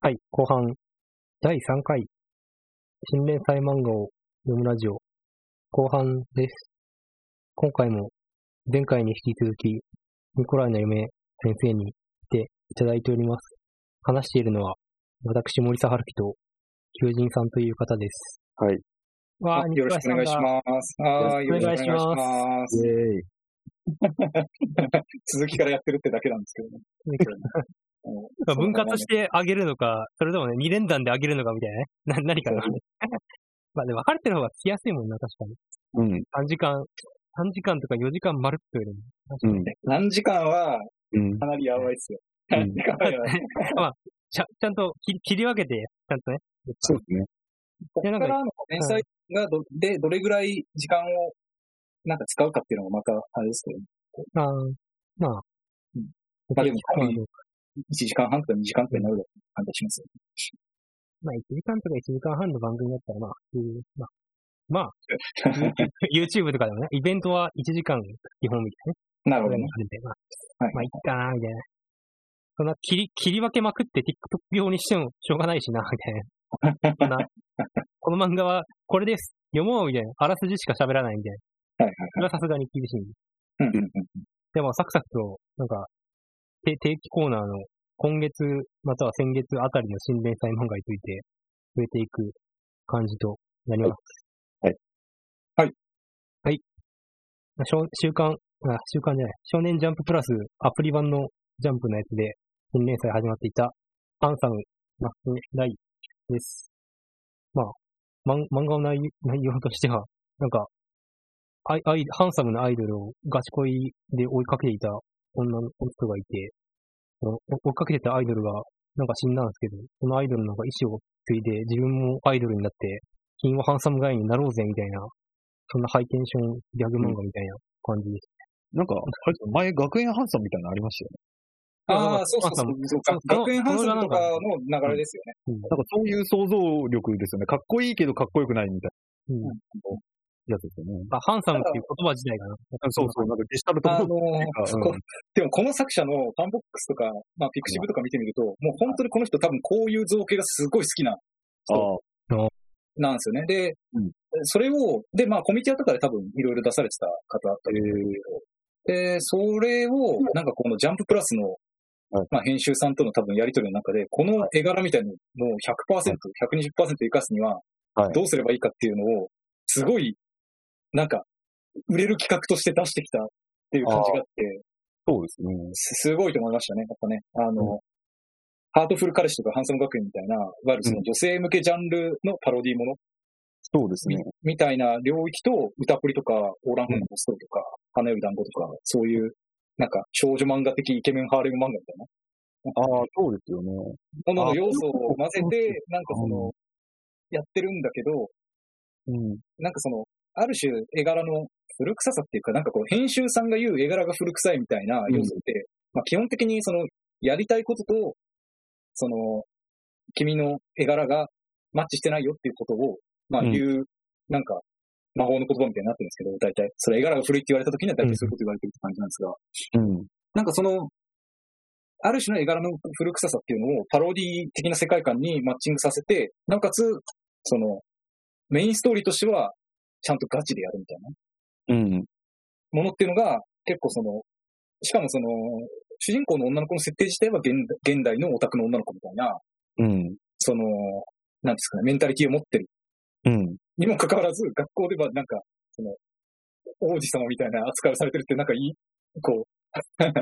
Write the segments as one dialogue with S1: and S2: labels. S1: はい、後半、第3回、新連載漫画を読むラジオ、後半です。今回も、前回に引き続き、ニコライの夢先生に来ていただいております。話しているのは、私、森沢春樹と、求人さんという方です。
S2: はい。
S1: わ
S2: あ、よろしくお願いします。
S1: あよろしくお願いします。
S2: 続きからやってるってだけなんですけどね。
S1: 分割してあげるのか、それともね、2連弾であげるのかみたいなね。 な、何かな。まあで、分かれてる方が聞きやすいもんな、確かに。
S2: うん。
S1: 3時間、3時間とか4時間まるっとよりも。
S2: うん、3時間は、かなりやばいっすよ。うん、
S1: まあ、ちゃちゃんと切り分けて、ちゃんとね。
S2: そうですね。ここからの連載がど、で、どれぐらい時間を、なんか使うかっていうのがまた、あれですけど、ね。
S1: ああ、まあ。
S2: うん。まあでも、1時間半とか2時間とかになる感じしますよ、ね。
S1: まあ、1時間とか1時間半の番組だったら、まあ、まあ、まあ、YouTube とかでもね、イベントは1時間基本みたい
S2: なね。なるほど、ね。
S1: まあ、はい、まあ、いっかな、みたいな。そんな切り、切り分けまくって TikTok 用にしてもしょうがないしな、みたいな。 なこの漫画はこれです。読もう、みたいな。あらすじしか喋らないみたい
S2: な。はいはい、
S1: それはさすがに厳しい。
S2: うんうんうん、
S1: でも、サクサクと、なんか、定期コーナーの今月、または先月あたりの新連載漫画について増えていく感じとなります。
S2: はい。はい。
S1: はい。週刊、あ、週刊じゃない、少年ジャンププラスアプリ版のジャンプのやつで新連載始まっていた、ハンサム・マック・ライです。まあ、漫画の内容としては、なんか、アイアイハンサムなアイドルをガチ恋で追いかけていた女の人がいて、追っかけてたアイドルが、なんか死んだんですけど、そのアイドルのなんか意思を継いで、自分もアイドルになって、金はハンサムガイになろうぜ、みたいな、そんなハイテンションギャグ漫画みたいな感じです
S3: ね。なんか、あれ前、学園ハンサムみたいなのありましたよね。
S2: ああ、そうそうそう学園ハンサムとかの流れですよ
S3: ね。なんかそういう想像力ですよね。かっこいいけどかっこよくないみたいな。うんやつですよね。
S1: あ、ハンサムっていう言葉自体がな。
S3: そうそう、なんかデジタルとか。
S2: あのーうん、でもこの作者のファンボックスとか、まあ、ピクシブとか見てみると、もう本当にこの人多分こういう造形がすごい好きな人なんですよね。で、うん、それを、で、まあコミティアとかで多分いろいろ出されてた方だったり、で、それを、なんかこのジャンププラスの、まあ、編集さんとの多分やりとりの中で、この絵柄みたいなのを100%、120%生かすには、どうすればいいかっていうのを、すごいなんか、売れる企画として出してきたっていう感じがあって、
S3: そうですね
S2: す。すごいと思いましたね。やっぱね、あの、うん、ハートフル彼氏とかハンサム学園みたいな、いわゆるその女性向けジャンルのパロディーもの、
S3: そうですね
S2: み。みたいな領域と、歌プリとか、オーランフォンのストとか、うん、花より団子とか、そういう、なんか、少女漫画的イケメンハーレム漫画みたいな。
S3: ああ、そうですよね。
S2: ものの要素を混ぜて、なんかその、やってるんだけど、
S3: うん、
S2: なんかその、ある種絵柄の古臭さっていうか、なんかこう、編集さんが言う絵柄が古臭いみたいな要素って、うん、まあ基本的にその、やりたいことと、その、君の絵柄がマッチしてないよっていうことを、まあ言う、うん、なんか、魔法の言葉みたいになってるんですけど、大体、それ絵柄が古いって言われた時には大体そういうこと言われてるって感じなんです
S3: が、うん、
S2: なんかその、ある種の絵柄の古臭さっていうのをパロディ的な世界観にマッチングさせて、なおかつ、その、メインストーリーとしては、ちゃんとガチでやるみた
S3: いな。うん。
S2: ものっていうのが、結構その、しかもその、主人公の女の子の設定自体は現現代のオタクの女の子みたいな、
S3: うん。
S2: その、なんですかね、メンタリティを持ってる。
S3: うん。
S2: にもかかわらず、学校ではなんか、その、王子様みたいな扱いをされてるって、なんかいい、こう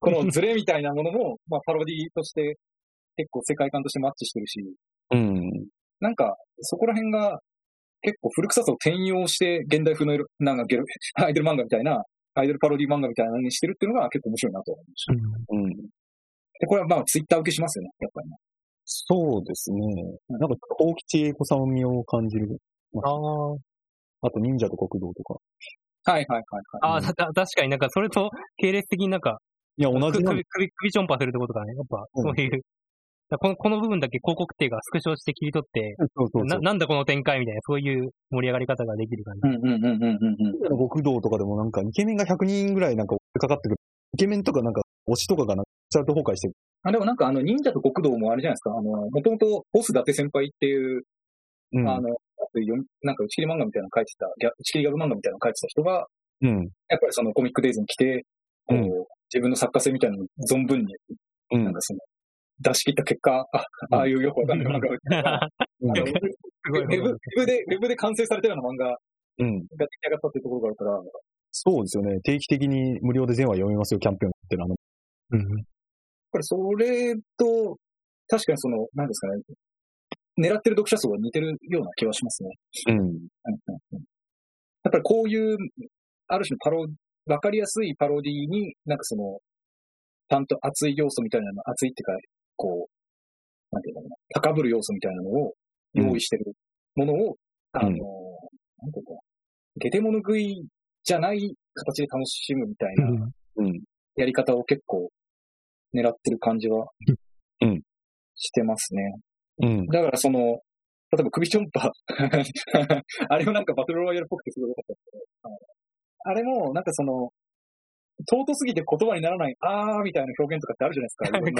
S2: このズレみたいなものも、まあ、パロディとして、結構世界観としてマッチしてるし、
S3: うん。
S2: なんか、そこら辺が、結構古臭さを転用して、現代風のなんかゲル、 アイドル漫画みたいな、アイドルパロディ漫画みたいなのにしてるっていうのが結構面白いなと思いました。
S3: うん。
S2: で、これはまあ、ツイッター受けしますよね、やっぱりね。
S3: そうですね。うん、なんか、大吉英子さん味を感じる。
S1: ああ。
S3: あと、忍者と国道とか。
S2: はいはいはい
S1: はい。ああ、確かになんか、それと系列的になんか、
S3: いや、同じ
S1: 首、首、首ちょんぱするってことかね。やっぱ、そういう、うんこのこの部分だけ広告手がスクショして切り取って、
S3: そうそう。
S1: な、なんだこの展開みたいな、そういう盛り上がり方ができ る感
S2: じ。うんうんうんうんうん
S3: 極道とかでもなんか、イケメンが100人ぐらいなんか追いかかってくる。イケメンとかなんか、推しとかがなんか、チャート崩壊して
S2: あ、でもなんかあの、忍者と極道もあれじゃないですか。あの、もともとボス伊達先輩っていう、
S3: うん。
S2: あの、読みなんか打ち切り漫画みたいなの書いてた、ギャ打ち切りギャグ漫画みたいなの書いてた人が、
S3: うん。
S2: やっぱりそのコミックデイズに来て、こう
S3: うん
S2: 自分の作家性みたいなのを存分に、
S3: う
S2: なん
S3: ん
S2: か。その、出し切った結果、あああいうよくわかんない漫画を、あのウェブウェブで、ウェブで完成されたような漫画が
S3: うん。
S2: 出来上がったっていうところがあるから、
S3: そうですよね。定期的に無料で全話読みますよ、キャンペーンってのあの。
S1: うん。
S2: やっぱりそれと、確かにその、なんですかね、狙ってる読者層が似てるような気はしますね。
S3: うん。
S2: うんうんうんやっぱりこういう、ある種のパロ、わかりやすいパロディに、なんかその、ちゃんと熱い要素みたいなの、熱いっていうか、こう、なんていうのかな、高ぶる要素みたいなのを用意してるものを、あの、
S3: うん
S2: なんていうか、ゲテモノ食いじゃない形で楽しむみたいな
S1: うん
S3: うん。
S2: やり方を結構狙ってる感じは
S3: うん、
S2: してますね。
S3: うん。
S2: だからその、例えば首チョンパ、あれもなんかバトルロイヤルっぽくてすごい良かったんですけどあのあれもなんかその、尊すぎて言葉にならない、あーみたいな表現とかってあるじゃないで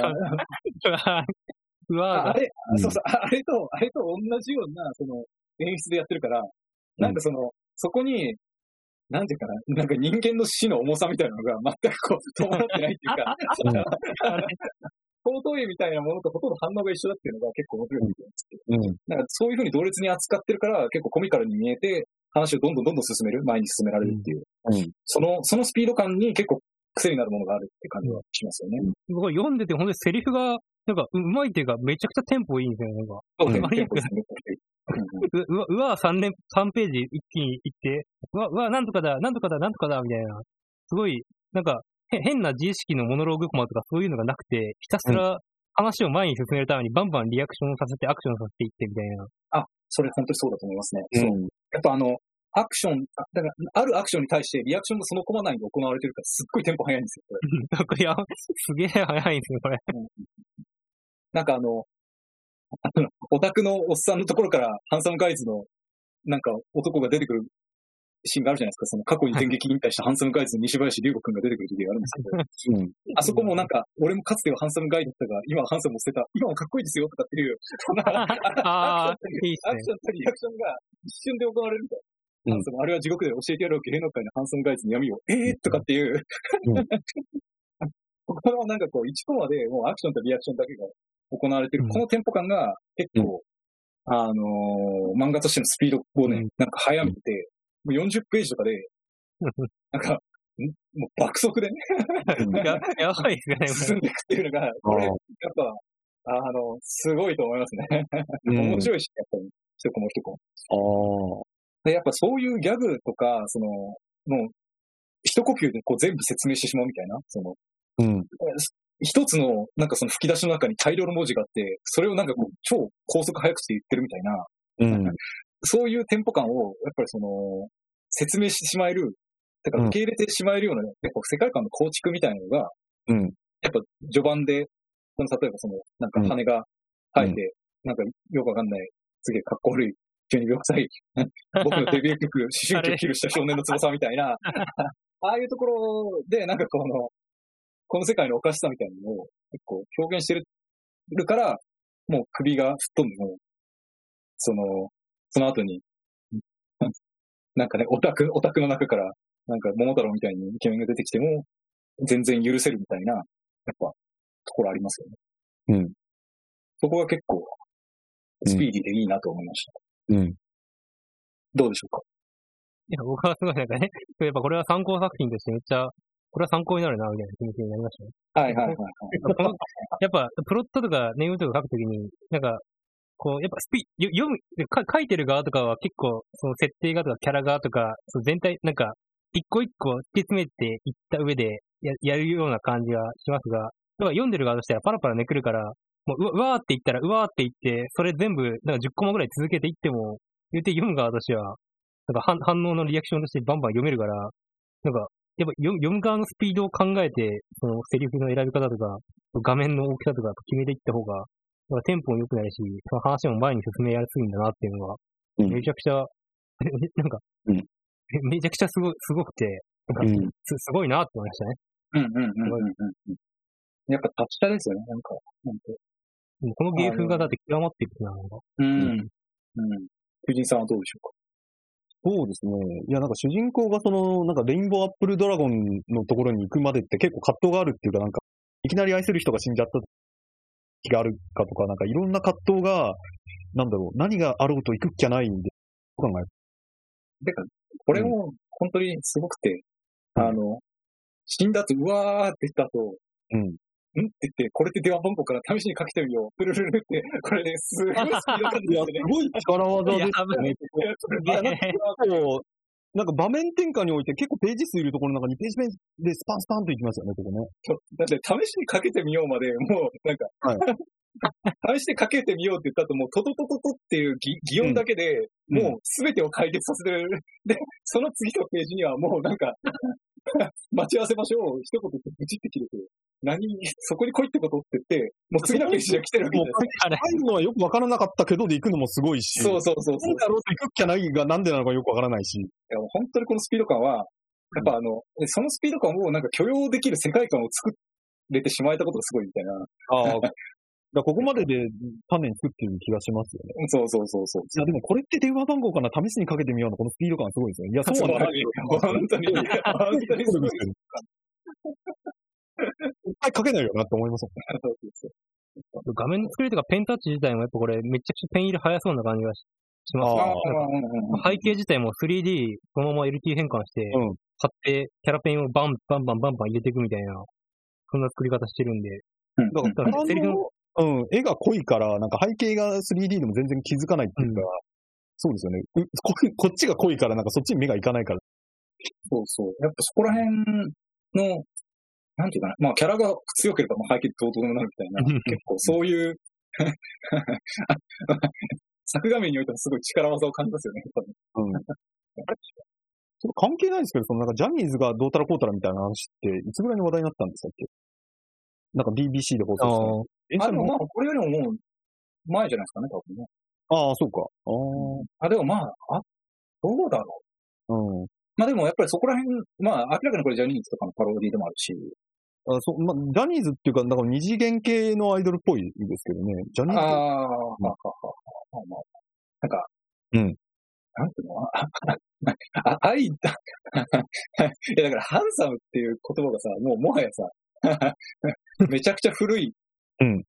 S2: すかいろんな。
S1: う
S2: ああ
S1: わぁ、
S2: れ、そうそう、ああれと、あれと同じような、その、演出でやってるから、なんかその、そこに、なんていうかな、なんか人間の死の重さみたいなのが全くこう、伴ってないっていうか、尊いみたいなものとほとんど反応が一緒だっていうのが結構面白いですよね
S3: うん。
S2: なんかそういうふうに同列に扱ってるから、結構コミカルに見えて、話をどんどんどんどん進める、前に進められるっていう。
S3: うんうん
S2: その、そのスピード感に結構癖になるものがあるって感じはしますよね。
S1: 僕読んでて、本当にセリフが、なんか、うまいっていうか、めちゃくちゃテンポいいんですよね、なんか。
S2: そうう
S3: です
S2: で
S3: ね
S2: すね。
S1: ううわ、うわ、3年、三ページ一気に行って、うわ、うわ、なんとかだ、なんとかだ、なんとかだ、みたいな。すごい、なんか、へ変な自意識のモノローグコマとかそういうのがなくて、ひたすら話を前に進めるためにバンバンリアクションさせて、アクションさせていってみたいな。
S2: あ、それ本当にそうだと思いますね。そう
S3: うん。
S2: やっぱあの、アクション、あだから、あるアクションに対してリアクションがそのコマ内に行われてるから、すっごいテンポ早いんですよ、こ
S1: こ
S2: れ。
S1: れ、あすげえ早いんですね、 これ。
S2: なんかあの、あのオタクのおっさんのところから、ハンサムガイズの、なんか男が出てくるシーンがあるじゃないですか。その過去に電撃引退したハンサムガイズの西林龍吾くんが出てくる時があるんですけど、
S3: うん。
S2: あそこもなんか、俺もかつてはハンサムガイだったが、今はハンサムを捨てた、今はかっこいいですよとかっていう、
S1: ああ、いいっ
S2: ア
S1: す
S2: ク
S1: ね
S2: シ。ョンとリアクションが一瞬で行われるみたい
S3: う
S2: な。ハ
S3: ん
S2: ンサムあれは地獄で教えてやろう芸能界のハンサムガイズの闇を、えーとかっていう
S3: うん
S2: ここのなんかこう、1コマでもうアクションとリアクションだけが行われてる
S1: う、ん
S2: このテンポ感が結構、あのー漫画としてのスピードをね
S1: うん、
S2: なんか早めて、もう40ページとかで、なんか、んもう爆速でね、
S1: ややばいですよ
S2: 進
S1: ね。
S2: んでいくっていうのが、これ、やっぱ、あの、すごいと思いますね。
S3: うん。
S2: 面白いし、やっぱり、一コマ一コマ。
S3: ああ。
S2: で、やっぱそういうギャグとか、その、もう、一呼吸でこう全部説明してしまうみたいな、その、
S3: うん。
S2: 一つの、なんかその吹き出しの中に大量の文字があって、それをなんかこう、超高速早口で言ってるみたいな、
S3: うん。
S2: そういうテンポ感を、やっぱりその、説明してしまえる、だから
S3: うん
S2: 受け入れてしまえるような、やっぱ世界観の構築みたいなのが、
S3: うん。
S2: やっぱ序盤で、その例えばその、なんか羽が生えて、なんかよくわかんない、すげえかっこ悪い、12秒歳、 僕のデビュー曲、 思春期をキルした少年の翼みたいな、ああいうところで、なんかこの、この世界のおかしさみたいなのを結構表現してるるから、もう首が吹っ飛んでも、その、その後に、 なんかね、オタク、オタクの中から、なんか桃太郎みたいにイケメンが出てきても、全然許せるみたいな、やっぱ、ところありますよね。
S3: うん。
S2: そこが結構、スピーディーでいいなと思いました。
S3: うん。
S2: どうでしょうか
S1: いや、僕はすごいなんかね、やっぱこれは参考作品としてめっちゃ、これは参考になるな、みたいな気持ちになりましたね。
S2: はいはいはい、はい。
S1: こ のやっぱ、プロットとかネームとか書くときに、なんか、こう、やっぱスピ、よ読む、でか書いてる側とかは結構、その設定側とかキャラ側とか、その全体、なんか、一個一個突き詰めていった上でややるような感じはしますが、だから読んでる側としてはパラパラめくるから、もう、うわうわーって言ったら、うわーって言って、それ全部、なんか10コマぐらい続けていっても、言うて読む側としては、なんか反反応のリアクションとしてバンバン読めるから、なんか、やっぱ読読む側のスピードを考えて、そのセリフの選び方とか、画面の大きさとか決めていった方が、まあテンポも良くなるし、その話も前に進めやすいんだなっていうのが、
S3: うん
S1: めちゃくちゃ、 なんか、
S3: うん
S1: めちゃくちゃすごすごくて、
S3: うん。
S1: すすごいなって思いましたね。
S2: うんうんうんうんうん。やっぱ達者ですよね、なんか。なんか
S1: でもこの芸風がだって極まってるな、なんか。
S2: うん。うん。藤井さんはどうでしょうか
S3: そうですね。いや、なんか主人公がその、なんかレインボーアップルドラゴンのところに行くまでって結構葛藤があるっていうか、なんか、いきなり愛する人が死んじゃった時があるかとか、なんかいろんな葛藤が、なんだろう、何があろうと行くっきゃないんで、考え
S2: てか、これも本当にすごくて、
S3: うん
S2: あの、死んだ後、うわーって言った後、
S3: うん。
S2: んって言って、これって電話番号から試しにかけてみよう。プルルルって、これですごいスピード感で
S3: いや、すごい力技ですよね。いや、なんか結構、なんか場面転換において結構ページ数いるところの中にページ目でスパンスパンといきますよね、ここ ね。
S2: だって試しにかけてみようまで、もう、なんか、 試してかけてみようって言った後、もう、トトトトトっていうぎ擬音だけで、
S3: うん
S2: もう、すべてを解決させてる。 で、その次のページには、もうなんか、 待ち合わせましょう。一言でブチって切れて、何、そこに来いってことって言って、もう次のページが来てるわけじゃない
S1: あれ、
S3: 入るのはよくわからなかったけどで行くのもすごいし。
S2: そうそうそうそう。
S3: なんだろうと行くっきゃないがなんでなのかよくわからないし。
S2: いや本当にこのスピード感は、やっぱあの、でそのスピード感をなんか許容できる世界観を作れてしまえたことがすごいみたいな。
S3: ああ。だからここまでで種に作ってる気がしますよね。
S2: そうそうそうそう。
S3: いや、でもこれって電話番号から試しにかけてみようのこのスピード感すごいですね。いや、そうは
S2: 本
S3: ない。
S2: 当に、本当に
S3: そうですよねいっぱいかけないよなって思いますもん。
S1: 画面の作りとかペンタッチ自体もやっぱこれめちゃくちゃペン入れ早そうな感じがししますね
S3: あー
S1: なんか背景自体も 3D そのまま LT 変換して、
S3: うん
S1: 買ってキャラペンをバンバンバンバンバン入れていくみたいな、そんな作り方してるんで、
S3: だか
S1: うん
S3: ら、こ
S1: セリフ
S3: の、うん、絵が濃いから、なんか背景が 3D でも全然気づかないっていうか、そうですよね。うここっちが濃いから、なんかそっちに目がいかないから。
S2: そうそう。やっぱそこら辺の、なんていうかな、まあキャラが強ければまあ背景どうとでもなるみたいな、結構そういう、作画面においてもすごい力技を感じますよね、やっぱり
S3: うん。あれそれ関係ないですけど、そのなんかジャニーズがどうたらこうたらみたいな話って、いつぐらいの話題になったんでしたっけなんか BBC で放
S1: あ
S3: 送して
S2: あ、でもまあこれよりももう前じゃないですかね、多分ね。
S3: ああ、そうか。あ
S2: あ、でもまあ、あ、どうだろう。
S3: あ、うん。
S2: まあでもやっぱりそこら辺、まあ明らかにこれジャニーズとかのパロディでもあるし、
S3: あそうまあ、ジャニーズっていうか、なんか二次元系のアイドルっぽいですけどね。ジャニー
S2: ああ、
S3: ズ。
S2: はははまあまあ、なんか、
S3: うん。
S2: なんていうの あああ、愛 だ。いやだからハンサムっていう言葉がさ、もうもはやさ、 めちゃくちゃ古い
S3: うん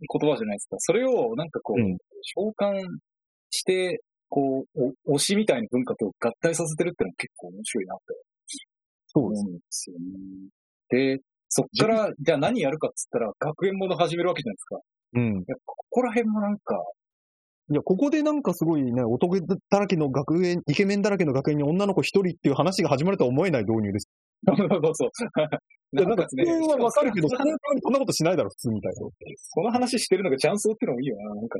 S2: 言葉じゃないですか。それをなんかこう、
S3: うん
S2: 召喚して、こう、お推しみたいな文化と合体させてるってのは結構面白いなって
S3: そう
S2: 思
S3: です。
S2: うんですよね。で、そっから、じゃあ何やるかっつったら、学園もの始めるわけじゃないですか。
S3: うん。
S2: やっぱここら辺もなんか、
S3: いや、ここでなんかすごいね、男だらけの学園、イケメンだらけの学園に女の子一人っていう話が始まるとは思えない導入です。
S2: そうそうそう。
S3: いや、なんか普通はわかるけど、
S2: そ
S3: そ
S2: の
S3: んなそんなことしないだろ、普通みたい
S2: その話してるのが雀荘ってのもいいよな、なんか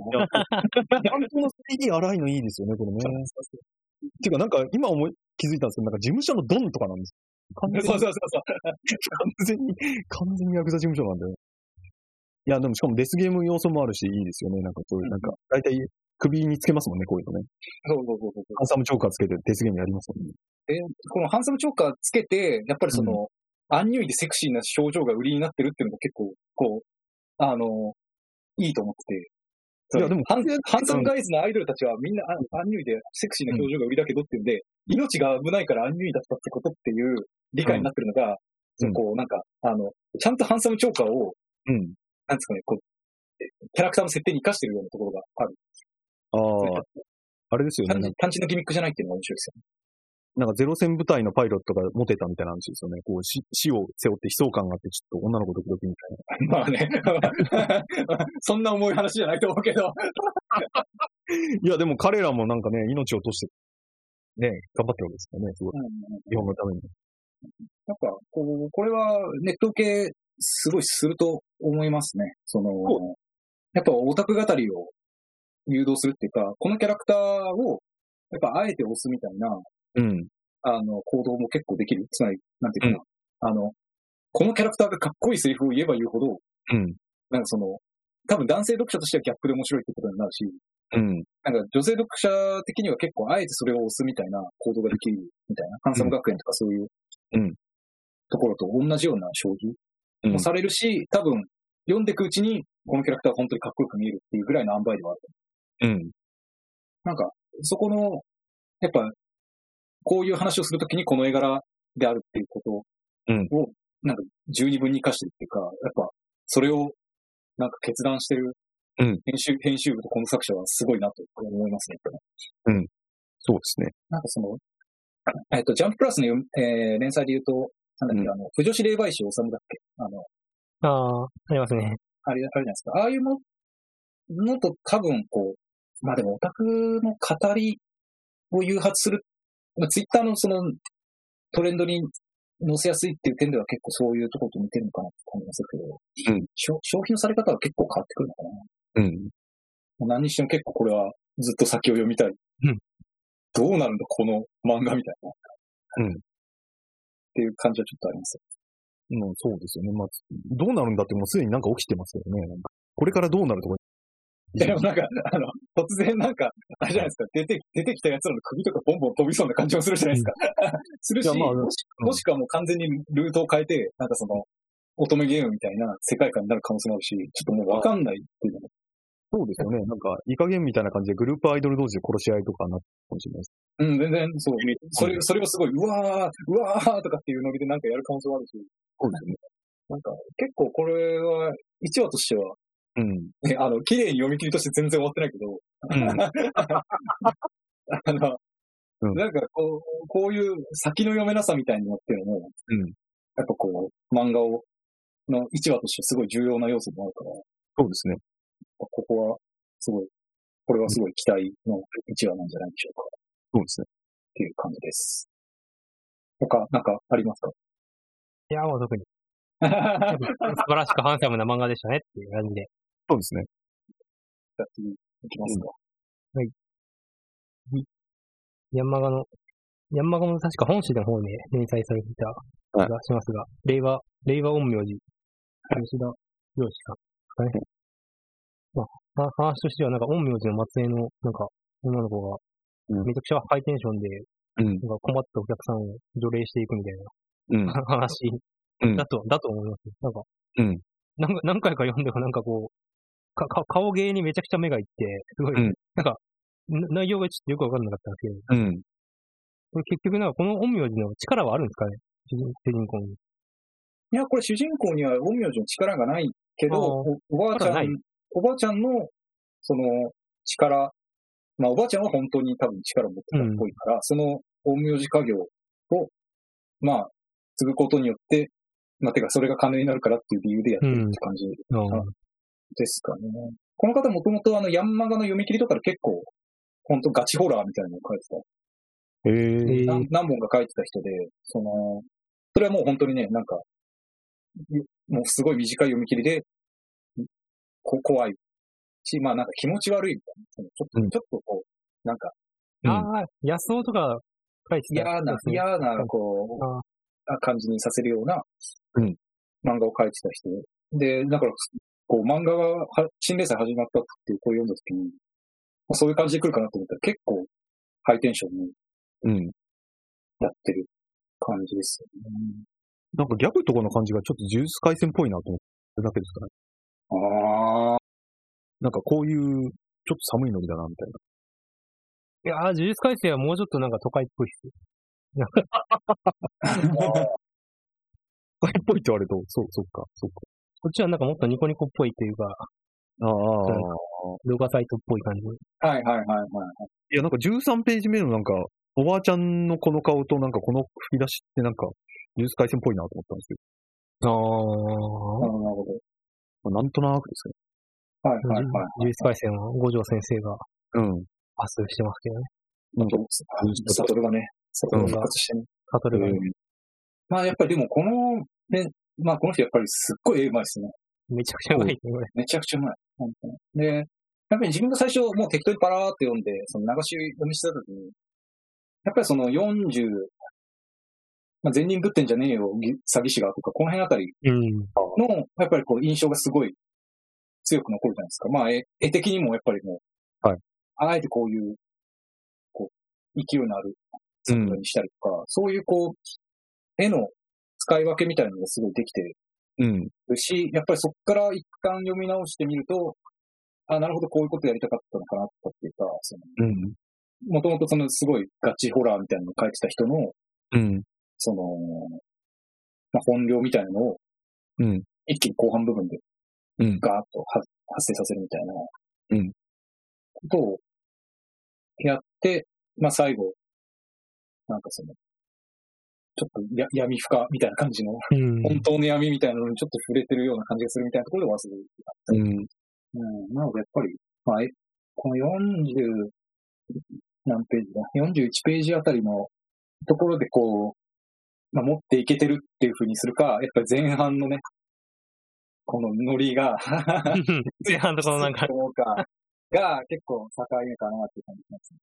S2: な。
S3: な。ちゃんと 3D 荒いのいいですよね、これね。っていうか、なんか今思い、気づいたんですけど、なんか事務所のドンとかなん です。完全 に、
S2: そうそう
S3: 完
S2: そうそう。
S3: 全に、完全にヤクザ事務所なんだよ。いや、でもしかもデスゲーム要素もあるし、いいですよね。なんかそういう、なんか、大体首につけますもんね、こういうのね。
S2: そうそうそうそう
S3: ハンサムチョーカーつけてデスゲームやりますもんね。
S2: で、このハンサムチョーカーつけて、やっぱりその、アンニュイでセクシーな症状が売りになってるっていうのが結構、こう、あの、いいと思ってて。
S3: いやでも
S2: ハンハンサムガイズのアイドルたちはみんなあアンニュイでセクシーな表情が売りだけどっていうんで、命が危ないからアンニュイだったってことっていう理解になってるのが、そのこう、なんか、あの、ちゃんとハンサムチョーカーを、
S3: うん。
S2: なんですかね、こう、キャラクターの設定に活かしてるようなところがある。
S3: あ あ、あれですよね。
S2: 単純単純なギミックじゃないっていうのが面白いですよね。
S3: なんかゼロ戦部隊のパイロットがモテたみたいな話ですよね。こう死死を背負って悲壮感があって、ちょっと女の子ドキドキみたいな。
S2: まあね、そんな重い話じゃないと思うけど。
S3: いや、でも彼らもなんかね、命を落として、ね、頑張ってるわけですよね。すごい。日本のために。
S2: なんか、こう、これはネット系すごいすると思いますね。その、やっぱオタク語りを誘導するっていうか、このキャラクターを、やっぱあえて押すみたいな、
S3: うん。
S2: あの、行動も結構できる。つまり、なんていうかな。あの、このキャラクターがかっこいいセリフを言えば言うほど、
S3: うん。
S2: なんかその、多分男性読者としてはギャップで面白いってことになるし、
S3: うん。
S2: なんか女性読者的には結構あえてそれを押すみたいな行動ができるみたいな、ハンサム学園とかそういう、
S3: うん
S2: ところと同じような将棋
S3: うん
S2: もされるし、多分、読んでいくうちに、このキャラクターは本当にかっこよく見えるっていうぐらいの塩梅ではある。
S3: うん。
S2: なんか、そこの、やっぱ、こういう話をするときにこの絵柄であるっていうことを、
S3: うん
S2: なんか、十二分に活かしてるっていうか、やっぱ、それを、なんか決断してる、
S3: うん
S2: 編集、編集部とこの作者はすごいなと思いますね。
S3: そうですね。
S2: なんかその、えっと、ジャンププラスの読み、えー連載で言うと、なんだっけ、
S3: うん
S2: あの、不女子霊媒師治だっけあの、
S1: ああ、ありますね。
S2: あれ、あれじゃないですか。ああいうものと多分こう、まあでもオタクの語りを誘発する、まあ、ツイッターのそのトレンドに載せやすいっていう点では結構そういうところと似てるのかなと思いますけど、
S3: うん
S2: 消消費のされ方は結構変わってくるのかな。
S3: うん。
S2: もう何にしても結構これはずっと先を読みたい。
S1: うん
S2: どうなるんだ、この漫画みたいな。
S3: うん
S2: っていう感じはちょっとあります。
S3: うん、そうですよね。まあ、どうなるんだってもうすでになんか起きてますよね。なんかこれからどうなるとか。
S2: でもなんか、あの、突然なんか、あれじゃないですか、出て、出てきたやつらの首とかボンボン飛びそうな感じもするじゃないですか。 するし、
S3: いやまあ
S2: もし
S3: うん
S2: もしくはもう完全にルートを変えて、なんかその、乙女ゲームみたいな世界観になる可能性もあるし、ちょっともうわかんないっていうのも。
S3: そうですよね。なんか、いい加減みたいな感じでグループアイドル同士で殺し合いとかになってるかもしれないです。
S2: うん、全然、そう。それ、それをすごい、うわー、うわーとかっていうノリでなんかやる可能性もあるし、
S3: そうですね。
S2: なんか、結構これは、一話としては、
S3: うん。
S2: ね、あの、綺麗に読み切りとして全然終わってないけど、あの、
S3: うん
S2: なんかこう、こういう先の読めなさみたいになってるのも、
S3: うん
S2: やっぱこう、漫画を、の一話としてすごい重要な要素もあるから、
S3: そうですね。
S2: ここは、すごい、これはすごい期待の一話なんじゃないでしょうか、っ
S3: そうですね。
S2: ていう感じです。他、なんかありますか
S1: いや、もう特に。
S2: じゃあ
S1: 素晴らしくハンサムな漫画でしたねっていう感じで。
S3: そうですね。
S2: 次、いきますか。
S1: ヤンマガの、ヤンマガも確か本誌の方で連載されていた気がしますが、令和、令和陰陽師、吉田洋志さんですかね。まあ、は話としてはなんか陰陽師の末裔のなんか女の子が
S3: うん
S1: めちゃくちゃハイテンションで、
S3: うん
S1: なんか困ったお客さんを除霊していくみたい
S3: う ん。
S1: な話
S3: うん
S1: だと、だと思います。なんか、
S3: うん
S1: なんか何回か読んでもなんかこう、かか顔芸にめちゃくちゃ目がいって、すごい、
S3: うん
S1: なんか、な内容がちょっとよくわかんなかったんですけど、
S3: うん。
S1: これ結局なんかこの陰陽師の力はあるんですかね主人主人公に。
S2: いや、これ主人公には陰陽師の力がないけど、
S1: あー
S2: おおばあち
S1: 力
S2: ゃ
S1: ない
S2: ん、おばあちゃんの、その、力、まあ、おばあちゃんは本当に多分力を持ってたっぽいから、その陰陽師家業を、まあ、継ぐことによって、まあ、てか、それが金になるからっていう理由でやってるって感じ
S1: あ
S2: ですかね。この方もともとあの、ヤンマガの読み切りとかで結構、本当ガチホラーみたいなのを書いてた
S3: ええ
S1: えー
S2: 何何本か書いてた人で、その、それはもう本当にね、なんか、ゆもうすごい短い読み切りで、こ怖いし、まあなんか気持ち悪いみたいなそのちょっと、
S3: うん
S2: ちょっとこう、なんか
S3: うん
S1: あー、野草とか書いて
S2: 嫌
S1: たやつ
S2: な、
S1: ですね。
S2: 嫌な、こう
S1: あー、
S2: あ感じにさせるような
S3: うん
S2: 漫画を書いてた人。で、だから、こう漫画がは新連載始まったっていう声を読んだ時に、まあそういう感じで来るかなと思ったら結構ハイテンションに
S3: うん。
S2: やってる感じですよね。
S3: なんかギャグとかの感じがちょっとジュース回線っぽいなと思ってだけですから、ね、
S2: ああ、
S3: なんかこういう、ちょっと寒いノリだな、みたい
S1: いやー、
S3: な。
S1: 呪術改正はもうちょっとなんか都会っぽいっす。
S3: これっぽいって言われると、そう、そっか、そっか。
S1: こっちはなんかもっとニコニコっぽいというか、
S3: ああ
S1: そう動画サイトっぽい感じ。
S2: はいはいはいはい。
S3: いや、なんか13ページ目のなんか、おばあちゃんのこの顔となんかこの吹き出しってなんか、ジュース回線っぽいなと思ったんですけ
S1: ああ、
S2: なるほど。
S3: ど、まあなんとなくです
S2: はいはいは
S1: 呪
S2: い。
S1: 術改正は五条先生が
S3: けど。うん。
S1: パスしてますけどね。
S3: なんか、
S2: サトルがね、サトルが復活してね。
S1: カトルがね、
S2: まあやっぱりでもこの、ね、まあこの人やっぱりすっごい絵うまいですね。
S1: めちゃくちゃうまいね、これ。
S2: めちゃくちゃうまい。本当にで、やっぱり自分が最初もう適当にパラーって読んで、その流し読みしてた時に、やっぱりその40、まあ、善人ぶってんじゃねえよ、ぎ詐欺師がとか、この辺あたり
S1: うん。
S2: の、やっぱりこう印象がすごい強く残るじゃないですか。まあ絵絵的にもやっぱりもう、
S3: はい
S2: あえてこういう、こう、勢いのある
S3: う
S2: 作
S3: ん
S2: 品にしたりとか、そういうこう、絵の使い分けみたいなのがすごいできて
S3: うん。
S2: るし、やっぱりそこから一旦読み直してみると、あ、なるほど、こういうことやりたかったのかなとかっていうか、その、
S3: うん。
S2: もともとそのすごいガチホラーみたいなのを書いてた人の、
S3: うん。
S2: その、まあ、本領みたいなのを、
S3: うん
S2: 一気に後半部分で、
S3: うん
S2: ガーッとは発生させるみたいな、
S3: うん
S2: ことをやって、まあ、最後、なんかその、ちょっとや闇深みたいな感じの、
S1: うん。
S2: 本当の闇みたいなのにちょっと触れてるような感じがするみたいなところで忘れる。
S3: うん。
S2: うん、なのでやっぱり、まあ、えこの40、何ページだ ?41 ページあたりのところでこう、まあ、持っていけてるっていう風にするか、やっぱり前半のね、このノリが、
S1: 前半のこのなんか
S2: ど、うか、が結構境目かなっていう感じしますね。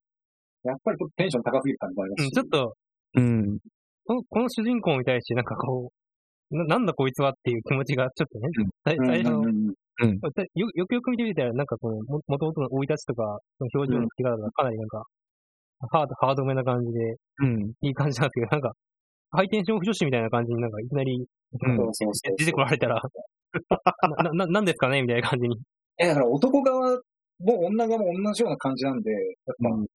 S2: やっぱりちょっとテンション高すぎる感じもありま
S1: う
S2: す
S1: ん
S2: し
S1: ちょっと、
S3: うん。
S1: このこの主人公に対してなんかこう、ななんだこいつはっていう気持ちがちょっとね
S3: うん、
S1: 最
S2: う
S1: 最
S2: ん
S1: 初の
S2: うんうんうん
S1: だよよくよく見てみたら、なんかこの、ももともとの生い立ちとか、その表情の付け方がかなりなんか、ハード、ハードめな感じで、
S3: うん。
S1: いい感じなんですけど、なんか、ハイテンション不女子みたいな感じになんか、いきなり、
S3: うん
S2: そうそうそう
S1: 出てこられたら、 な、な、なんですかねみたいな感じに。
S2: え、だから男側も女側も同じような感じなんで、やっぱ、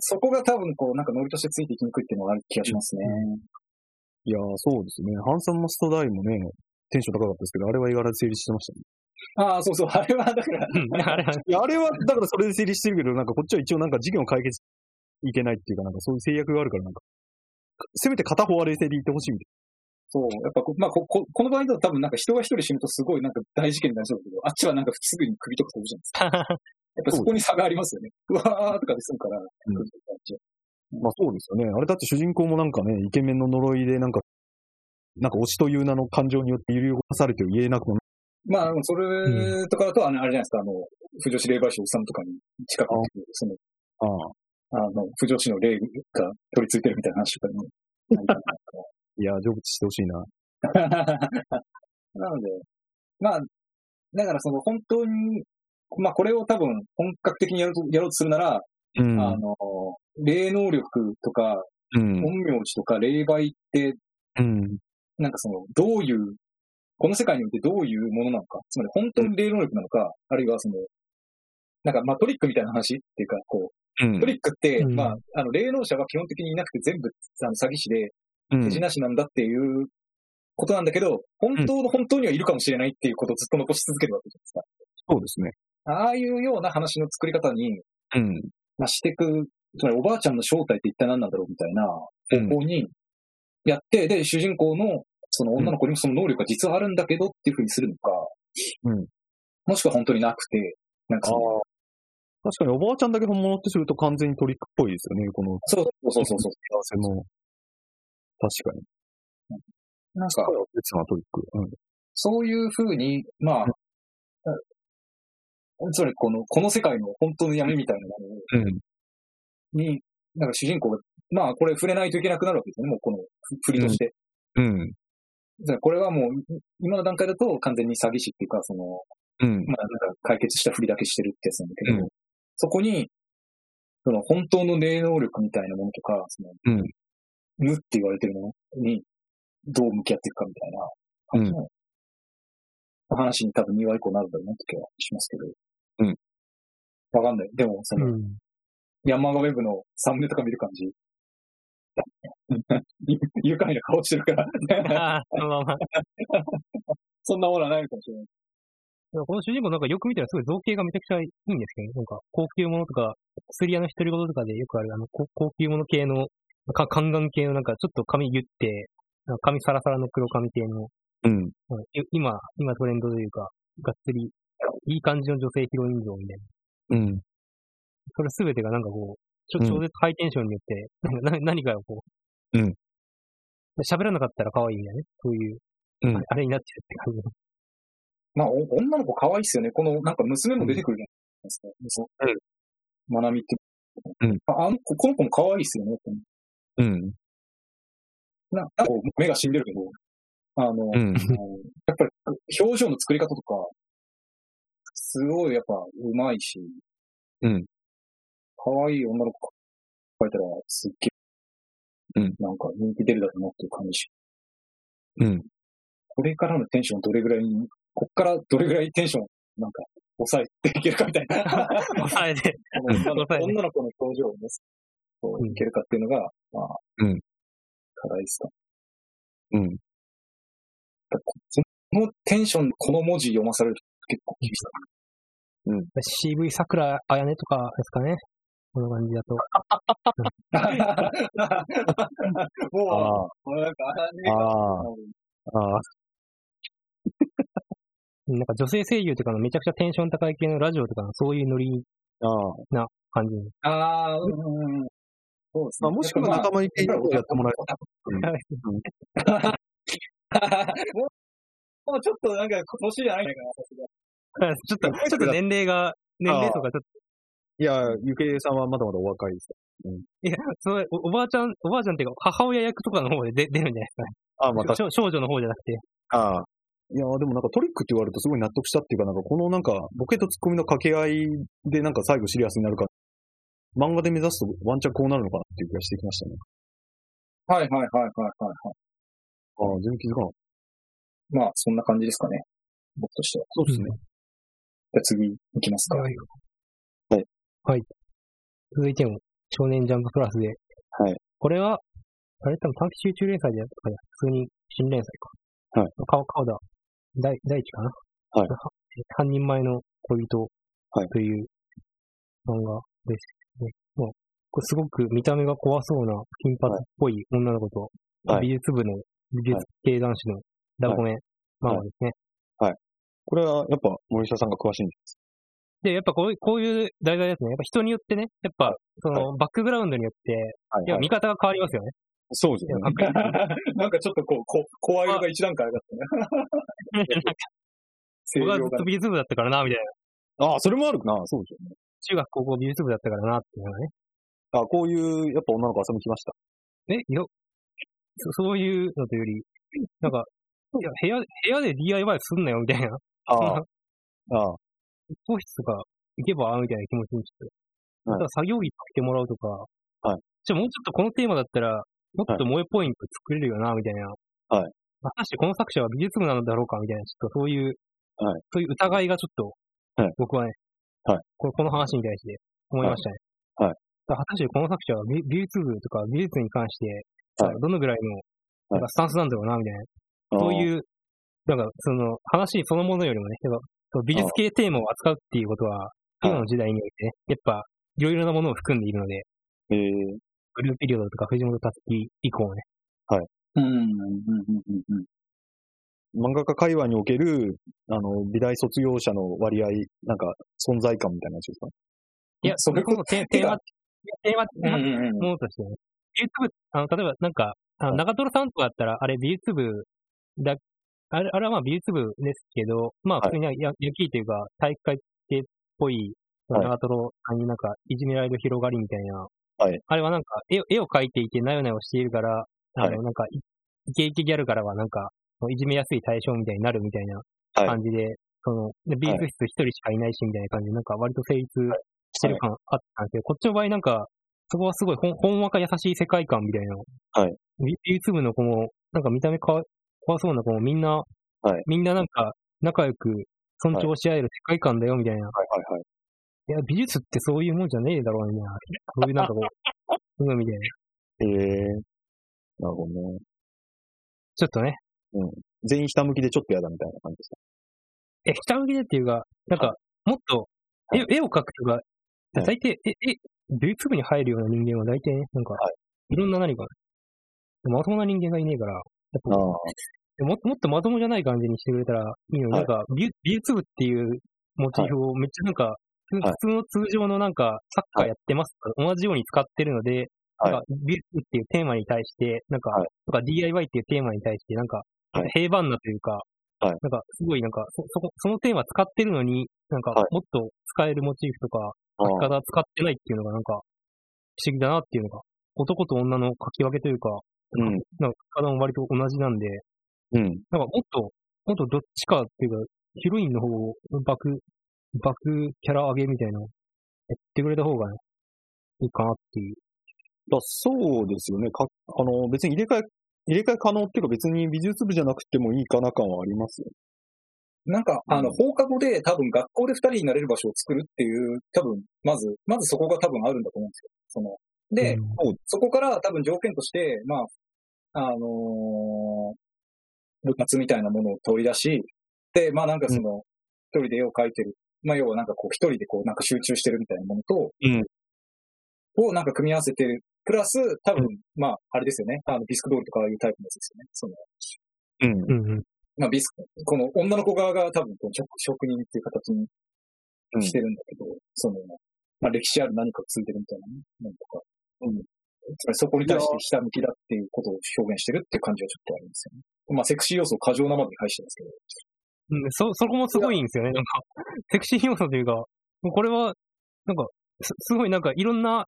S2: そこが多分こう、なんかノリとしてついていきにくいっていうのはある気がしますね。
S3: いやー、そうですね。ハンサムマストダイもね、テンション高かったですけど、あれは意外と成立してましたね。
S2: ああ、そうそう、あれはだから、
S1: うんあれは、
S3: いや、あれは、だからそれで成立してるけど、なんかこっちは一応なんか事件を解決いけないっていうか、なんかそういう制約があるから、なんか、せめて片方は冷静でいってほしいみた
S2: そう、やっぱこ、まあこ、ここの場合だと多分なんか人が一人死ぬとすごいなんか大事件になりそうだけど、あっちはなんかすぐに首とか飛ぶじゃないですか。やっ ぱそこに差がありますよね。うわーとかで済むから、首とか一応
S3: いな。まあそうですよね。あれだって主人公もなんかね、イケメンの呪いでなんか、なんか推しという名の感情によって揺り動かされて言えなくもな
S2: まあ、でもそれとかだと、あのあれじゃないですか、あの、不女子霊媒師おっさんとかに近くに、その、
S3: ああ
S2: あの、不女子の霊が取り付いてるみたいな話とかに。
S3: いや、成仏してほしいな。
S2: なので、まあ、だからその本当に、まあこれを多分本格的にやろうとやろうとするなら、
S3: うん
S2: あの、霊能力とか、
S3: うん
S2: 陰陽師とか霊媒って、
S3: うん。
S2: なんかその、どういう、この世界においてどういうものなのか、つまり本当に霊能力なのか、あるいはその、なんかまあトリックみたいな話っていうか、こ
S3: う
S2: う、
S3: ん
S2: トリックって、
S1: うん
S2: まあ、あの、霊能者は基本的にいなくて全部、あの、詐欺師で、
S3: うん
S2: 手品師なんだっていうことなんだけど、本当の本当にはいるかもしれないっていうことをずっと残し続けるわけじゃないですか。
S3: そうですね。
S2: ああいうような話の作り方に、
S3: うん。
S2: まあ、していく、つまりおばあちゃんの正体って一体何なんだろうみたいな
S3: うん
S2: 方向にやって、で、主人公のその女の子にもその能力が実はあるんだけどっていうふうにするのか、
S3: うん
S2: もしくは本当になくて、なんかその
S3: 確かにおばあちゃんだけ本物ってすると完全にトリックっぽいですよね、この
S2: そうそうそうそう。
S3: 幸せも。確かに。
S2: なんか、
S3: 別なトリック。うん。
S2: そういうふうに、まあ、つまりこの、この世界の本当の闇みたいなものを
S3: うん。
S2: に、なんか主人公が、まあこれ触れないといけなくなるわけですよね、もうこのふ振りとして。
S3: うん。
S2: だからこれはもう、い今の段階だと完全に詐欺師っていうか、その、
S3: う
S2: まあ
S3: ん。
S2: なんか解決した振りだけしてるってやつなんだけど、
S3: うん
S2: そこに、その本当の霊能力みたいなものとか、その、
S3: うん
S2: 無って言われてるものに、どう向き合っていくかみたいな感じの、話に多分2話以降なるんだろうなって気はしますけど。
S3: うん。
S2: わかんない。でも、そうの、
S1: ん。
S2: ヤンマガウェブのサムネとか見る感じ。 愉快な顔してるから、
S1: あ あ、そのまま。
S2: そんなものはないのかもしれない。
S1: でもこの主人公なんかよく見たらすごい造形がめちゃくちゃいいんですけど、ね、なんか高級物とか、薬屋の独り言とかでよくある、あの、こ高級物系の、か宦官系のなんかちょっと髪ギュって、なんか髪サラサラの黒髪系の、
S3: うん。
S1: うんい今、今トレンドというか、がっつり、いい感じの女性ヒロイン像みたいな。
S3: うん。
S1: それすべてがなんかこう、ちょ
S3: うん
S1: 超絶ハイテンションによって、なんかな何かがこう、
S3: うん。
S1: 喋らなかったら可愛いみたいなね。そういう、
S3: うん
S1: ああれになっちゃうって感
S2: まあ、お女の子可愛いっすよね。この、なんか娘も出てくるじゃないですか。そう
S3: うん
S2: まなみって。
S3: うん
S2: ああの子、この子も可愛いっすよね。
S3: うん。
S2: ななんかこう目が死んでるけど、あの、
S3: う
S2: やっ
S3: ん。
S2: ぱり表情の作り方とか、すごいやっぱ上手いし、
S3: うん。
S2: 可愛い女の子描いたらすっげえ、
S3: うん
S2: なんか人気出るだろうなっていう感じし
S3: うん。
S2: これからのテンションどれぐらいに、こっからどれぐらいテンション、なんか、抑えていけるかみたいな。
S1: 抑えて。
S2: 女の
S1: 抑えて
S2: 女の子の表情をね、こういけるかっていうのが、まあ、
S3: うん
S2: 課題ですか。
S3: うん。
S2: このテンション、この文字読まされると結構厳しいか
S1: CV 桜あやねとかですかね。この感じだと。
S2: な。も
S3: あ
S2: う、もうなんか、あ
S3: あ、
S2: ね
S3: ああ、ああ、
S1: なんか女性声優とかのめちゃくちゃテンション高い系のラジオとかのそういうノリ
S3: ああ。
S1: な感じ に。
S2: ああ、うんうんうん。そうです
S3: まあ、もしくは仲間にテンションをやってもらえ
S2: もう、もうちょっとなんか、年じゃないかな、さすがに。
S1: ちょっと、ちょっと年齢が、年齢とかちょっと、
S3: いや、ゆけいさんはまだまだお若いです。
S1: いや、それおおばあちゃん、おばあちゃんっていうか母親役とかの方で出出るんじゃないですかね
S3: ああ、まあ、確
S1: 少少女の方じゃなくて。
S3: かいや、でもなんかトリックって言われるとすごい納得したっていうか、なんかこのなんかボケとツッコミの掛け合いでなんか最後シリアスになるから、漫画で目指すとワンチャンこうなるのかなっていう気がしてきましたね。
S2: はいはいはいはいはい。
S3: ああ、全然気づかな
S2: まあ、
S3: かっ
S2: そんな感じですかね。僕としては。
S3: た。そうですね。
S2: じゃあ次、行きますか。
S1: はい
S3: はい。
S1: はい。続いても、少年ジャンププラスで。
S3: はい。
S1: これは、あれ多分短期集中連載じゃなくて、普通に新連載か。
S3: はい。
S1: 顔、顔だ。第、第一かな。
S3: はい
S1: 半人前の恋人。
S3: はい
S1: という漫画ですね。もう、これすごく見た目が怖そうな金髪っぽい女の子と、
S3: はい
S1: 美術部の美術系男子のラブコメ漫画ですね。
S3: これはやっぱ森下さんが詳しいんです。
S1: で、やっぱこういう、こういう題材ですね。やっぱ人によってね、やっぱ、その、バックグラウンドによって、
S3: はい
S1: やっぱ見方が変わりますよね。
S3: そうですよね。
S2: なんかちょっとこう、こ怖いのが一段階上がった ね。声
S1: 僕はず
S2: 量
S1: っ
S2: が
S1: と美術部だったからな、みたいな。
S3: ああ、それもあるな。そうですよね。
S1: 中学、高校美術部だったからな、っていうのがね。
S3: ああ、こういう、やっぱ女の子遊びに来ました。
S1: え、よ、そそういうのというより、なんか、いや、部屋、部屋で DIY すんなよ、みたいな。
S3: ああ、ああ、
S1: 教室とか行けば、みたいな気持ちにして。
S3: はい
S1: ただ作業着着てもらうとか、
S3: はい。
S1: じゃあもうちょっとこのテーマだったら、もっと萌えポイント作れるよな、みたいな。
S3: はい。
S1: 果たしてこの作者は美術部なのだろうか、みたいな、ちょっとそういう、
S3: はい。
S1: そういう疑いがちょっと、
S3: はい。
S1: 僕はね、
S3: はい。
S1: ここの話に対して思いましたね。
S3: はいはい
S1: だから果たしてこの作者は美美術部とか美術に関して、
S3: はい
S1: どのぐらいの、なんかスタンスなんだろうな、みたいな。
S3: ああ
S1: そういう、なんか、その、話そのものよりもね、やっぱ、その美術系テーマを扱うっていうことは、
S3: い
S1: 今の時代においてね、やっぱ、いろいろなものを含んでいるので、
S3: ええ
S1: ブルーピリオドとか藤本達樹以降ね、
S2: うん、うん、うん、うん。
S3: 漫画家界隈における、あの、美大卒業者の割合、なんか、存在感みたいなやつですかね。
S1: いや、それこそテテーマ、テーマ、
S2: うん
S1: テー
S2: うんう
S1: マ
S2: ん
S1: ものとしてね、美術部、あの、例えばなんか、あの長瀞さんとかだったら、あれ美術部だ、あれあれはまあ美術部ですけど、まあ
S3: はい
S1: 普通にやや野球というか、体育会系っぽい、その長瀞さんになんか、いじめられる広がりみたいな、
S3: はい
S1: あれはなんか絵を、絵を描いていて、なよなよしているから、あ
S3: は
S1: の、なんか、いイケイケギャルからはなんか、いじめやすい対象みたいになるみたいな
S3: はい
S1: 感じで、その、で美術室一人しかいないしみたいな感じで、なんか割と成立してる感あったんですけど、こっちの場合なんか、そこはすごいほん、ほんわか優しい世界観みたいな。
S3: はい。
S1: 美術部の子も、なんか見た目かわ怖そうな子もみんな、
S3: はい
S1: みんななんか仲良く尊重し合える世界観だよみたいな。
S3: はいはいはい。
S1: い、や、美術ってそういうもんじゃねえだろうみたいな。そういうなんかこ う、うん、みたいな。
S3: ええなるほどね。
S1: ちょっとね、
S3: 全員下向きでちょっとやだみたいな感じですか。
S1: え、下向きでっていうか、なんか、もっと、絵絵を描くとか、
S3: はい
S1: 大体、え、え、美術部に入るような人間は大体ね、なんか、、
S3: はい
S1: ろんな何か、まともな人間がいねえから、やっぱ
S3: ああ、
S1: もっともっとまともじゃない感じにしてくれたらいいのに、
S3: はい
S1: なんか美、美術部っていうモチーフをめっちゃなんか、普
S3: はい
S1: 通の通常のなんか、サッカーやってますとか、同じように使ってるので、
S3: はい
S1: なんか美術部っていうテーマに対して、なんか、
S3: はい
S1: なんか DIY っていうテーマに対して、なんか
S3: はい、
S1: 平凡なというか、
S3: はい
S1: なんか、すごいなんかそ、そこ、そのテーマ使ってるのに、なんか
S3: はい、
S1: もっと使えるモチーフとか、
S3: あ
S1: 書き
S3: あ
S1: 方使ってないっていうのがなんか、不思議だなっていうのが、男と女の書き分けというか、
S3: うん。
S1: なんか、書き方も割と同じなんで、
S3: うん。
S1: なんかもっと、もっとどっちかっていうか、ヒロインの方をバク、バクキャラ上げみたいな、やってくれた方がね、いいかなっていう。
S3: だそうですよね。かあの、別に入れ替え入れ替え可能っていうか別に美術部じゃなくてもいいかな感はありますよ。
S2: なんか、あの、放課後で多分学校で二人になれる場所を作るっていう、多分、まず、まずそこが多分あるんだと思うんですよ。その、で、
S1: うん
S2: そこから多分条件として、まあ、あのー部活みたいなものを取り出し、で、まあなんかその、一人で絵を描いてる。まあ要はなんかこう一人でこうなんか集中してるみたいなものと、
S3: うん
S2: をなんか組み合わせてる。プラス、多分、まあ、あれですよね。あの、ビスク通りとかああいうタイプのやつですよね。そ
S1: うんう
S2: の、
S3: うん。
S1: ん。
S2: まあ、ビスク、この女の子側が多分こう職、職人っていう形にしてるんだけど、その、まあ、歴史ある何かをついてるみたいなね、なんとか。うん。つまりそこに対してひたむきだっていうことを表現してるっていう感じはちょっとありますよね。まあ、セクシー要素を過剰なまでに返してますけど。
S1: うんそ、そこもすごいんですよね。なんか、セクシー要素というか、これは、なんか、すすごいなんかいろんな、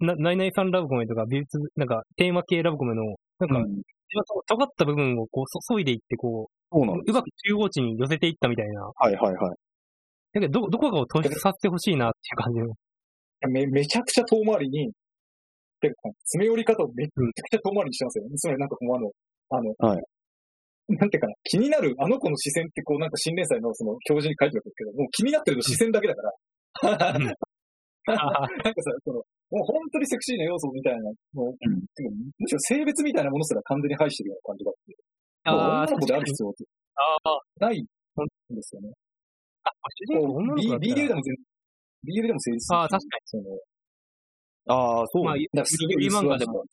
S1: な、ナイナイさんラブコメとか、美術、なんか、テーマ系ラブコメの、なんか、
S2: うん
S1: 一番尖った部分をこう、そ削いでいって、こ
S3: そう
S1: う、
S3: なん
S1: うまく中央値に寄せていったみたいな。
S3: はいはいはい。
S1: だけど、ど、どこかを突出させてほしいなっていう感じの。
S2: め、めちゃくちゃ遠回りに、てか詰め寄り方をめちゃくちゃ遠回りにしてますよね。つまりなんかこうあの、あの、
S3: はい
S2: なんていうかな、気になるあの子の視線ってこうなんか新連載のその表示に書いてあるんですけど、もう気になってるの視線だけだから。
S1: うん
S2: なんかさ、その、もう本当にセクシーな要素みたいな、もう、てかむしろ性別みたいなものすら完全に排してるような感じがあって、もう女の子である必要って
S1: ああ、
S2: ないんですよね。
S1: 主人公女の子だった
S2: B、
S1: ら
S2: BL でも全 BL でも成立する。
S1: あー確か
S2: に。その、
S3: ああ、そう。
S1: まあ、ゆ
S2: だからすごい
S1: ゆ漫画でも。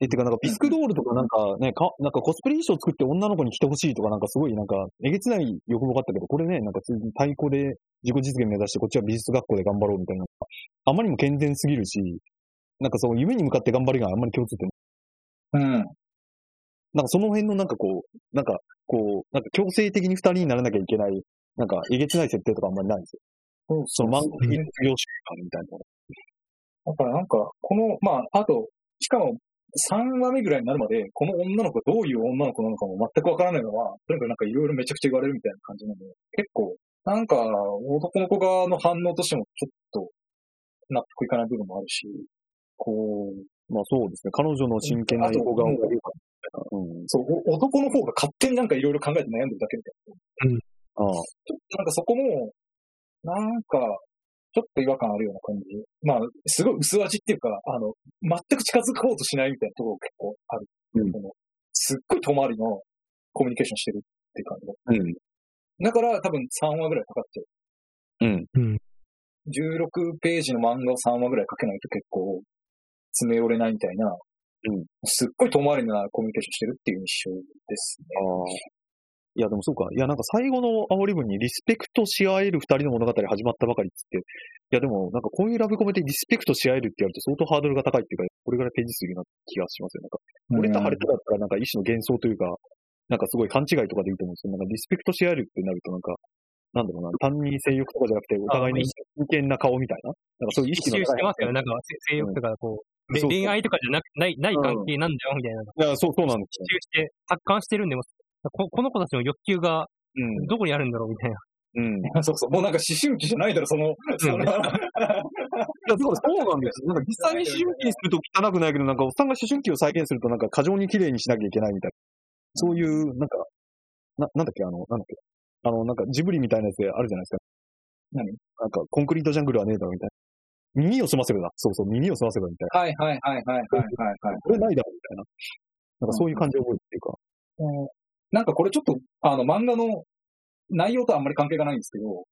S3: え、てかなんかビスクドールとかなんかね、か、なんかコスプレ衣装作って女の子に着てほしいとかなんかすごいなんか、えげつない欲望があったけど、これね、なんかついに太鼓で自己実現目指してこっちは美術学校で頑張ろうみたいな。あまりにも健全すぎるし、なんかその夢に向かって頑張りがあんまり共通点
S2: うん。
S3: なんかその辺のなんかこう、なんかこう、なんか強制的に二人にならなきゃいけない、なんかえげつない設定とかあんまりないんですよ。その漫画的な不良集感みたいな。
S2: だからなんか、この、まあ、あと、しかも、3話目ぐらいになるまで、この女の子どういう女の子なのかも全くわからないのは、とにかくなんかいろいろめちゃくちゃ言われるみたいな感じなので、結構、なんか、男の子側の反応としてもちょっと、納得いかない部分もあるし、こう、
S3: まあそうですね。彼女の真剣な横顔が
S2: あともう
S3: うん。
S2: そう、お男の方が勝手になんかいろいろ考えて悩んでるだけみたいな。
S3: ああ。
S2: ちょっとなんかそこも、なんか、ちょっと違和感あるような感じ。まあ、すごい薄味っていうか、あの、全く近づこうとしないみたいなところが結構ある。
S3: うん
S2: このすっごい遠回りのコミュニケーションしてるっていう感じだ。
S3: うん。
S2: だから多分3話ぐらいかかってる。
S3: うん。
S2: 16ページの漫画を3話ぐらいかけないと結構、詰め寄れないみたいな、
S3: うん
S2: すっごい遠回りなコミュニケーションしてるっていう印象ですね。
S3: ああ。いや、でもそうか。いや、なんか最後の煽り文にリスペクトし合える二人の物語始まったばかりっつって、いや、でもなんかこういうラブコメでリスペクトし合えるってやると相当ハードルが高いっていうか、これぐらいページ数にな気がしますよ。なんか、俺と晴れただったらなんか一種の幻想というか、なんかすごい勘違いとかでいいと思うんですけど、なんかリスペクトし合えるってなるとなんか、なんだろうな、単に性欲とかじゃなくて、お互いの
S1: あ
S3: 真剣な顔みたいな、なんかそういう意
S1: 一
S3: 識
S1: 周
S3: の
S1: してますよね。なん
S3: ね。
S1: か、せ性欲とか、こう、
S3: うん
S1: れ
S3: そうそう
S1: 恋愛とかじゃなく、ない、ない関係なんだよ、みたいな。一
S3: いや、そう、そうなんです
S1: 周し
S3: よ。
S1: て、発汗してるんで、もうここの子たちの欲求がどこにあるんだろう、みたいな。
S3: うん。う ん。
S2: そうそう。もうなんか思春期じゃないだろ、その、その、
S3: いや、だからそうなんですよ。なんか実際に思春期にすると汚くないけど、なんかおっさんが思春期を再現するとなんか過剰に綺麗にしなきゃいけないみたいな。そういう、なんか、な、なんだっけ、あの、なんだっけ。あの、なんかジブリみたいなやつあるじゃないですか。
S2: 何
S3: なんかコンクリートジャングルはねえだろみたいな。耳を澄ませばだ。そうそう、耳を澄ませばみたいな。
S2: はいはいはいはいはいはいはい。
S3: これないだろみたいな。なんかそういう感じを覚えるっていうか。
S2: うんなんかこれちょっと、あの、漫画の内容とはあんまり関係がないんですけど、こ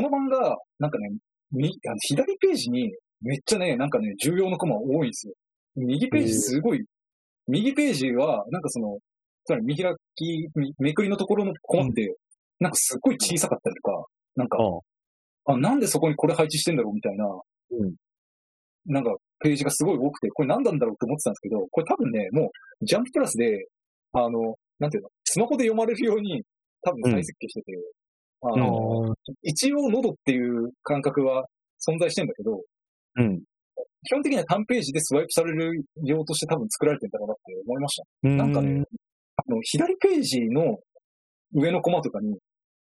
S2: の漫画、なんかね、みあの左ページにめっちゃね、なんかね、重要なコマ多いんですよ。右ページすごい、右ページは、なんかその、つまり見開き、みめくりのところのコマって、なんかすっごい小さかったりとか、なんか、あ、なんでそこにこれ配置してんだろうみたいな、
S3: うん
S2: なんかページがすごい多くて、これ何なんだろうって思ってたんですけど、これ多分ね、もう、ジャンププラスで、あの、なんていうの、スマホで読まれるように、多分再設計してて、あの、一応喉っていう感覚は存在してんだけど、
S3: うん。
S2: 基本的には単ページでスワイプされる用として多分作られてんだろうなって思いました。
S3: うん。
S2: なんかね、あの左ページの上のコマとかに、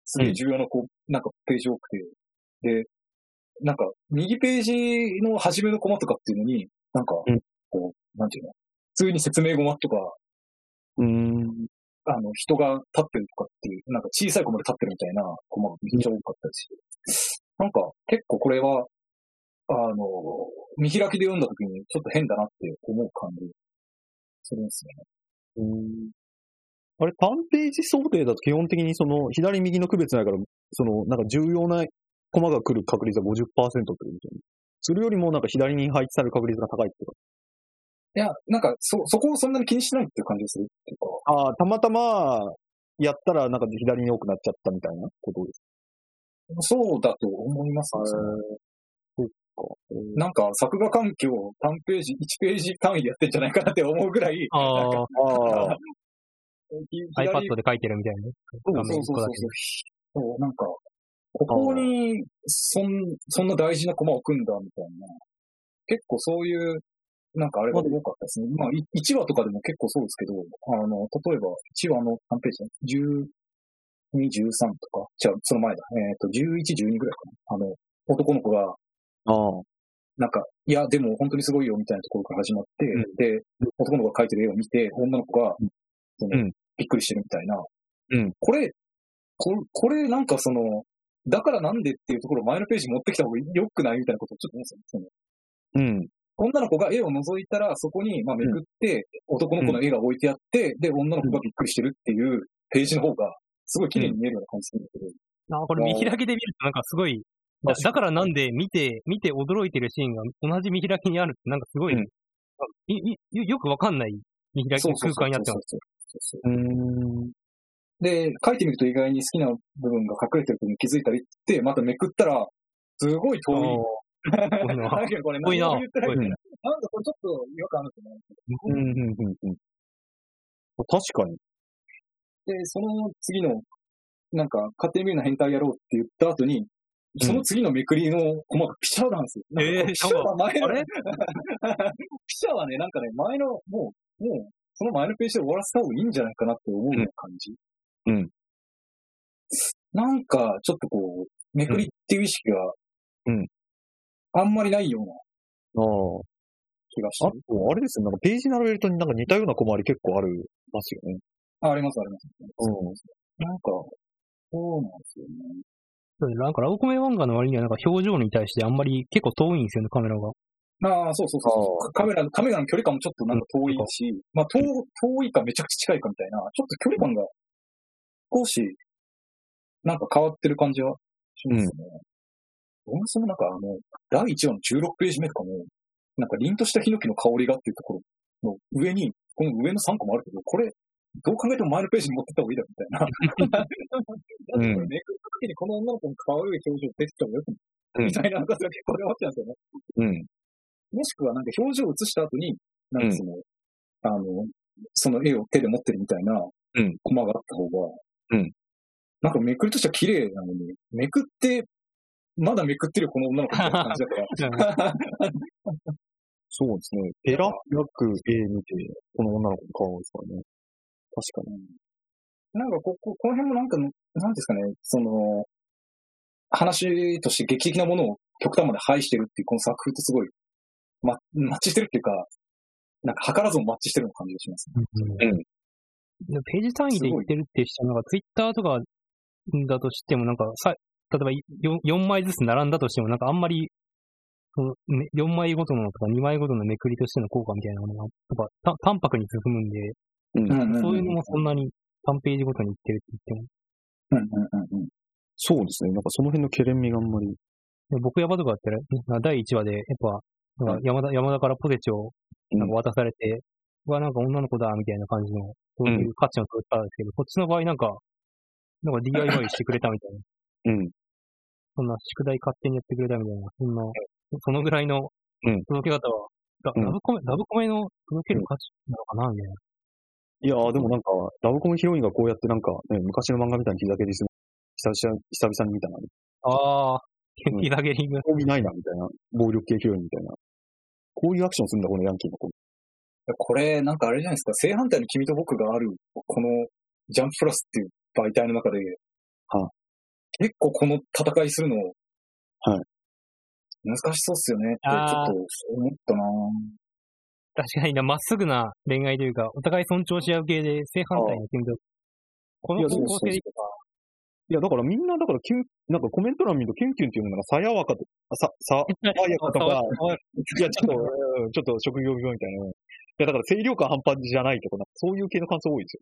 S2: すげえ重要なこう、なんかページ多くて、で、なんか、右ページの初めのコマとかっていうのに、なんか
S3: うん、
S2: こう、なんていうの、普通に説明ゴマとか、
S3: うん。
S2: あの、人が立ってるとかっていう、なんか小さい子まで立ってるみたいなコマがめっちゃ多かったし、なんか結構これは、あの、見開きで読んだ時にちょっと変だなって思う感じするんですよね。
S3: うんあれ、単ページ想定だと基本的にその、左右の区別ないから、その、なんか重要なコマが来る確率は50%ってことですよね。それよりもなんか左に配置される確率が高いってこ
S2: いや、なんかそ、そこをそんなに気にしないっていう感じがするっていうか、
S3: と。ああ、たまたま、やったらなんか左に多くなっちゃったみたいなことです。
S2: そうだと思いますね。その
S3: あ
S2: なんか作画環境を単ページ、1ページ単位でやってんじゃないかなって思うぐらい、
S1: ああ、
S3: あー、
S2: 左
S1: iPad で書いてるみたいなね。
S2: そ
S1: 画
S2: う
S1: 面
S2: そう
S1: 一
S2: そ
S1: 個
S2: う
S1: だ
S2: そう
S1: けで。
S2: そう、なんか、ここに、そん、そんな大事な駒を組んだみたいな。結構そういう、なんかあれが多かったですね。まあ、1話とかでも結構そうですけど、あの、例えば1話の何ページだ ?12、13とか、違う、その前だ。えっ、と、11、12ぐらいかな。あの、男の子が、
S3: あー、
S2: なんか、いや、でも本当にすごいよみたいなところから始まって、
S3: うん
S2: で、男の子が描いてる絵を見て、女の子が、その
S3: うん
S2: びっくりしてるみたいな。
S3: うん
S2: これ、ここれなんかその、だからなんでっていうところを前のページ持ってきた方が良くないみたいなことをちょっと思うんですよねその。
S3: うん。
S2: 女の子が絵を覗いたら、そこにまあめくって、男の子の絵が置いてあって、で、女の子がびっくりしてるっていうページの方が、すごい綺麗に見えるような感じするんだけど、
S1: あーこれ見開きで見るとなんかすごい、だだからなんで見て、見て驚いてるシーンが同じ見開きにあるってなんかすごい、
S3: うん
S1: いいいよくわかんない見開きの空間になってます。
S2: そうそうそう
S3: うん。
S2: で、書いてみると意外に好きな部分が隠れてることに気づいたりって、まためくったら、すごい遠い。
S1: いな
S2: なんかこれ、
S1: 多いな。多
S2: 何も言ってない
S1: い
S3: うん
S2: なんかこれちょっと違和感あるんですよね。
S3: うん、うん、うん、うん。確かに。
S2: で、その次の、なんか、勝手に見るな変態やろうって言った後に、
S3: うん
S2: その次のめくりのコマがピシャなんですよ。
S1: えー
S2: ピシャは前
S1: あ
S2: の、
S1: れ
S2: ピシャはね、なんかね、前の、もう、もう、その前のページで終わらせた方がいいんじゃないかなって思うような感じ。
S3: うん。
S2: なんか、ちょっとこう、めくりっていう意識が、
S3: うん。
S2: あんまりないような
S3: ああ。
S2: 気がし
S3: あ
S2: てる。
S3: と、あれですね、なんかページ並べるとなんか似たような小回り結構ありますよね。
S2: あ、あります、あります。
S3: うん。
S2: なんか、そうなんですよね。
S1: そうなんかラブコメ漫画の割にはなんか表情に対してあんまり結構遠いんですよね、カメラが。
S2: ああ、そうそうそう
S3: あ
S2: カメラの。カメラの距離感もちょっとなんか遠いし、まあ遠遠いかめちゃくちゃ近いかみたいな、ちょっと距離感が少しなんか変わってる感じはしますね。俺もそのなんかあの、第1話の16ページ目とかも、なんか凛としたヒノキの香りがっていうところの上に、この上の3個もあるけど、これ、どう考えても前のページに持ってった方がいいだろみたいな。 だってこれめくるときにこの女の子の可愛い表情出てた方がよくない、
S3: うん
S2: みたいな話が結構出ましたんですよね。
S3: うん。
S2: もしくはなんか表情を映した後に、なんかその、あの、その絵を手で持ってるみたいな、
S3: うん
S2: コマがあった方が、
S3: うん
S2: なんかめくりとしては綺麗なのに、めくって、まだめくってるよこの女の子みたいな感じだから。
S3: そうですね。ペラック絵見て、この女の子の顔ですからね。確かに。
S2: なんかここ、この辺もなんか、なんですかね、その、話として劇的なものを極端まで排してるっていうこの作風とすごい、ま、マッチしてるっていうか、なんか図らずもマッチしてるの感じがしますね。
S1: うんでページ単位で言ってるって人は、なんかツイッターとかだとしても、なんかさ、例えばよ4枚ずつ並んだとしても、なんかあんまり、そのね4枚ごとのとか2枚ごとのめくりとしての効果みたいなものが、とか、た淡白に進むんで、
S3: うん
S2: んんん
S1: そういうのもそんなに3ページごとにいってるって言って
S2: うんうんうんうん。
S3: そうですね。なんかその辺のケレン味があんまり。
S1: も、で僕やばとかだったら、なんか第1話で、やっぱ、なんか山田、山田からポテチをなんか渡されて、うわ、なんか女の子だ、みたいな感じの、そういう価値の取り方ですけど、こっちの場合なんか、なんか DIY してくれたみたいな、
S3: うん。
S1: そんな宿題勝手にやってくれたみたいな、そんな、そのぐらいの
S3: うん
S1: 届け方は、ラ
S3: うん
S1: ラブコメ、ラブコメの届ける価値なのかな、みたいな。
S3: いやー、でもなんか、ラブコメヒロインがこうやってなんか、ね、昔の漫画みたいに膝蹴りする。久々、久々に見たな。
S1: あ あ、
S3: うん
S1: ひだげリング。
S3: 興味ないな、みたいな。暴力系ヒロインみたいな。こういうアクションするんだ、このヤンキーの子。
S2: これ、なんかあれじゃないですか、正反対の君と僕がある、このジャンププラスっていう媒体の中で、
S3: は
S2: 結構この戦いするの、
S3: はい
S2: 難しそうっすよねって、ち
S1: あー
S2: ょっと思ったな
S1: 確かにな、まっすぐな恋愛というか、お互い尊重し合う系で正反対の心情。この方向性でいい
S3: いや、だからみんな、だから、キュン、なんかコメント欄見ると、キュンキュンっていうのが、さやわかと、さ、 さ、さやかとか、いや、ちょっと、うんちょっと職業病みたいな。いや、だから清涼感半端じゃないとか、なんかそういう系の感想多いです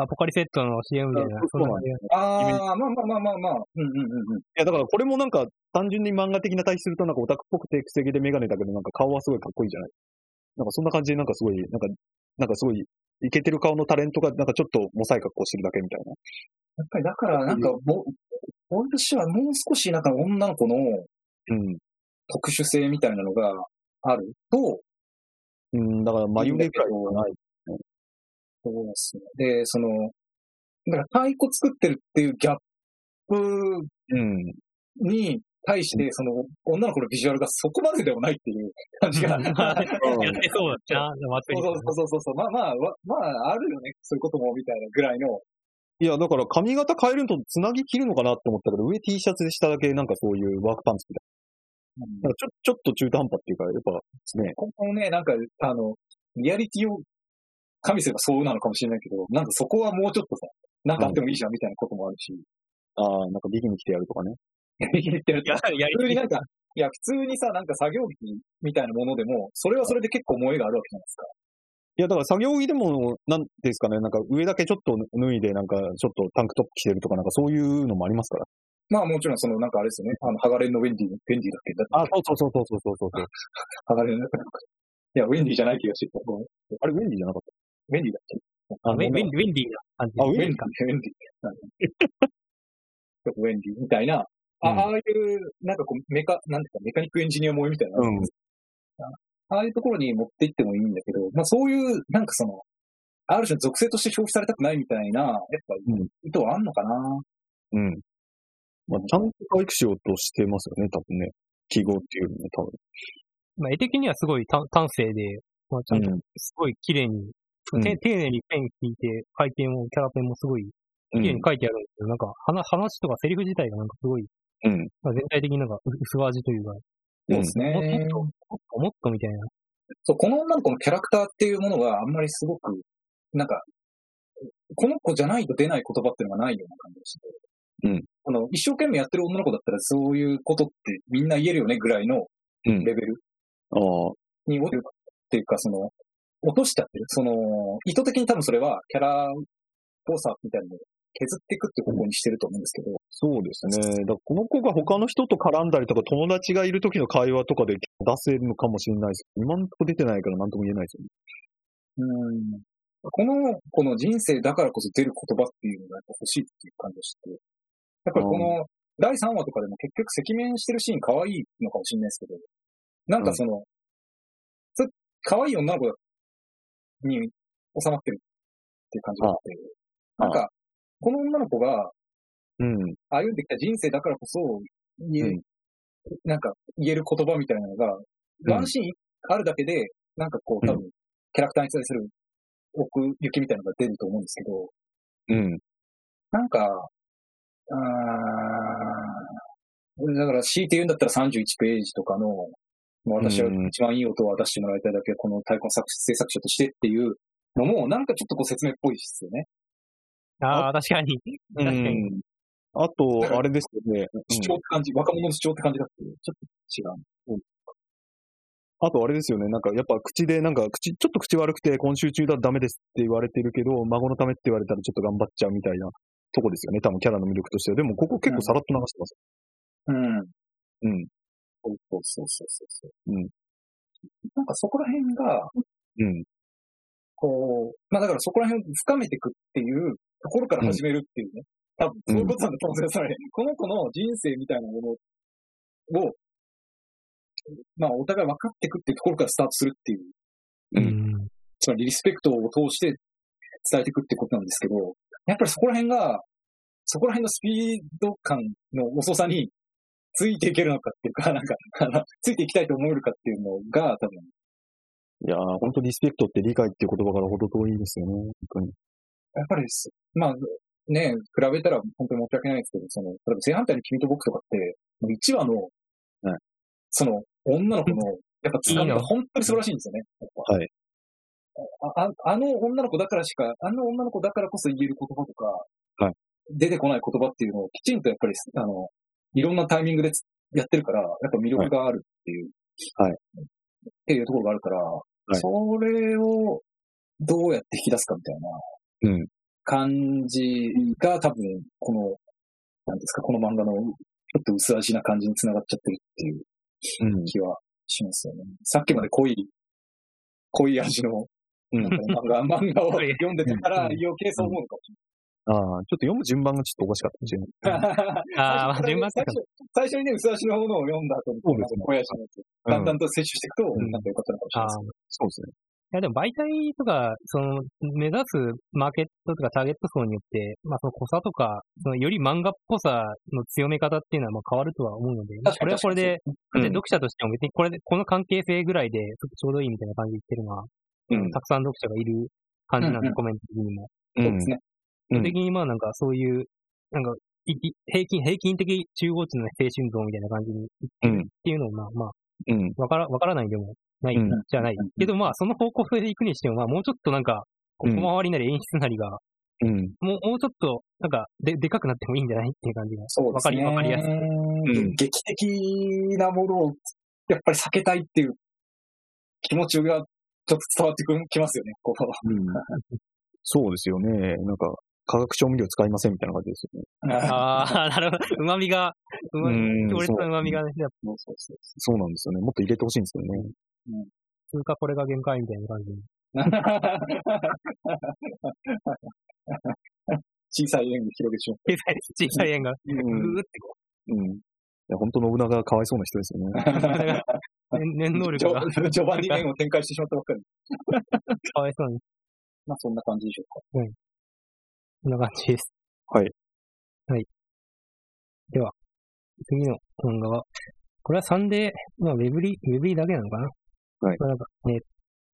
S1: あポカリセットの CM みた
S3: よ
S1: い
S3: ね
S1: な
S3: なんか。。
S1: そんな
S3: なんですよ
S2: ああ、まあまあまあまあまあ。うんうんうんうん。
S3: いや、だからこれもなんか、単純に漫画的な対比すると、なんかオタクっぽくて、くせ毛でメガネだけど、なんか顔はすごいかっこいいじゃない。なんかそんな感じで、なんかすごい、なんか、なんかすごい、イケてる顔のタレントが、なんかちょっと、モサい格好してるだけみたいな。
S2: やっぱりだから、なんか、ぼ、私はもう少し、なんか女の子の
S3: うん。
S2: 特殊性みたいなのがあると、
S3: うん、だから眉毛くらいはない。
S2: そうですね。で、その、だから太鼓作ってるっていうギャップ
S3: うん。
S2: に対して、その、女の子のビジュアルがそこまででもないっていう感じが。
S1: や ってそうだな、祭
S2: そう
S1: り。
S2: そうそうそうそう。まあまあ、わまあ、あるよね。そういうことも、みたいなぐらいの。
S3: いや、だから髪型変えるのとつなぎ切るのかなって思ったけど、上 T シャツで下だけなんかそういうワークパンツみたいな。なんかちょちょっと中途半端っていうか、やっぱですね。
S2: 今後ね、なんか、あの、リアリティを加味すればそうなのかもしれないけど、なんかそこはもうちょっとさ、なんかあってもいいじゃんみたいなこともあるし。
S3: ああ、なんかビキニ着てやるとかね。
S1: や、や
S2: 普通
S1: り
S2: になんか、いや、普通にさ、なんか作業着みたいなものでも、それはそれで結構萌えがあるわけじゃないですか。
S3: いや、だから作業着でも、なんですかね、なんか上だけちょっと脱いで、なんかちょっとタンクトップ着てるとか、なんかそういうのもありますから。ま
S2: まあもちろんその、なんかあれですよね。あの、ハガレンのウェンディ、ウェンディだっけだって
S3: あ、そうそうそうそうそうそうそう。
S2: ハガレンの、いや、ウェンディじゃない気がしてきた。ごめん
S3: あれ、ウェンディじゃなかっ
S2: ウェンディだっけ
S3: た。
S1: ウェンウェンディウェ
S3: ィ
S1: ンディな感じ。
S3: あウェ
S2: ウェンディ
S3: ンディ
S2: か、ウェンディ。うんちょっとウェンディみたいな、あ
S3: うん
S2: ああいう、なんかこう、メカ、なんていうか、メカニックエンジニア萌えみたいな。
S3: うん
S2: ああいうところに持って行ってもいいんだけど、まあそういう、なんかその、ある種の属性として消費されたくないみたいな、やっぱ
S3: うん
S2: 意図はあんのかな。
S3: うん。まあ、ちゃんと可愛くしようとしてますよね、多分ね。記号っていうよりも多分。
S1: まあ、絵的にはすごいた端性で、まあ、ちゃんと
S3: うん
S1: すごい綺麗に、
S3: うん
S1: て丁寧にペン引いて、回転も、キャラペンもすごい綺麗に書いてあるんですけど、なんか話話とかセリフ自体がなんかすごい、
S3: うん。
S1: まあ、全体的になんか薄味というか、
S3: うん
S2: そうです
S1: もっと
S2: ね。
S1: もっともっとみたいな。
S2: そう、この女の子のキャラクターっていうものがあんまりすごく、なんか、この子じゃないと出ない言葉っていうのがないような感じがして。
S3: うん
S2: あの、一生懸命やってる女の子だったらそういうことってみんな言えるよねぐらいの
S3: うん。
S2: レベル
S3: ああ、
S2: に落ちるっていうか、その、落としちゃってる。その、意図的に多分それはキャラっぽさみたいなのを削っていくって方向にしてると思うんですけど、
S3: そうですね。だからこの子が他の人と絡んだりとか、友達がいる時の会話とかで出せるのかもしれないですけど、今んとこ出てないから何とも言えないですよね。
S2: うんこの子の人生だからこそ出る言葉っていうのがやっぱ欲しいっていう感じがして、やっぱりこの第3話とかでも結局赤面してるシーン可愛いのかもしれないですけど、なんかその、それ可愛い女の子に収まってるっていう感じがあって、
S3: あ
S2: なんか、この女の子が
S3: うん。
S2: 歩んできた人生だからこそ、言え
S3: うん
S2: なんか言える言葉みたいなのが、ワンシーンあるだけで、なんかこう、多分、キャラクターに対する奥行きみたいなのが出ると思うんですけど、
S3: うん。
S2: なんか、あーだから、強いて言うんだったら31ページとかの、もう私は
S3: うん
S2: 一番いい音を出してもらいたいだけ、この太鼓の作詞制作者としてっていうのも、なんかちょっとこう説明っぽいですよね。
S1: ああ、確かに。
S3: う
S1: 確かに。
S3: ん。あと、あれですよね。
S2: 主張って感じ、若者の主張って感じだって、ちょっと違う。
S3: あとあれですよね。なんか、やっぱ口で、なんか、口、ちょっと口悪くて、今週中だとダメですって言われてるけど、孫のためって言われたらちょっと頑張っちゃうみたいなとこですよね。多分キャラの魅力としては。でも、ここ結構さらっと流してます。
S2: うん。
S3: うん。
S2: そうそうそうそうそう。
S3: うん。
S2: なんかそこら辺が、
S3: うん。
S2: こう、まあだからそこら辺を深めていくっていうところから始めるっていうね。多分、そういうことなんだと思うんですよ、それ。 この子の人生みたいなものを、まあお互い分かっていくっていうところからスタートするっていう、
S3: うん
S1: うん
S2: つまりリスペクトを通して伝えていくってことなんですけど、やっぱりそこら辺が、そこら辺のスピード感の遅さについていけるのかっていうか、なんか、あのついていきたいと思えるかっていうのが多分、
S3: いやー、本当リスペクトって理解っていう言葉からほど遠いですよね。本当に。
S2: やっぱりです。まあ、ね、比べたら本当に申し訳ないですけど、その、例えば正反対の君と僕とかって、1話の、
S3: はい
S2: その、女の子のやっぱ掴みが本当に素晴らしいんですよね。
S3: はい。
S2: あああの女の子だからしか、あの女の子だからこそ言える言葉とか、
S3: はい
S2: 出てこない言葉っていうのをきちんとやっぱり、あの、いろんなタイミングでつやってるから、やっぱ魅力があるっていう、
S3: はい
S2: っていうところがあるから、
S3: い
S2: それをどうやって引き出すかみたいな
S3: うん。
S2: 感じが多分、この、なんですか、この漫画のちょっと薄味な感じに繋がっちゃってるっていう
S3: うん。
S2: 気はしますよね。さっきまで濃い、濃い味の、
S3: うん
S2: なんか漫 画、漫画を
S1: 濃い
S2: 読んでたから、余計そう思うのかもし
S3: ああ、ちょっと読む順番がちょっとおかしかったかもし
S2: れ
S3: れ
S1: あ
S2: ない。
S3: ない。
S1: あ、順番
S2: 最初最初にね、薄味のものを読んだ後に、
S3: そうですね
S2: 濃い味のやつ。
S3: うん
S2: だんだんと摂取していくと、
S3: うん
S2: なんか良かったのかもしれ
S1: あ
S2: な
S1: あ
S2: いです。
S3: そうですね。
S1: いやでも媒体とか、その、目指すマーケットとかターゲット層によって、まあその濃さとか、そのより漫画っぽさの強め方っていうのはまあ変わるとは思うので、まあ
S2: 確
S1: こ
S2: か
S1: れ
S2: に
S1: はこれで、で
S3: うん
S1: 読者としても別にこれで、この関係性ぐらいでちょうどいいみたいな感じで言ってるのは、
S3: うん
S1: たくさん読者がいる感じなん
S2: うんう
S1: で、
S2: ん
S1: コメント的にも。
S2: そうですね。
S3: う
S1: 基
S3: ん
S1: 本的にまあなんかそういう、なんか、いき平均、平均的中央値の青春像みたいな感じに、
S3: うん
S1: っていうのをまあまあ、
S3: うん。うん。
S1: わから、わからないでもない、
S3: うん
S1: じゃない。けどまあ、その方向性で行くにしても、まあ、もうちょっとなんか、こ
S3: う
S1: うん小回りなり演出なりが、
S3: うん。
S1: もう、もうちょっと、なんか、で、でかくなってもいいんじゃないっていう感じ が。
S2: そうですね。
S1: わかりわかりやす
S3: うん
S2: 劇的なものを、やっぱり避けたいっていう気持ちが、ちょっと伝わってくるきますよね、ここは。
S3: うん、そうですよね。なんか、化学調味料使いませんみたいな感じですよね。
S1: あ あ、なるほど。旨味が、うま
S3: うん
S1: 強烈な
S3: そう
S1: 旨味がね、やっぱ
S2: そうそうそう
S3: そうなんですよね。もっと入れてほしいんですよね。
S1: 通過これが限界みたいな感じに。
S2: 小さい円で広げちゃう。
S1: 小さい、小さい円が、ぐ
S3: うん。
S1: ーってこ
S3: うん。いや、本当信長がかわいそうな人ですよね。
S1: う、 念念能力 が
S2: 序 序盤に円を展開してしまったばっかり。
S1: かわいそうに。
S2: まあそんな感じでしょう
S1: こんな感じです。
S3: はい。
S1: はい。では、次の漫画は、これはサンデー、まあ、ウェブリー、ウェブリーだけなのかな
S3: はい
S1: まあ、なんか、えっ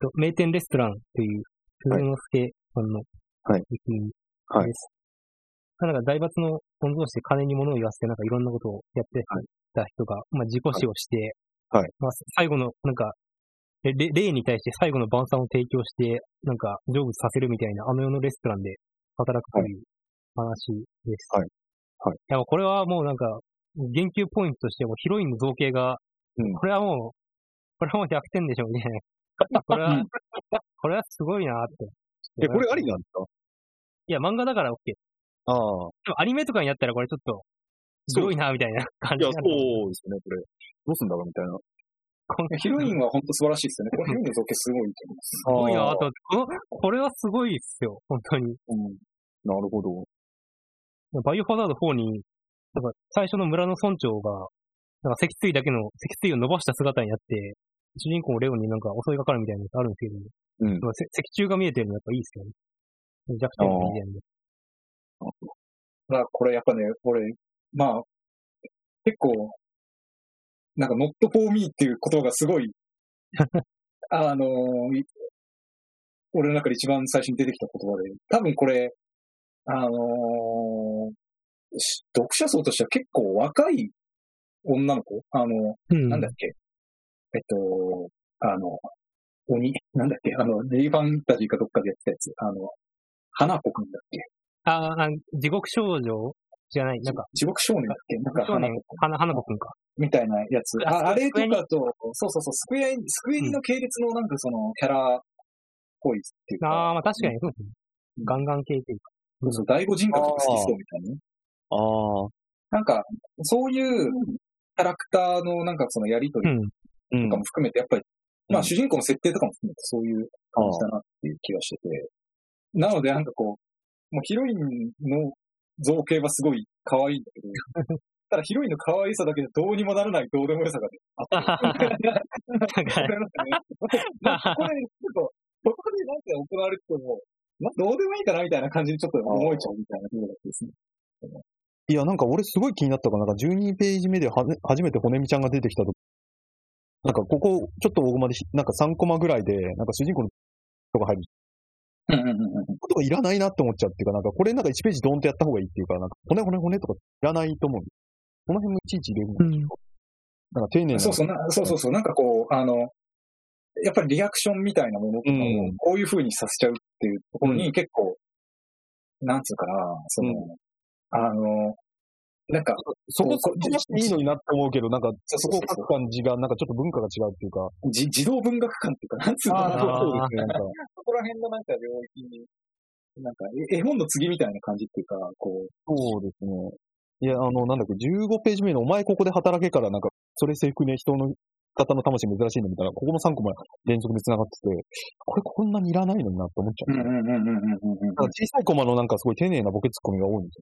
S1: と、名店レストランという、鈴之助さんの、
S3: はい
S1: 作品です。ま
S3: はい
S1: あなんか、財閥の御曹司で金に物を言わせて、なんかいろんなことをやってた人が、まあ、自己死をして、
S3: はい
S1: まあ、最後の、なんか、えれ霊に対して最後の晩餐を提供して、なんか、成仏させるみたいな、あの世のレストランで働くという話です。
S3: はいはい。
S1: や、もうこれはもうなんか、言及ポイントとしてもヒロインの造形が、
S3: うん
S1: これはもう、これはもう100点でしょ、 みたいな。これ
S2: う
S1: は
S2: ん、
S1: これはすごいなって。
S3: え、 これありなんですか
S1: いや、漫画だから OK。で
S3: ああ。
S1: もアニメとかになったらこれちょっと、す
S3: そう
S1: ごいな、みたいな感
S3: い
S1: じ
S3: や、
S1: に
S3: そ
S1: なる
S3: うですね、これ。どうすんだろうみたいな。
S1: こ
S2: ね。
S1: の
S2: ヒロインは本当素晴らしいですよね。このヒロインの造形すごいと思います。
S1: すごいな
S3: あー
S1: と思って、この、これはすごいっすよ、本当に。
S2: うん
S3: なるほど。
S1: バイオハザード4に、なんか最初の村の村長が、なんか脊椎だけの、脊椎を伸ばした姿になって、主人公レオンになんか襲いかかるみたいなのがあるんですけど、
S3: うん。
S1: まあ、せ石柱が見えてるのやっぱいいですよね。弱点が見えてるんで。
S2: まあ、これやっぱね、俺、まあ、結構、なんか、not for me っていう言葉が すごい、あのーい俺の中で一番最初に出てきた言葉で、多分これ、あのーし読者層としては結構若い女の子、あの
S1: うん
S2: なんだっけ、えっと、あの、鬼、なんだっけ、あの、レイファンタジーかどっかでやってたやつ、あの、花子くんだっけ
S1: ああ、地獄少女じゃない、なんか、
S2: 地獄少年だっけなんか
S1: 少
S2: 花
S1: 年
S2: 子、
S1: 花、花子くんか。
S2: みたいなやつ。
S1: あ
S2: ああれ
S1: ス
S2: と
S1: クエニ
S2: かと、そうそうそう、スクエニ、スクエニの系列のなんかそのキャラっぽいっていう
S1: あ
S2: か、
S1: あ、まあ確かにそうですね。ガンガン系というか。
S2: そうそう、第五人格とか好きそうみたいなね。
S3: ああ。
S2: なんか、そういうキャラクターのなんかそのやりと
S1: う
S2: り
S1: ん。
S3: うん
S2: とかも含めて、やっぱり、ま
S3: う
S2: あ
S3: ん
S2: 主人公の設定とかも含めてそういう感じだなっていう気がしてて。なのでなんかこう、もうヒロインの造形はすごい可愛いんだけど、 ただヒロインの可愛さだけでどうにもならないどうでもよさが
S1: だ から、
S2: わかりますね。なんかこれ、ちょっと、ここでなんか行われても、まどうでもいいかなみたいな感じにちょっと思えちゃうみたいなところだったですね。
S3: いや、なんか俺すごい気になったのが、なんか12ページ目ではね初めて骨見ちゃんが出てきたとき、なんかここ、ちょっと大駒でひ、なんか3コマぐらいで、なんか主人公のとか入る。
S2: うんうんうんうん。
S3: ことがいらないなって思っちゃうっていうか、なんかこれなんか1ページドーンとやった方がいいっていうか、なんか骨骨骨とかいらないと思う。この辺もいちいち入れるの。
S1: うん。
S3: なんか丁寧な。
S2: そうそうな、そうそうそう、なんかこう、あの、やっぱりリアクションみたいなものとかを
S3: うん
S2: こういう風にさせちゃうっていうところ
S3: う
S2: に結構、なんつうかな、その、
S3: うん
S2: あの、なんか、
S3: そこ突っ込ましていいのになって思うけど、なんか、
S2: そうそ
S3: そ
S2: うそ
S3: こを
S2: う
S3: 書く感じが、なんかちょっと文化が違うっていうか。
S2: じ児童文学館っていうか、なんつう
S1: あーそう
S2: のかな、
S3: そうですね。なんか、
S2: そこら辺のなんか領域に、なんかえ絵本の次みたいな感じっていうか、こう、
S3: そうですね。いや、あの、なんだっけ、15ページ目のお前ここで働けから、なんか、それ制服ね、人の方の魂珍しいのみたいな、ここの3個も連続で繋がってて、これこんなにいらないのになって思っちゃう。
S2: うんうんうんうんうんうんうん
S3: なんか小さいコマのなんかすごい丁寧なボケツッコミが多いんです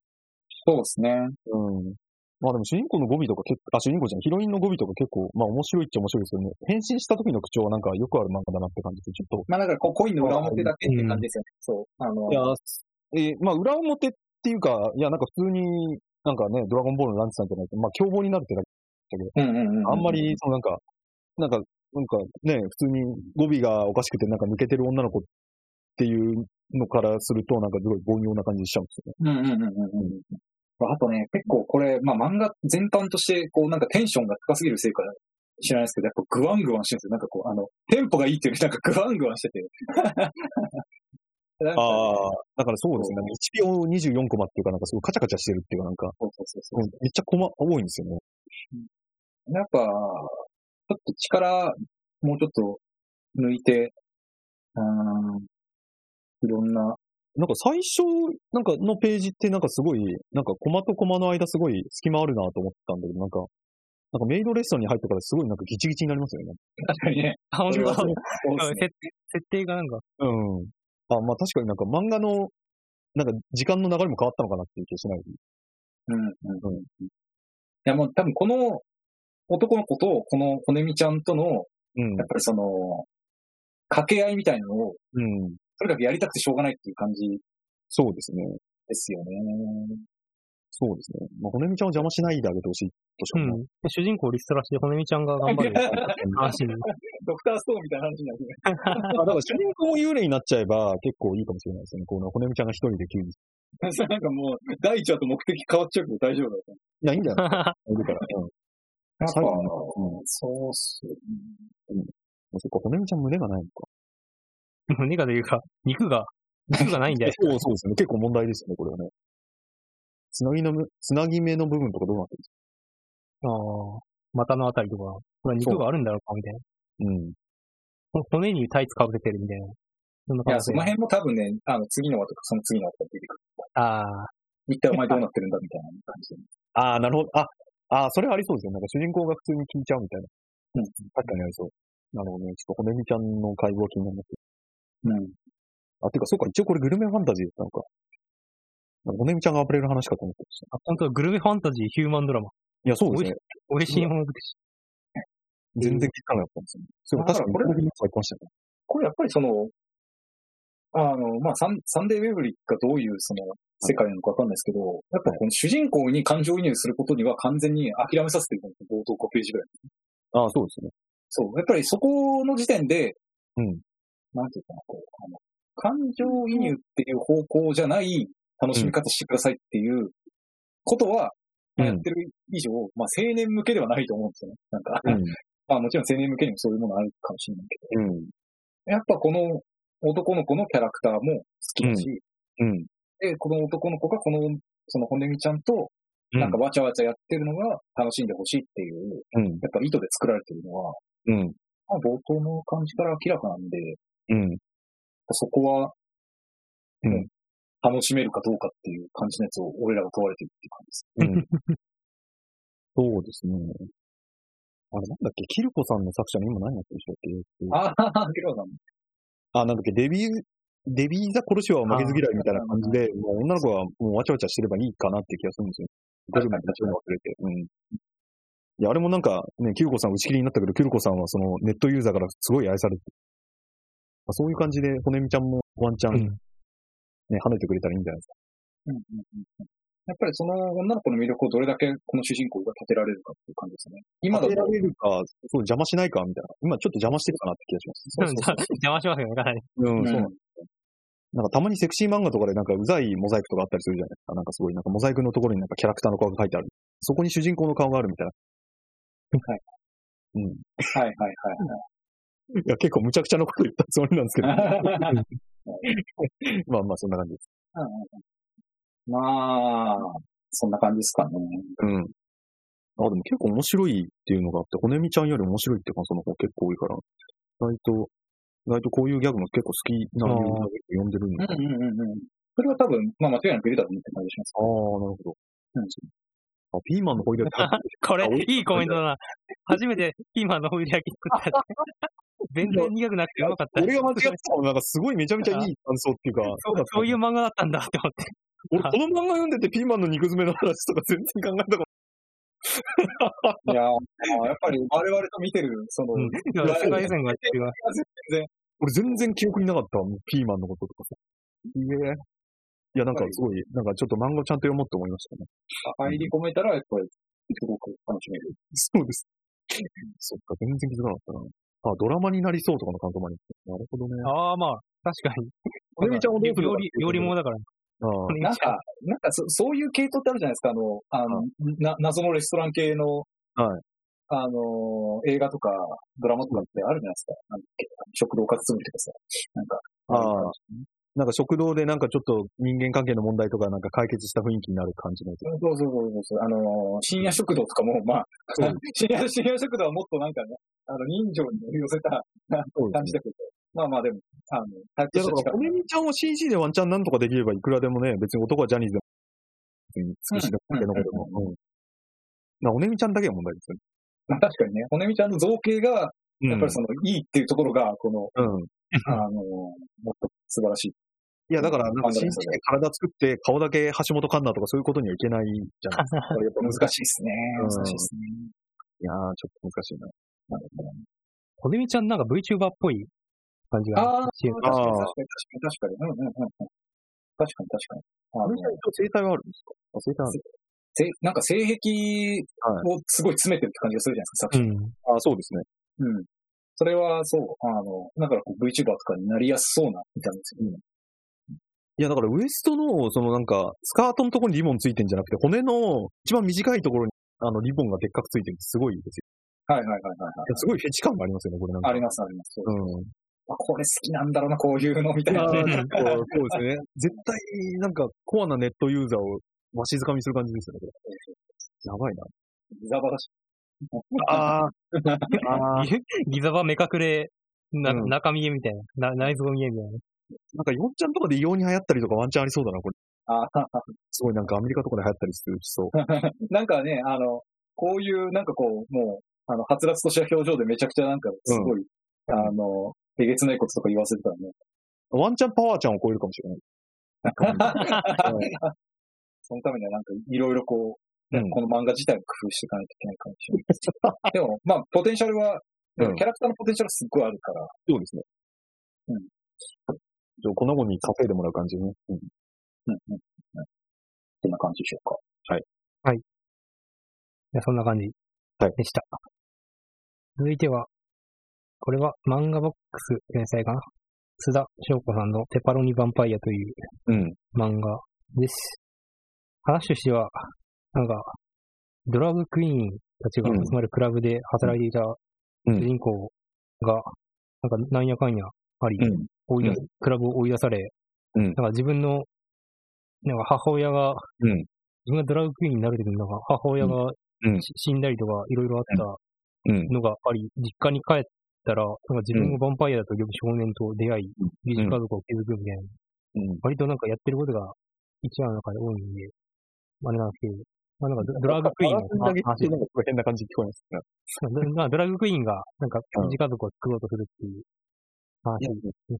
S2: そうですね。
S3: よ。うん。まあでも主人公の語尾とか結構、あ、主人公じゃない、ヒロインの語尾とか結構、まあ面白いっちゃ面白いですけどね、変身した時の口調はなんかよくある漫画だなって感じで、ちょっと。
S2: まあだからこう、コインの裏表だけって感じですよね。そう。あの、
S3: いや、えーまあ裏表っていうか、いやなんか普通に、なんかね、ドラゴンボールのランチさんじゃないけど、まあ凶暴になるってだけ
S2: うんうんうん。
S3: あんまり、そのなんか、なんか、なんかね、普通に語尾がおかしくてなんか抜けてる女の子っていうのからすると、なんかすごい凡庸な感じしちゃうんで
S2: う
S3: すよね。
S2: んうんうんうんうん。あとね、結構これ、まあ漫画全般として、こうなんかテンションが高すぎるせいか知らないですけど、やっぱグワングワンしてるんですよ。なんかこう、あの、テンポがいいっていうよりなんかグワングワンして て。なんか
S3: ああ。だからそうですね。1秒24コマっていうか、なんかすごいカチャカチャしてるっていうか、なんか、
S2: そうそうそうそう
S3: う。んめっちゃコマ多いんですよね。
S2: やっぱ、ちょっと力、もうちょっと抜いて、うーん、いろん な、
S3: なんか最初、なんかのページってなんかすごい、なんかコマとコマの間すごい隙間あるなと思ってたんだけど、なんか、なんかメイドレストランに入ってからすごいなんかギチギチになりますよね。
S2: 確かにね、
S1: あ、本
S2: そ
S1: 当
S2: れは
S1: だ
S2: そう。
S1: 多分設設定がなんか、
S3: うん。あ、まあ確かになんか漫画の、なんか時間の流れも変わったのかなっていう気がしない。
S2: うんうんうん。いやもう多分この男の子とこの骨見ちゃんとの、
S3: うん
S2: やっ。ぱりその、掛け合いみたいなのを、
S3: うん。
S2: とにかくやりたくてしょうがないっていう感じ
S3: そうですね。
S2: ですよね。
S3: そうですね。まあ、骨みちゃんを邪魔しないであげてほしいとし
S1: う
S3: か思
S1: ん。で主人公リストラして、骨見ちゃんが頑張る 話に。
S2: ドクターストーンみたいな話になるね。
S3: う。あだから主人公幽霊になっちゃえば結構いいかもしれないですね。この骨みちゃんが一人で急に。い
S2: それなんかもう、第一話と目的変わっちゃうけど大丈夫だと
S3: や、いいんじゃない いるから。うん。最後
S2: 思う。
S3: の、うん。
S2: そうっすよね。
S3: そっか、骨みちゃん胸がないのか。
S1: 胸がというか、肉が、肉がないんだ よ。
S3: そうそうですね。結構問題ですよね、これはね。つなぎのむ、つなぎ目の部分とかどうなってるんですか
S1: ああ、股のあたりとか、これは肉があるんだろうか、みたいな。
S3: うん。
S1: ほ骨にタイツ被せてるみたいな。そんない感
S2: や、
S1: じ
S2: その辺も多分ね、あの、次の話とかその次の話とか出てくる。
S1: ああ、
S2: 一体お前どうなってるんだみたいな感じで。
S3: ああ、なるほど。あ、ああ、それありそうですね。なんか主人公が普通に聞いちゃうみたいな。
S2: うん
S3: 確かにありそう。なるほどね。ちょっと骨みちゃんの会話気になります。
S2: うん。
S3: あ、てか、そうか、一応これグルメファンタジーだったのか。なんか骨みちゃんが暴れる話かと思ってました。
S1: あ本当だグルメファンタジー、ヒューマンドラマ。
S3: いや、そうですね。
S1: 美味しいもの尽くし。
S3: 全然気づかなかったんですよね。それ
S2: だ
S3: 確
S2: か
S3: から
S2: こ
S3: に、こ
S2: れ
S3: れだけ言ってましたね。
S2: これやっぱりその、あの、まあサン、サンデーウェブリーがどういうその世界なのかわかんないですけど、やっぱこの主人公に感情移入することには完全に諦めさせてるんですよ冒頭5ページぐらい。
S3: ああ、そうですね。
S2: そう。やっぱりそこの時点で、
S3: うん。
S2: なんていうかな、こう、あの、感情移入っていう方向じゃない楽しみ方してくださいっていうことは、
S3: うん
S2: やってる以上、まあ青年向けではないと思うんですよね。なんか、
S3: うん。
S2: まあもちろん青年向けにもそういうものあるかもしれないけ
S3: う
S2: ど、
S3: ん。
S2: やっぱこの男の子のキャラクターも好きだし、
S3: うん。
S2: で、この男の子がこの、その骨見ちゃんと、なんかわちゃわちゃやってるのが楽しんでほしいっていう、
S3: うん。
S2: やっぱ意図で作られてるのは、
S3: うん。
S2: まあ冒頭の感じから明らかなんで、
S3: うん。
S2: そこは、
S3: うん
S2: ね楽しめるかどうかっていう感じのやつを俺らが問われてるっていう感じです。
S3: うん。そうですね。あれ、なんだっけ、キルコさんの作者の今何やってる人だっけえっと
S2: ああ、ケロさん。
S3: あ、なんだっけ、デビー、デビーザ・コルシオは負けず嫌いみたいな感じで、もう女の子はもうわちゃわちゃしてればいいかなって気がするんですよ。ゴルメに立ちの忘れて。うん。いや、あれもなんかね、キュルコさん打ち切りになったけど、キュルコさんはそのネットユーザーからすごい愛されて、まあ、そういう感じで、骨みちゃんもワンチャン、
S1: う
S3: ね
S1: ん、
S3: 跳ねてくれたらいいんじゃないで
S2: うんうんうん
S3: すか。
S2: うんやっぱりその女の子の魅力をどれだけこの主人公が立てられるかっていう感じですね。今だと
S3: 当て、られるか、そう邪魔しないかみたいな。今ちょっと邪魔してるかなって気がします。
S1: うん邪魔しますよね、かなり。
S3: う
S2: うん
S3: ん、そうなんなんかたまにセクシー漫画とかでなんかうざいモザイクとかあったりするじゃないですか。なんかすごい、なんかモザイクのところになんかキャラクターの顔が書いてある。そこに主人公の顔があるみたいな。
S2: はい。
S3: うん。い
S2: はいはいはい
S3: や、結構無茶苦茶なこと言ったつもりなんですけど。
S2: はい。
S3: まあまあ、そんな感じです。
S2: まあ、そんな感じですかね。
S3: うん。あ、でも結構面白いっていうのがあって、骨見ちゃんより面白いって感想の方結構多いから、意外と、意外とこういうギャグも結構好きな
S1: あー
S3: 理由が読んでるん
S2: う
S3: だ。
S2: んうんうんうん。それは多分、まあ間違いなくいるだろうねって感じします。
S3: ああ、なるほど。
S2: うん
S3: あ、ピーマンのホイル焼き。
S1: これ、いいコメントだな。初めてピーマンのホイル焼き作った。全然苦くなくてうまかった。
S3: 俺が間違ったのなんかすごいめちゃめちゃいい感想って いうか、
S1: そうそういう漫画だったんだって思って。
S3: 俺この漫画読んでてピーマンの肉詰めの話とか全然考えたこ
S2: いやー、まあやっぱり我々と見てる、その、
S1: うん。いや世界予選が違う。
S3: と、俺全然記憶になかった、もうピーマンのこととかさ。いえ。いや、なんかすごい、なんかちょっと漫画ちゃんと読もうと思いましたね。
S2: 入り込めたら、やっぱり、すごく楽しめる。
S3: そうです。そっか、全然気づかなかったな。あ、ドラマになりそうとかの感想もありますなるほどね。
S1: ああ、まあ、確かに。
S3: お姉ちゃんはどうする
S1: 料理、料理物だから。
S3: ああ
S1: これ
S2: なんか、なんかそ、そういう系統ってあるじゃないですか、あの、あの、な、謎のレストラン系の、
S3: はい
S2: あのー、映画とか、ドラマとかってあるじゃないですか。なんだっけ食堂かつむりとかさ。なんか、
S3: ああなんか食堂でなんかちょっと人間関係の問題とかなんか解決した雰囲気になる感じのやつ。
S2: そうそうそうそうそう。あのー、深夜食堂とかも、まあ、
S3: そう
S2: 深夜、深夜食堂はもっとなんかね、あの、人情に寄せた
S3: そう
S2: 感じだけど、まあまあでも、あの、タッ
S3: い
S2: チ
S3: や、
S2: し
S3: だ
S2: た
S3: から、
S2: 力
S3: 骨みちゃんを CG でワンチャンなんとかできればいくらでもね、別に男はジャニーズでも、別に尽くしだけのことも。うん。な、骨みちゃんだけが問題ですよ
S2: まあ 確かにね、骨みちゃんの造形が、
S3: ね。
S2: やっぱりその、いいっていうところが、この、
S3: うん。うん。い
S2: あのー、もっと素晴らしい。
S3: や、だから、なんか CG で体作って、顔だけ橋本環奈とかそういうことにはいけないじゃん。
S2: これやっぱ難しいですね。
S3: うん
S2: 難しいですね。
S3: いやー、ちょっと難しいな。
S2: なるほど
S1: こでみちゃんなんか VTuber っぽい感じが
S2: ああ、
S1: し
S2: 確かに確かに確かに確かに。うんうんうんうん。確かに確かに。あの
S3: 骨みちゃん一応生態はあるんですかあ生態ある
S2: せなんか性癖をすごい詰めてるって感じがするじゃないですか、
S1: うん。
S2: 作品。
S3: あ、そうですね。
S2: うん。それは、そう、あの、だからこう VTuber とかになりやすそうな見た目ですよね。
S3: いや、だからウエストの、そのなんか、スカートのところにリボンついてんじゃなくて、骨の一番短いところに、あの、リボンがでっかくついてるってすごいです
S2: は
S3: よ。
S2: いはいはいはいはい
S3: いやすごいフェチ感がありますよね、これなん。か。
S2: ありますあります。そう
S3: うん。
S2: あこれ好きなんだろうな、こういうのみたい
S3: いや
S2: な。
S3: ーなんかそうですね。絶対、なんか、コアなネットユーザーをわしづかみする感じですよね、これ。やばいな。
S2: ザバだし。
S3: ああ
S1: ギギザバ目隠れ、な
S3: うん
S1: 中見えみたいな。な内臓見えみたいな。
S3: なんか、ヨンちゃんとかで異様に流行ったりとかワンチャンありそうだな、これ。
S2: あ
S3: すごいなんかアメリカとかで流行ったりするしそう。
S2: なんかね、あの、こういう、なんかこう、もう、あの、はつらつとした表情でめちゃくちゃなんか、すごい、あの、えげつないこととか言わせてたらね。
S3: ワンチャンパワーちゃんを超えるかもしれない。
S2: そのためにはなんか、いろいろこう、
S3: うん
S2: この漫画自体を工夫していかないといけないかもしれないですけど。でも、まあ、ポテンシャルは、キャ
S3: うん
S2: ラクターのポテンシャルはすっごいあるから、
S3: そうですね。
S2: うん
S3: じゃあ、こんなもんに稼いでもらう感じね。う
S2: う
S3: ん。
S2: んうんうんこんな感じでしょうか。
S1: いやそんな感じ
S3: はい
S1: でした。続いては、これは漫画ボックス連載かな須田翔子さんのペパロニヴァンパイアという
S3: うん。
S1: 漫画です。話としては、なんか、ドラァグクイーンたちが
S3: うん
S1: 集まるクラブで働いていた
S3: うん
S1: 主人公が、なんかなんやかんやあり、
S3: うん。
S1: 追い出
S3: うん
S1: クラブを追い出され、
S3: うん
S1: なんか自分の、なんか母親が、
S3: うん
S1: 自分がドラァグクイーンになる時になんか母親が
S3: うん
S1: し死んだりとかいろいろあった
S3: うん。
S1: のがあり、実家に帰ったら、なんか自分がヴァンパイアだと呼ぶ少年と出会い、疑似家族を築くみたいな
S3: うん。
S1: 割となんかやってることが一話の中で多いんで、あれなんですけど、まあなんかドドラァグクイーンの
S3: パワーちゃ
S1: 話
S3: んだけってなんか変な感じに聞こえますね。
S1: ドラドラァグクイーンがなんか自家族を作ろうとするっていう話
S3: いや、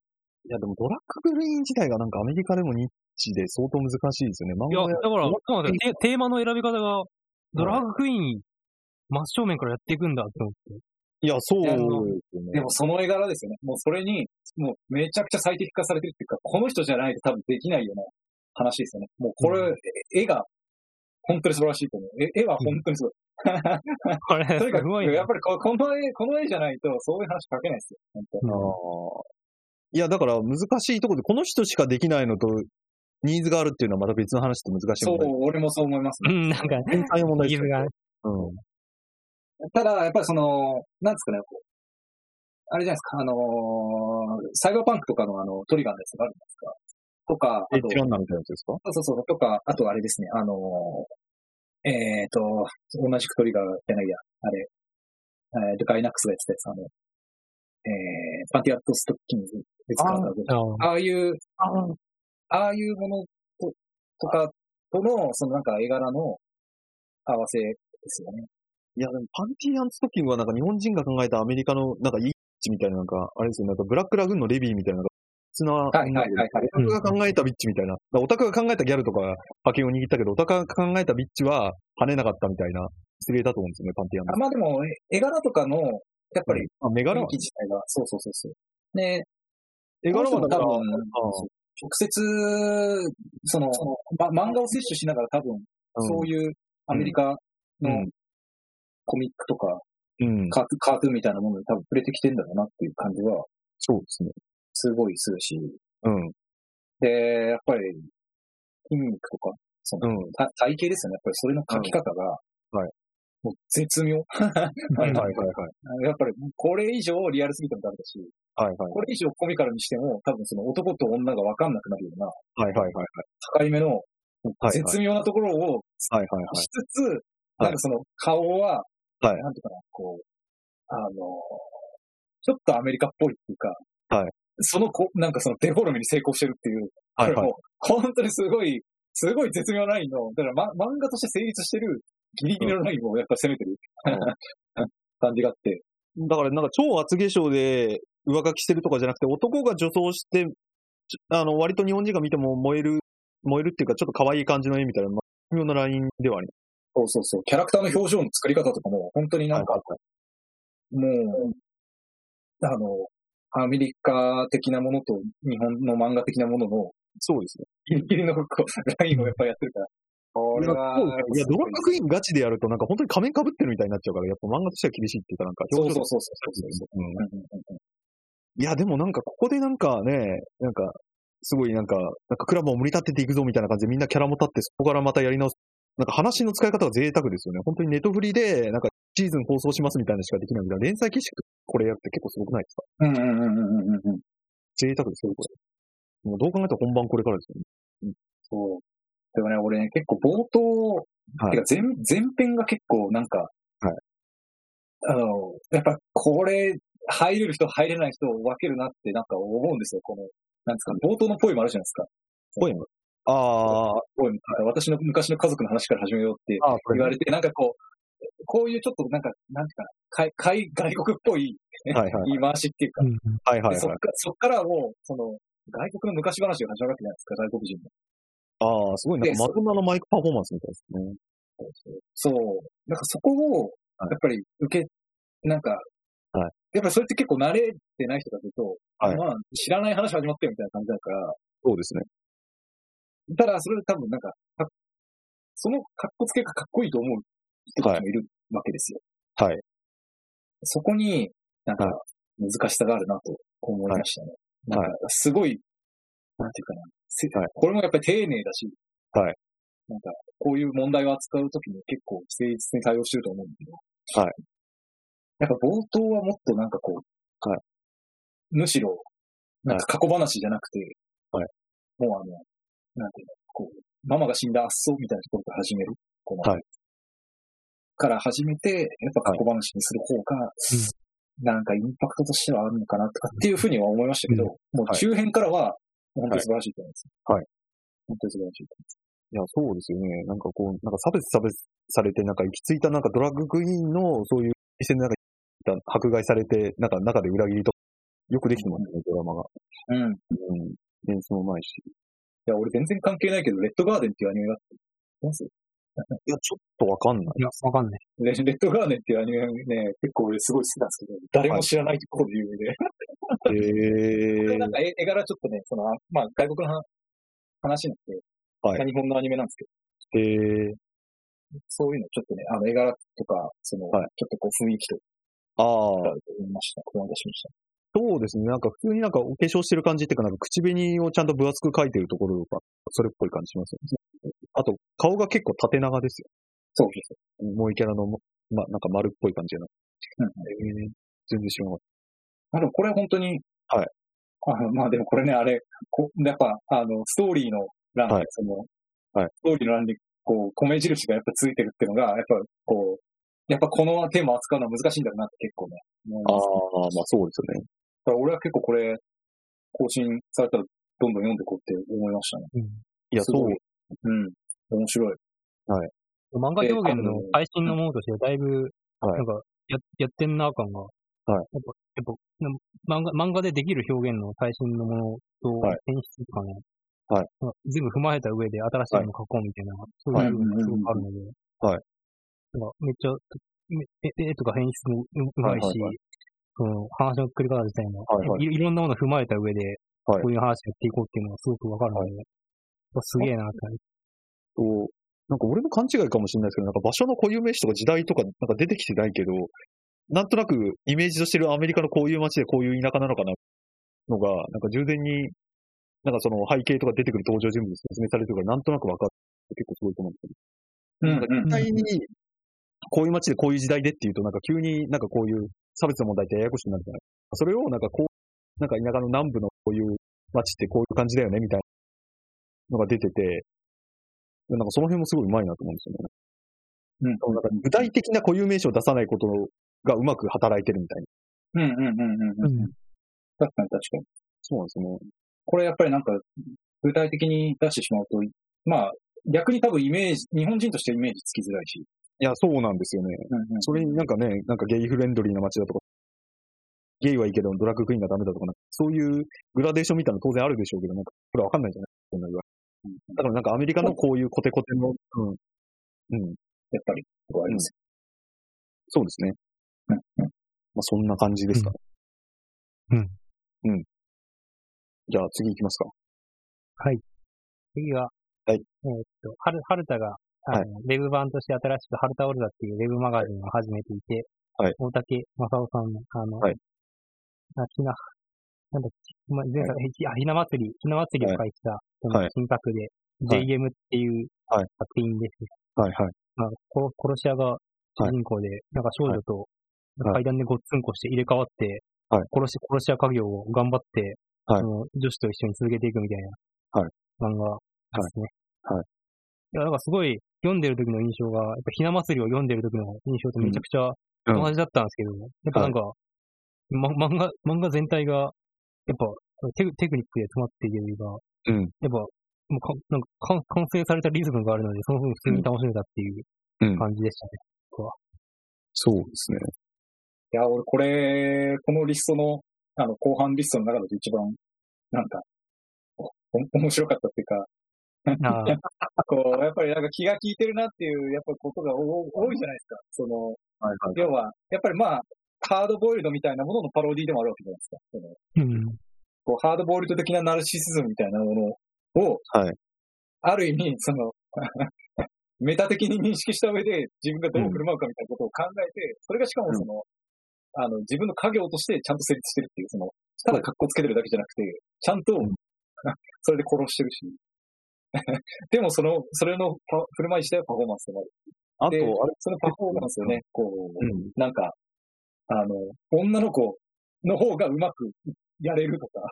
S3: いやでもドラッグクイーン自体がなんかアメリカでもニッチで相当難しいですよね。漫
S1: いや、
S3: 画
S1: だ
S3: や
S1: から、そうなんですよ。テテーマの選び方が、ドラァグクイーン、真正面からやっていくんだって思 って。
S3: いや、そう
S2: いやあの
S3: ですよね
S2: でも、その絵柄ですよね。もう、それに、もう、めちゃくちゃ最適化されてるっていうか、この人じゃないと多分できないような話ですよね。もう、これ、
S1: う
S2: 絵が、本当に素晴らしいと思う。絵絵は本当にすごい。
S1: これ、
S2: とにか
S1: す
S2: く
S1: ごい、ね
S2: やっ。ぱりここの絵、この絵じゃないと、そういう話書けないですよ。本当
S3: あーいや、だから難しいところで、この人しかできないのと、ニーズがあるっていうのはまた別の話と難しい
S2: そう
S3: 問題。、
S2: 俺もそう思います
S1: う
S2: ね。
S1: ん、なんか、
S3: 天才の問題で
S1: ギ
S3: す
S1: ブが
S3: よ。うん。
S2: ただ、やっぱりその、なんですかね、こうあれじゃないですか、あのーサイバーパンクとかのあの、トリガーのやつがあるんですかとか、
S3: エ
S2: あ
S3: ッ
S2: と、
S3: ジランナーみたいなやつですか
S2: そうそうそう、とか、あとあれですね、あのーえっ、と、同じくトリガーじゃないや、あれ、えー、ルカ・イナックスがやってたやつ、あの、えー、パンティアット・ストッキングで使うの
S1: あー
S2: ああいう、ああいうものととかとの、そのなんか絵柄の合わせですよね。
S3: いや、でもパンティーストッキングはなんか日本人が考えたアメリカのなんかイッチみたいななんか、あれですよ、なんかブラックラグーンのレビーみたいななんか、普通な、
S2: はいはいはいはい。
S3: オタクが考えたビッチみたいな。だからオタクが考えたギャルとか、派遣を握ったけど、オタクが考えたビッチは跳ねなかったみたいな、失礼だと思うんですよね、パンティアン
S2: あまあでも、絵柄とかの、やっぱり、
S3: あ、メガ
S2: 雰
S3: ラ
S2: 囲気自体が、そうそうそうそう。ね、
S3: 絵柄はだから、
S2: 多
S3: あ
S2: 分、直接、その、ま、漫画を摂取しながら多分、
S3: うん
S2: そういうアメリカのコミックとか、
S3: うん、
S2: カートカートゥーンみたいなものに多分触れてきてんだろうなっていう感じは、
S3: そうですね。
S2: すごいするし、
S3: うん、
S2: で、やっぱり、筋肉とか、その、
S3: うん。
S2: た体型ですよね。やっぱりそれの描き方が、
S3: うんはい
S2: もう絶妙。
S3: はいはいはいはい。
S2: やっぱり、これ以上リアルすぎてもダメだし、
S3: はいはい。
S2: これ以上コミカルにしても、多分その男と女がわかんなくなるような、
S3: はいはいはいはい。
S2: 境目の
S3: はい
S2: 絶妙なところを
S3: はいはいは
S2: し
S3: い。
S2: つつ、
S3: い
S2: なんかその顔は、
S3: はい
S2: なんていうかな、こう、あの、ちょっとアメリカっぽいっていうか、
S3: はい
S2: そのこ、なんかそのデフォルメに成功してるっていう、
S3: はい
S2: これ
S3: はい。
S2: も本当にすごい、すごい絶妙なラインの、だから、ま、漫画として成立してるギリギリのラインをやっぱり攻めてる、 感じがあって、
S3: だからなんか超厚化粧で上書きしてるとかじゃなくて、男が女装して、ちょあの、割と日本人が見ても燃える、燃えるっていうか、ちょっと可愛い感じの絵みたいな、まあ微妙なラインではあり
S2: そうそうそう、キャラクターの表情の作り方とかも、本当になんか、もう、あの、アメリカ的なものと日本の漫画的なものの
S3: そうですね。
S2: ギリギリのこうラインをやっぱりやってるから。これは、
S3: いや、ドラッグクイーンガチでやると、なんか本当に仮面被ってるみたいになっちゃうから、やっぱ漫画としては厳しいっていうか、なんか
S2: そう
S3: 表
S2: そ
S3: 情
S2: うそうそう
S3: そ
S2: そう
S3: そううん
S2: う、うんうんうん
S3: いや、でもなんかここでなんかね、なんか、すごいなんか、なんかクラブを盛り立てていくぞみたいな感じでみんなキャラも立ってそこからまたやり直す。なんか話の使い方が贅沢ですよね。本当にネットフリで、なんかシーズン放送しますみたいなのしかできないみたいな。連載形式これやるって結構すごくないですか
S2: うんうんうんうんうんうん。
S3: 贅沢ですよ、これ。もうどう考えたら本番これからですよね。
S2: そう。でもね、俺ね、結構冒頭、
S3: はい
S2: てか前前編が結構なんか、
S3: はい
S2: あの、やっぱこれ、入れる人、入れない人を分けるなってなんか思うんですよ、この、なんですか、冒頭のポエムあるじゃないですか。
S3: ポエム。あー
S2: ポエムっていうか私の昔の家族の話から始めようって
S3: あー、こ
S2: 言
S3: れ。
S2: わ
S3: は
S2: れ
S3: い
S2: て、なんかこう、こういうちょっとなんか、なんていうかな、かいかい外国っぽい
S3: はいはい。
S2: 言い回しっていうか、
S1: うん
S3: はいはい
S2: でそっ
S3: はい。
S2: かそっからもう、その、外国の昔話が始まるわけじゃないですか、外国人の。
S3: ああ、すごいなん
S2: で
S3: かマドンナのマイクパフォーマンスみたいですね。
S2: そう。なんかそこを、
S3: は
S2: や
S3: い
S2: っぱり受け、なんか、
S3: はい
S2: やっぱりそれって結構慣れてない人だと、
S3: はい
S2: まあ、知らない話始まってるみたいな感じだから、
S3: そうですね。
S2: ただそれで多分なんか、かその格好つけがかっこいいと思う人たちもいるわけですよ。
S3: はい。
S2: そこに、なんか
S3: は、
S2: 難しさがあるなと思いましたね。
S3: はい
S2: なんか、すごい、なんていうかなせ
S3: はい
S2: これもやっぱり丁寧だし、
S3: はい。
S2: なんか、こういう問題を扱うときに結構誠実に対応してると思うんだけど。
S3: はい。
S2: なんか冒頭はもっとなんかこう、
S3: はい。
S2: むしろ、なんか過去話じゃなくて、
S3: はい。
S2: もうあの、なんていうの、こう、ママが死んだあっそうみたいなところから始める。この
S3: はい
S2: から始めて、やっぱ過去話にする方が、なんかインパクトとしてはあるのかなとかっていうふうには思いましたけど、
S1: うん
S2: もう
S3: はい
S2: 中編からは、本当に素晴らしいと思います。
S3: はい。
S2: 本当に素晴らしいと
S3: いや、そうですよね。なんかこう、なんか差別差別されて、なんか行き着いたなんかドラッグクイーンのそういう店の中に迫害されて、なんか中で裏切りとか、よくできてますね、ドラマが。
S2: 思います。うん。い
S3: うん。演出もうまいし。
S2: や、俺全然関係ないけど、レッドガーデンっていうアニメがあって、知ってます
S3: いや、ちょっとわかんない。
S1: いや、わかんない。
S2: レレッドガーデンっていうアニメね、結構俺すごい好きなんですけど、誰も知らないところで有名で。
S3: へ
S2: これ
S3: え
S2: なんか絵絵柄ちょっとね、その、あまあ外国の話話なんで、
S3: はい
S2: まあ日本のアニメなんですけど、
S3: ー。へえ
S2: そういうのちょっとね、あの絵柄とか、その、
S3: はい
S2: ちょっとこう雰囲気と
S3: ああ。
S2: か思いました。思い出しました。
S3: そうですね。なんか普通になんかお化粧してる感じっていうか、なんか口紅をちゃんと分厚く描いてるところとか、それっぽい感じしますよね。あと、顔が結構縦長ですよ
S2: そうそう
S3: 萌えキャラのもま、なんか丸っぽい感じじゃなくて。えー全然知らなかっ
S2: あ、でもこれ本当に、
S3: はい。
S2: あの、まあでもこれね、あれ、こやっぱ、あの、ストーリーの欄、
S3: はい
S2: その、
S3: はい
S2: ストーリーの欄に、こう、米印がやっぱついてるっていうのが、やっぱ、こう、やっぱこのテーマ扱うのは難しいんだろうなって結構ね。
S3: た。
S2: あ
S3: ああ、まあそうですよね。
S2: だから俺は結構これ、更新されたらどんどん読んでいこうって思いましたね。
S3: いや、
S2: す
S3: そ
S2: ご
S3: う
S2: い。うん。面白い。
S1: 漫画表現の最新のものとしてはだいぶ、
S3: は
S1: な
S3: い
S1: んかや、やってんな感が。
S3: い
S1: やっぱ、やっぱなんか漫画、漫画でできる表現の最新のものと
S3: はい、
S1: 演出とかね、
S3: はい
S1: なんか全部踏まえた上で新しいもの書こうみたいな、そういう部分がすごくあるので、
S3: はい
S1: なんかめっちゃ、え、絵とか編出もうまいし、
S3: はいはいは
S1: その話の作り方自体も、
S3: はいはい
S1: いろんなものを踏まえた上で、
S3: はい
S1: こういう話をやっていこうっていうのがすごくわかるので、すげえなって感じ。
S3: と、なんか俺の勘違いかもしれないですけど、なんか場所の固有名詞とか時代とかなんか出てきてないけど、なんとなくイメージとしてるアメリカのこういう街でこういう田舎なのかなのが、なんか従前に、なんかその背景とか出てくる登場人物説明されてるからなんとなくわかる。結構すごいと思うんですけ
S2: うん
S3: ど。なんか
S2: うん
S3: 実際に、こういう街でこういう時代でっていうと、なんか急になんかこういう差別の問題ってややこしくなるじゃないそれをなんかこう、なんか田舎の南部のこういう街ってこういう感じだよねみたいなのが出てて、なんかその辺もすごいうまいなと思うんですよ
S2: う
S3: ね。
S2: ん
S3: そのなんか具体的な固有名詞を出さないことがうまく働いてるみたいな。
S2: うんうんうんうんうん。確かに確かに。
S3: そうなんですね。
S2: これやっぱりなんか、具体的に出してしまうと、まあ、逆に多分イメージ、日本人としてイメージつきづらいし。
S3: いや、そうなんですよね。
S2: うんうん
S3: それになんかね、なんかゲイフレンドリーな街だとか、ゲイはいいけどドラッグクイーンがダメだとか、なんかそういうグラデーションみたいなの当然あるでしょうけど、なんか、これわかんないじゃないそんな言わ
S2: うん
S3: だからなんかアメリカのこういうコテコテの、うん。うん。
S2: やっぱり、ここあります
S3: そうですね。
S2: よ。うんうん
S3: まあそんな感じですか、
S1: うん
S3: うん。うん。じゃあ次行きますか。
S1: 次は、
S3: はい
S1: えーっと、はる、はるたが、あの、
S3: は
S1: ウェブ版として新しく、はるたオルダっていうウェブマガジンを始めていて、
S3: はい
S1: 大竹正夫さんの、あの、
S3: はい
S1: あ、ひな、なんだっけ、ま、前回、ひあひな祭り、ひな祭りを書いてた、その
S3: はい
S1: 新作で、
S3: はい
S1: JM っていう
S3: はい
S1: 作品です。
S3: はいはい。
S1: まあ殺殺し屋が主人公で、なんか少女と
S3: は
S1: 階
S3: い
S1: 段でごっつんこして入れ替わって、
S3: はい
S1: 殺し、殺し屋家業を頑張って、
S3: はい
S1: その女子と一緒に続けていくみたいな、
S3: はい
S1: 漫画ですね。
S3: はいはい
S1: いや、なんかすごい、読んでる時の印象が、やっぱひな祭りを読んでる時の印象とめちゃくちゃ
S3: うん
S1: 同じだったんですけど、やっぱなんか、ま、漫画、漫画全体が、やっぱテクテクニックで詰まっているというか、
S3: う
S1: やっ
S3: ん。
S1: ぱ、もうかなんか完完成されたリズムがあるので、その分普通に楽しめたっていう
S3: うん
S1: 感じでしたね。
S3: そうですね。
S2: いや、俺これ、このリストの、あの、後半リストの中だと一番、なんか、おお面白かったっていうか、
S1: あー
S2: こう、やっぱりなんか気が利いてるなっていう、やっぱことが多多いじゃないですか。その、
S3: はいはい。
S2: 要は、やっぱりまあ、ハードボイルドみたいなもののパロディでもあるわけじゃないですか。その
S1: うん。
S2: こう、ハードボイルド的なナルシシズムみたいなものを、
S3: はい
S2: ある意味、その、 メタ的に認識した上で自分がどう振る舞うかみたいなことを考えて、それがしかもその、あの、自分の家業としてちゃんと成立してるっていう、その、ただ格好つけてるだけじゃなくて、ちゃんと、 それで殺してる し。でもその、それのパ振る舞い自体はパフォーマンスでもある。
S3: あと、あ
S2: で
S3: れ、
S2: そのパフォーマンスをね、こう、
S3: うん。
S2: なんか、あの、女の子の方がうまくやれるとか、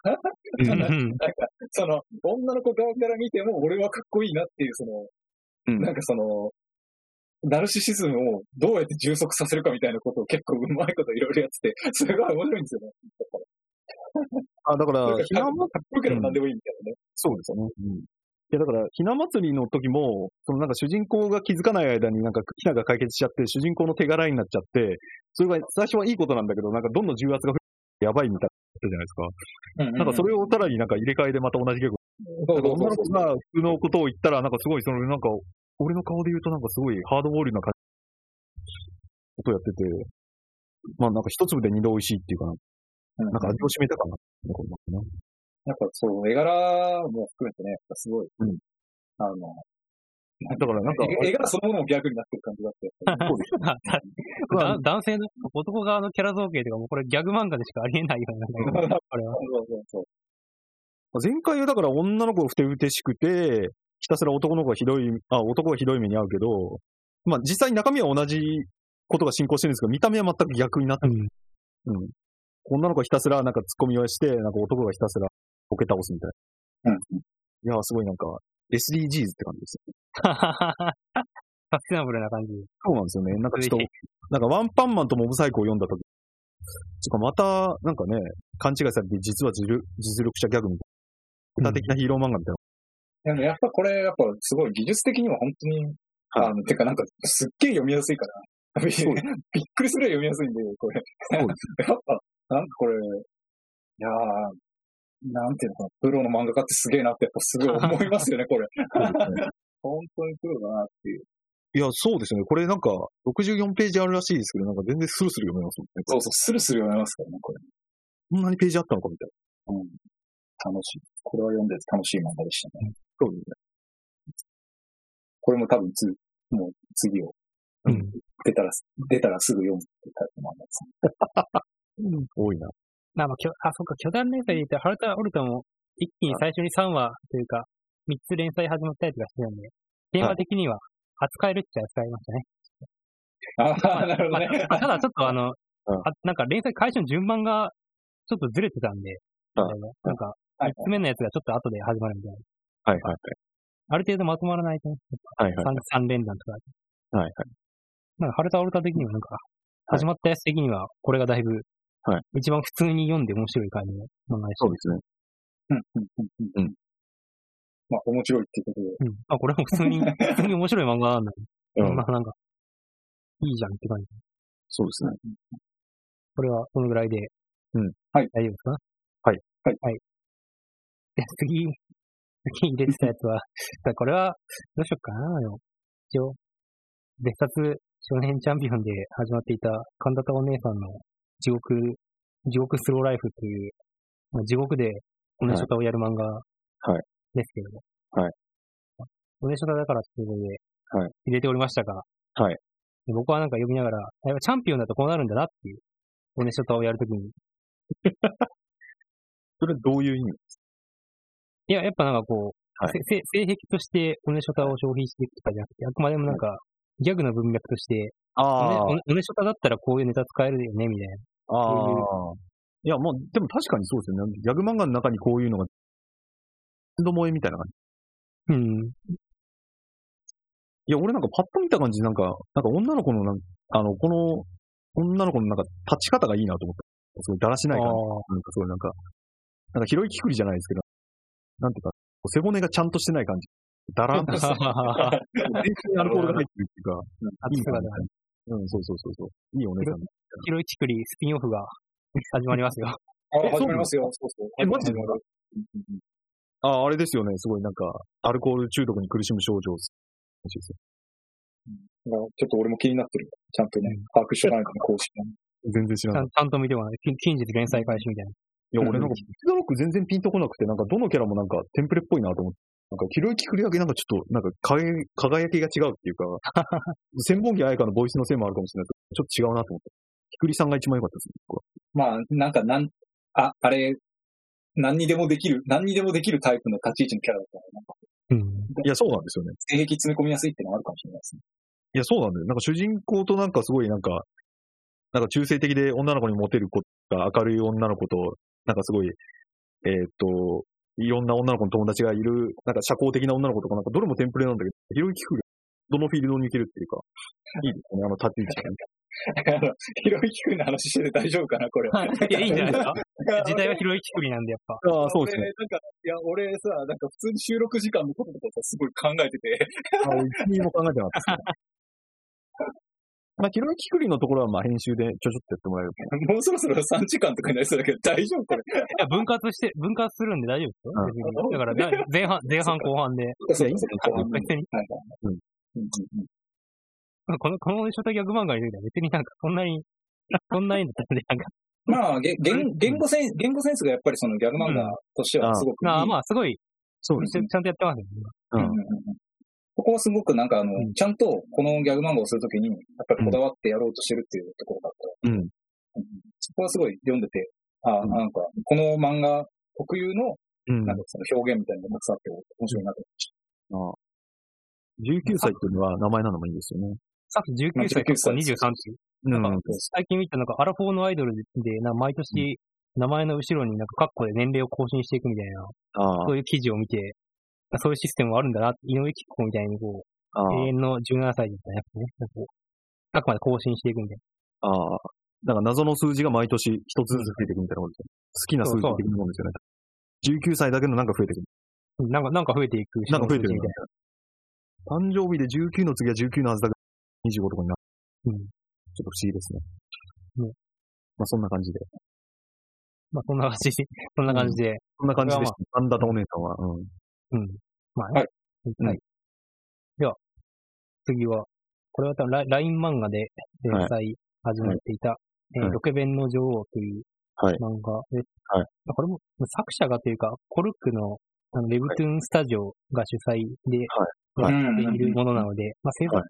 S1: う
S3: う
S1: んん。
S2: なんか、その、女の子側から見ても、俺はかっこいいなっていう、その、
S3: うん
S2: なんかその、ナルシシズムをどうやって充足させるかみたいなことを結構うまいこといろいろやって て、それが面白いんですよね。
S3: あ、だから
S2: なん、か
S3: ひな
S2: かっこいいけど何でもいいみたいなね。
S3: そうですよね。うん。いや、だから、ひな祭りの時も、そのなんか主人公が気づかない間になんかひなが解決しちゃって、主人公の手柄になっちゃって、それが最初はいいことなんだけど、なんかどんどん重圧が増えてやばいみたいなじゃないですか。なんかそれをさらになんか入れ替えでまた同じ結構。
S2: そう
S3: なんか
S2: そう
S3: 女の
S2: そ
S3: 子
S2: う
S3: が普通のことを言ったら、なんかすごい、そのなんか、俺の顔で言うとなんかすごいハードボールドな感じ、ことやってて、まあなんか一粒で二度美味しいっていうかな、
S2: うん
S3: なんか味を占めたかな。なんか
S2: やっぱそう、絵柄も含めてね、やっぱすごい。
S3: うん
S2: あの、
S3: だからなんか、
S2: 絵絵柄そのものもギャグになってる感じだって。
S3: そうです
S1: だ
S3: まあ
S1: 男性の、男側のキャラ造形とかもうこれギャグ漫画でしかありえないよう な、あれは。
S2: そうそうそう。
S3: 前回はだから女の子がふてぶてしくて、ひたすら男の子がひどい、あ、男がひどい目に遭うけど、まあ実際中身は同じことが進行してるんですけど、見た目は全く逆になって
S1: うん。
S3: うん。女の子はひたすらなんか突っ込みをして、なんか男がひたすらボケ倒すみたいな。
S2: うん
S3: いやー、すごいなんか、SDGs って感じですね。
S1: ははははサステナブルな感じ。
S3: そうなんですよね。なんかちょっと
S1: ぜ、
S3: なんかワンパンマンとモブサイクを読んだとき、ちょっとまた、なんかね、勘違いされて実は実力実力者ギャグみたいな、歌的なヒーロー漫画みたい
S2: でもやっぱこれ、やっぱすごい技術的にも本当に、
S3: はい
S2: あの、てかなんかすっげえ読みやすいから、 びっ
S3: うで
S2: くりするぐらい読みやすいんで、これ。
S3: な。そう
S2: やっぱ、なんかこれ、いやー、なんていうのかな、プロの漫画家ってすげえなってやっぱすごい思いますよね、こ れ。
S3: ですね。
S2: 本当にプロだなっていう。
S3: いや、そうですよね。これなんか、64ページあるらしいですけど、なんか全然スルスル読めますもんね。
S2: そうそう、スルスル読めますからね、これ。
S3: こんなにページあったのかみたいな。
S2: うん。楽しい。これは読んでて楽しい漫画でしたね。
S3: そうですね。
S2: これも多分つ、もう次を、
S1: うん。
S2: 出たら、出たらすぐ読むってタイプの漫画ですね。
S3: 多いな。
S1: まあまあ、きょあ、そっか、巨大連載で言ったら、ハルタ・オルタも一気に最初に3話というか、3つ連載始まったりとかしてたんで、テーマ的には扱えるっちゃ扱いましたね。
S2: ああ、なるほどね。
S1: まあただちょっとあの、
S3: うん
S1: あなんか連載開始の順番がちょっとずれてたんで、
S3: うん
S1: あのなんか、
S2: はい
S1: 3つ目のやつがちょっと後で始まるみたいな。
S3: はいはい
S1: ある程度まとまらないとね、
S3: はい。はいはい。
S1: 3連弾とか。
S3: はいはい。
S1: なんか、ハルタ・オルタ的にはなんか、始まったやつ的には、これがだいぶ、
S3: はい
S1: 一番普通に読んで面白い感じの漫画でし
S3: そ
S1: た
S3: う。ですね。
S2: うん、うん、うん、う
S3: うん
S2: ん。 まあ、面白いっていうことで。
S1: うん。あ、これも普通 に、普通に面白い漫画なんだ
S3: う
S1: ま
S3: ん。
S1: あなんか、いいじゃんって感じ。
S3: そうですね。
S1: これはこのぐらいで。
S3: うん。
S2: はい
S1: 大丈夫ですか
S3: はい。
S2: はい。
S1: はい。で、次、次に出てたやつ は、さあこれは、どうしようかな、でも一応、別冊少年チャンピオンで始まっていた神田とお姉さんの地獄、地獄スローライフという、まあ、地獄でおねしょたをやる漫画
S3: い
S1: ですけれども。
S3: はい。
S1: おねしょただからということで、
S3: はい。
S1: 入れておりましたが、
S3: はい
S1: で。僕はなんか読みながら、あやっぱチャンピオンだとこうなるんだなっていう、おねしょたをやるときに。
S3: それはどういう意味
S1: いや、やっぱなんかこう、
S3: はい
S1: せせ性癖としておねしょたを消費していくとかじゃなくて、あくまでもなんか、ギャグの文脈として、おね
S3: あ
S1: おねおねしょただったらこういうネタ使えるよね、みたいな。
S3: あ、あ
S1: そういう
S3: あ。いや、まあ、でも確かにそうですよね。ギャグ漫画の中にこういうのが、三度萌えみたいな感じ。
S1: うん。
S3: いや、俺なんかパッと見た感じ、なんか、なんか女の子のなん、あの、この、女の子のなんか立ち方がいいなと思った。すごいだらしない
S1: あ
S3: 感じ。
S1: あ
S3: なんかすごいなんか、なんか広いきくりじゃないですけど、なんていうか、背骨がちゃんとしてない感じ。だら んとした。全
S1: ー。
S3: 身にアルコールが入ってるっていうか、いい
S1: そうだ
S3: 感
S1: ね
S3: じ。うん、そうそうそうそう。いいお姉さん。
S1: 広いちくりスピンオフが始まりますよ。
S2: あ
S3: え
S2: 始まりますよ。そうそう。
S3: えマジで
S2: 始まるうんうんうん
S3: あ、あれですよね。すごいなんか、アルコール中毒に苦しむ症状です。
S2: だからちょっと俺も気になってる。ちゃんとね、把握しとかないかな、こうして。
S3: 全然知
S1: ち
S3: ら
S1: ゃ
S3: ない。
S1: んちゃんと見てもらう。近近日連載開始みたいな。
S3: いや、
S2: うん
S3: 俺なんか、ピッドロック全然ピンとこなくて、なんかどのキャラもなんかテンプレっぽいなと思って。なんか、ひろゆき繰り上げなんかちょっと、なんか輝、輝きが違うっていうか、千本木彩香のボイスのせいもあるかもしれないけど、ちょっと違うなと思って。ひくりさんが一番良かったですね、僕は。
S2: まあ、なんか、なん、あ、あれ、何にでもできる、何にでもできるタイプの立ち位置のキャラだから、なんか、
S1: うん。
S3: いや、そうなんですよね。
S2: 性癖詰め込みやすいっていうのはあるかもしれないですね。
S3: いや、そうなんだよ。なんか主人公となんかすごいなんか、なんか中性的で女の子にモテる子が明るい女の子と、なんかすごい、えーっと、いろんな女の子の友達がいる、なんか社交的な女の子とか、なんかどれもテンプレなんだけど、ひろゆきくる、どのフィールドに行けるっていう か、いいですね、あの立ち位置が
S2: あ
S3: ね。
S2: の、 ひろゆきくんの話してて大丈夫かな、これ。
S1: いや、いいんじゃないですか時代は
S2: は
S1: 広いちくりなんで、やっぱ。
S3: ああ、そうですね。
S2: なんか、いや、俺さ、なんか普通に収録時間のこととかさ、すごい考えてて。
S3: あ一人も考えてなかったですね。 まあ、ひろゆきくりのところは、まあ、編集でちょちょっとやってもらえる
S2: もうそろそろ3時間とかになりそうだけど、大丈夫これ。
S1: いや、分割して、分割するんで大丈夫ですよ
S2: う。ん
S1: 別にだから、だ前半、前半後半で。
S3: と。いや、いいんじゃな
S1: 別
S3: いですか。
S1: に、
S2: はい
S3: う
S2: はい。うん
S3: ん
S2: うんうん
S1: この、この初代ギャグ漫画に出てきたら別になんか、そんなに、 そんなにだったんで、なんか、
S2: まあ、げ言言語センス、言語センスがやっぱりそのギャグ漫画としてはすごくいい。
S1: まあまあ、すごい、
S3: そうで
S1: ち
S3: す
S1: ゃ
S3: ね。
S1: ちゃんとやってますよね。
S3: うん
S2: うんうんうんここはすごくなんかあの、
S1: うん
S2: ちゃんとこのギャグ漫画をするときに、やっぱりこだわってやろうとしてるっていうところがあった。
S3: う
S2: う
S3: ん。
S2: んそこはすごい読んでて、ああ、
S3: うん
S2: なんか、この漫画特有の、
S3: うん
S2: なんかその表現みたいなのがたくさんあって面白いなと思いました。
S3: ああ19歳っていうのは名前なのもいいですよね。
S1: さっき19歳、結構23歳。
S3: う
S1: なん
S3: ん
S1: か、最近見たなんか、アラフォーのアイドルで、な毎年、名前の後ろになんか、カッコで年齢を更新していくみたいな、
S3: あ
S1: そういう記事を見て、あそういうシステムはあるんだな、井上貴子みたいにこ
S3: あ、あ
S1: う、永遠の17歳みたいなやつね、なんかこうあくまで更新していくみたい
S3: あ、ああ。なんか謎の数字が毎年一つずつ増えていくみたいなことですよね好きな数字的なもんですよね。19歳だけのなんか増えてくる。
S1: な。なんか、なんか増えていく。
S3: なんか増えてくる
S1: みたい
S3: 誕生日で19の次は19のはずだけど、25とかになる。
S1: うん
S3: ちょっと不思議ですね。
S1: ね
S3: まあそんな感じで。
S1: な。まあ、そんな感じ、そんな感じで。
S3: そんな感じでし
S1: こ
S3: た。アンダとお姉さんは。うん。
S1: うん。まあね。
S2: は
S3: うん
S1: はい。では、次は、これは多分ラ、ライン漫画で連載始めていた、えー
S3: はい
S1: ロケ弁の女王という
S3: はい
S1: 漫画です。
S3: はい
S1: まあこれも、作者がというか、コルクのあのレブトゥーンスタジオが主催で
S3: はい
S1: やっているものなので、まあ、制作、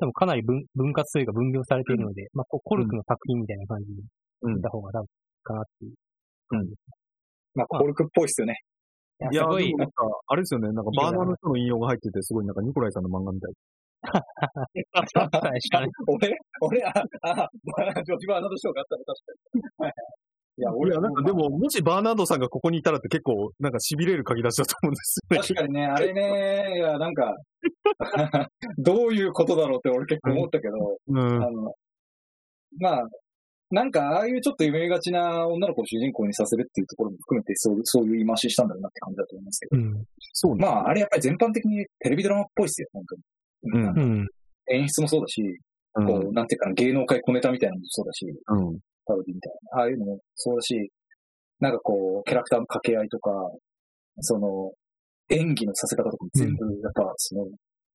S1: 多分かなり分分割というか分業されているので、まあ、こうコルクの作品みたいな感じに
S3: うん
S1: した方が多分いいかなっていう。
S2: まあ、コルクっぽいっすよね。
S1: いやすごい
S3: でもなんか、あれですよね、なんかバーナーの人の引用が入ってて、すごいなんかニコライさんの漫画みたい。
S2: 俺、俺、あ、あ、ジョージバーナードショーがあったの、確かに。はい いや、
S3: い
S2: 俺
S3: や、なんかで、も、もしバーナードさんがここにいたらって結構、なんか痺れる書き出しだと思うんです
S2: 確か
S3: よね。
S2: にね、あれね、いや、なんか、 どういうことだろうって俺結構思ったけど、
S3: うん
S2: あ。の、まあ、なんか、ああいうちょっと夢見がちな女の子を主人公にさせるっていうところも含めて、そうそういう言い回ししたんだろうなって感じだと思いますけど。
S1: うん。
S3: そうね。
S2: まあ、あれやっぱり全般的にテレビドラマっぽいっすよ、本当に。
S3: う
S1: う
S3: ん
S1: ん。
S2: 演出もそうだし、
S3: うん
S2: こう、なんていうかな、芸能界小ネタみたいなのもそうだし、
S3: うん。
S2: パロディみたいな。ああいうのもそうだし、なんかこう、キャラクターの掛け合いとか、その、演技のさせ方とかも全部、やっぱ、その、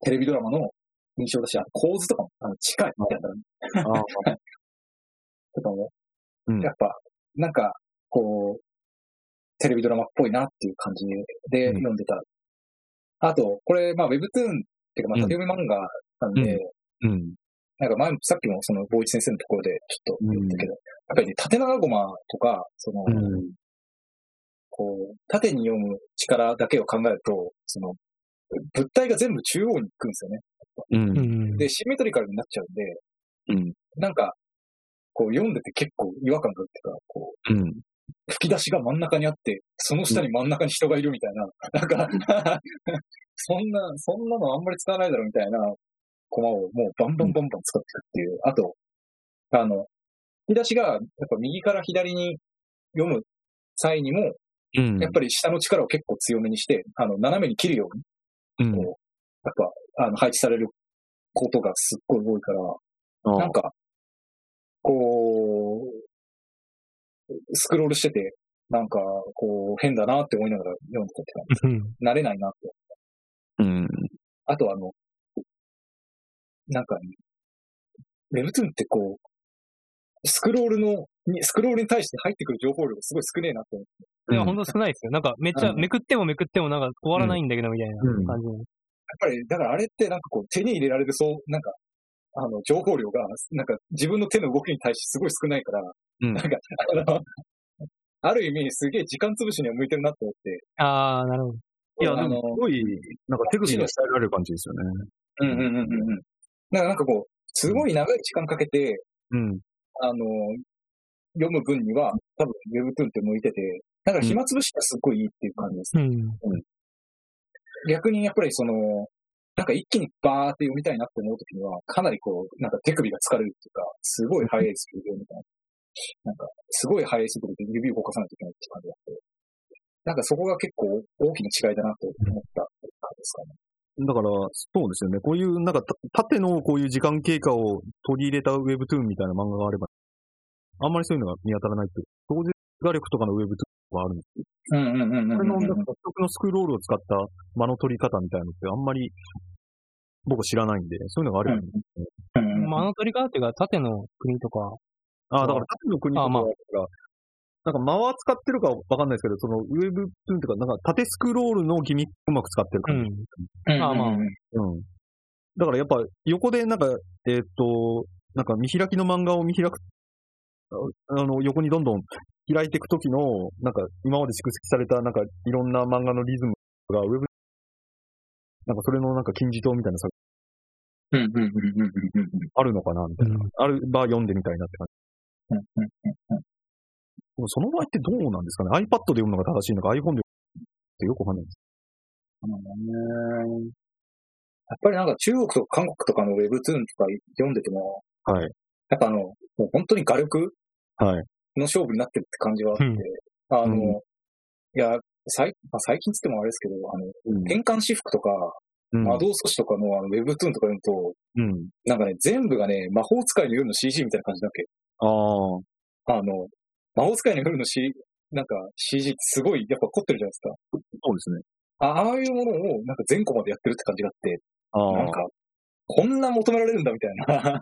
S2: テレビドラマの印象だし、あと構図とかも、あの、近いみたいな、
S3: ああ
S2: とかも、
S3: うん
S2: やっぱ、なんか、こう、テレビドラマっぽいなっていう感じで
S3: うん
S2: 読んでた。あと、これ、まあ、Webtoon っていうか、まあ、
S3: うん
S2: 縦読み漫画なんで、
S3: うん。
S2: なんか前も、さっきもその、坊一先生のところでちょっと言ったけど、やっぱりね、縦長駒とか、その、
S3: うん。
S2: こう、縦に読む力だけを考えると、その、物体が全部中央に行くんですよね。
S3: うん
S1: う。ん。
S2: で、シンメトリカルになっちゃうんで、
S3: うん。
S2: なんか、こう読んでて結構違和感があるっていうか、こ
S3: うん。
S2: う、吹き出しが真ん中にあって、その下に真ん中に人がいるみたいな、なんか、 そんな、そんなのあんまり使わないだろうみたいなコマをもうバンバンバンバン使っていくっていう。あと、あの、吹き出しがやっぱ右から左に読む際にも、
S3: うん。
S2: やっぱり下の力を結構強めにして、あの、斜めに切るように、
S3: う
S2: こ
S3: ん。
S2: う、やっぱ、あの、配置されることがすっごい多いから、
S3: あ
S2: なんか、こう、スクロールしてて、なんか、こう、変だなって思いながら読んでたって感
S1: うん。
S2: じ。慣れないなって。
S3: うん。
S2: あとあの、なんか、ウェブトゥーンってこう、スクロールの、にスクロールに対して入ってくる情報量がすごい少ねえなって思って。
S1: いや、ほんと少ないですよ。なんか、めっちゃ、
S2: うん
S1: めくってもめくってもなんか終わらないんだけど、みたい
S3: うん
S1: な感じの。
S2: やっぱり、だからあれってなんかこう手に入れられるそう、なんか、あの、情報量が、なんか自分の手の動きに対してすごい少ないから、
S3: うん
S2: なんか、 あの、ある意味すげえ時間潰しには向いてるなと思って。
S1: ああ、なるほど。
S3: いや、
S2: あ
S3: で
S2: の
S3: も、すごい、なんか手首が伝えられる感じですよね。
S2: うんうんうんうんうん。だからなんかこう、すごい長い時間かけて、
S3: うん。
S2: あの、読む分には、多分 Webtoon って向いてて、だから暇つぶしがすっごいいいっていう感じです。
S1: うん。
S2: 逆にやっぱりその、なんか一気にバーって読みたいなって思うときには、かなりこう、なんか手首が疲れるっていうか、すごい速いスピードみたいな。なんか、すごい速い速度で指を動かさないといけないって感じがあって。なんかそこが結構大きな違いだなと思ったって感じですかね。
S3: だから、そうですよね。こういう、なんか、た縦のこういう時間経過を取り入れたウェブトゥーンみたいな漫画があれば、あんまりそういうのが見当たらないっていう。当時、画力とかのウェブトゥーンはあるんですけ
S2: うんうんうん
S3: ど、それの、なん
S2: うん
S3: か独特のスクロールを使った間の取り方みたいなのってあんまり僕知らないんで、そういうのがあるよね。
S2: うんうん。
S1: まあ、あの取り方っていうか、縦の国とか、
S3: ああ、だから縦の国とかは
S1: あまあ
S3: だからなんか間は使ってるかわかんないですけど、そのウェブトゥーンとか、なんか縦スクロールのギミックうまく使ってる
S1: う
S3: 感
S1: ん。
S3: じ。
S2: うん
S1: まあまあ
S2: うんうん
S3: うん。だからやっぱ横でなんか、えーっと、なんか見開きの漫画を見開く、ああの、横にどんどん開いていくときの、なんか今まで蓄積されたなんかいろんな漫画のリズムがウェブ、なんかそれのなんか金字塔みたいな作
S2: うんうんうんうんうんうんうん
S3: あるのかなみたいな。ある場読んでみたいなって感じ。
S2: うんうんうん
S3: でもその場合ってどうなんですかね ?iPad で読むのが正しいのか iPhone で読むのかってよくわかんないです。
S2: うんねやっぱりなんか中国とか韓国とかの Webtoon とか読んでても、
S3: はい。
S2: やっぱあの、もう本当に画力
S3: はい。
S2: の勝負になってるって感じはあって、
S1: うん
S2: あの、
S3: うん
S2: いや、最まあ、最近つってもあれですけど、あの、
S3: うん
S2: 転換私服とか、
S3: うん
S2: 魔導素子とかのあの Webtoon とか読むと、
S3: うん。
S2: なんかね、全部がね、魔法使いの夜の CG みたいな感じなわけ。
S3: ああ。
S2: あの、魔法使いの夜の C、なんか CG ってすごいやっぱ凝ってるじゃないですか。
S3: そうですね。
S2: あああいうものをなんか全個までやってるって感じがあって、
S3: あ
S2: な
S3: あ。
S2: んか、こんな求められるんだみたい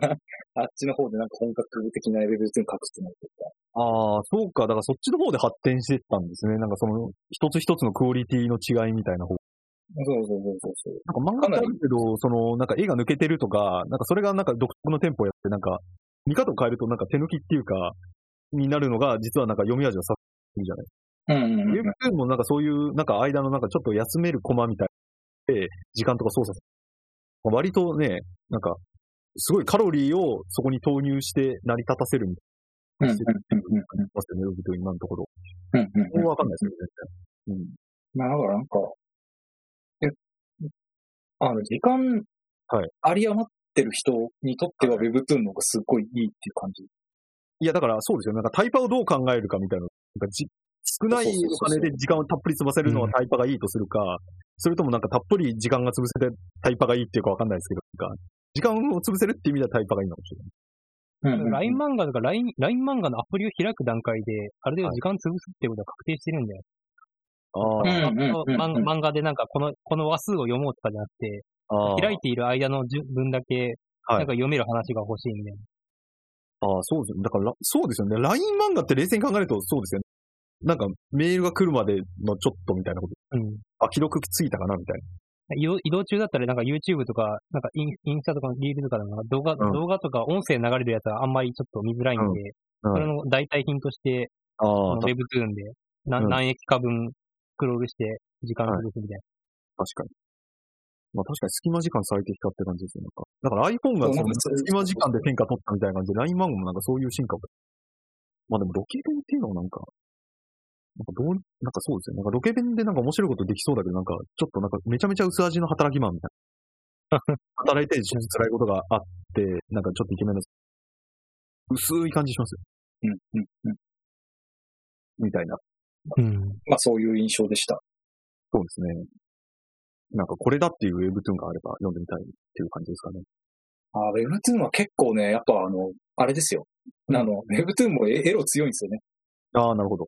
S2: な。 あっちの方でなんか本格的なレベル2に隠すのとか。
S3: ああ、そうか。だからそっちの方で発展してったんですね。なんかその、一つ一つのクオリティの違いみたいな方。
S2: そうそうそうそうそう。
S3: なんか漫画ってあるけど、その、なんか絵が抜けてるとか、なんかそれがなんか独特のテンポやって、なんか、見方を変えるとなんか手抜きっていうか、になるのが、実はなんか読み味をさせるじゃない
S2: うんう
S3: ウ
S2: ん
S3: ェブトゥーンもなんかそういう、なんか間のなんかちょっと休めるコマみたいで、時間とか操作する。割とね、なんか、すごいカロリーをそこに投入して成り立たせるみたい
S2: うんうんうん
S3: な感じですよね、ウェブトゥーン今のところ。
S2: うんうんうん
S3: これはわかんないですよね、
S2: まあだからなんか、え、あの、時間、
S3: はい
S2: あり余ってる人にとっては Webtoon の方がすっごいいいっていう感じ。
S3: いや、だからそうですよ。なんかタイパをどう考えるかみたいな。なんかじ少ないお金で時間をたっぷり潰せるのはタイパがいいとするか、それともなんかたっぷり時間が潰せてタイパがいいっていうかわかんないですけど、なんか時間を潰せるって意味ではタイパがいいのかもしれ
S2: う
S3: ない。
S2: んうんうん
S1: LINE 漫画とか LINE、LINE 漫画のアプリを開く段階で、ある程度時間潰すってことは確定してるんだよ。
S3: あ
S2: うんうんうんうん
S1: 漫画漫画でなんかこの、この話数を読もうとかじゃなくて、
S3: あ、ああ
S1: 開いている間のじゅ分だけ、
S3: はい
S1: なんか読める話が欲しいみたいな。
S3: ああ、そうですよね。だからら、そうですよね。LINE 漫画って冷静に考えるとそうですよね。なんかメールが来るまでのちょっとみたいなこと。
S1: うん。
S3: あ、記録ついたかなみたい
S1: 移動移動中だったらなんか YouTube とか、なんかインインスタとかのリールとかなんか動画、
S3: うん
S1: 動画とか音声流れるやつはあんまりちょっと見づらいんで、そ
S3: な。は
S1: れ
S3: い
S1: の代替品として、
S3: ああ、
S1: ウ
S3: 確
S1: ェブトゥーンでな
S3: う
S1: 何,、
S3: ん
S1: 駅か分スクロールして時間潰すみたい
S3: かに。まあ確かに隙間時間最適化って感じですよ。なんかだから iPhone が
S2: そう
S3: そ
S2: なん
S3: の
S2: ですよ
S3: 隙間時間で天下取ったみたいな感じで、LINE 漫画もなんかそういう進化を。まあでもロケ弁っていうのはなんか、なんかどう、なんかそうですよね。なんかロケ弁でなんか面白いことできそうだけど、なんかちょっとなんかめちゃめちゃ薄味の働きマンみたいな。 働いてちょっと辛いことがあって、なんかちょっとイケメンの、薄い感じしますよ。
S2: うんうんうん
S3: みたいな。
S1: な。うん。
S2: まあそういう印象でした。
S3: そうですね。なんかこれだっていうウェブトゥーンがあれば読んでみたいっていう感じですかね。
S2: あー Webtoon は結構ね、やっぱあの、あれですよ。あの、Webtoon もエエロ強いんですよね。
S3: ああ、なるほど。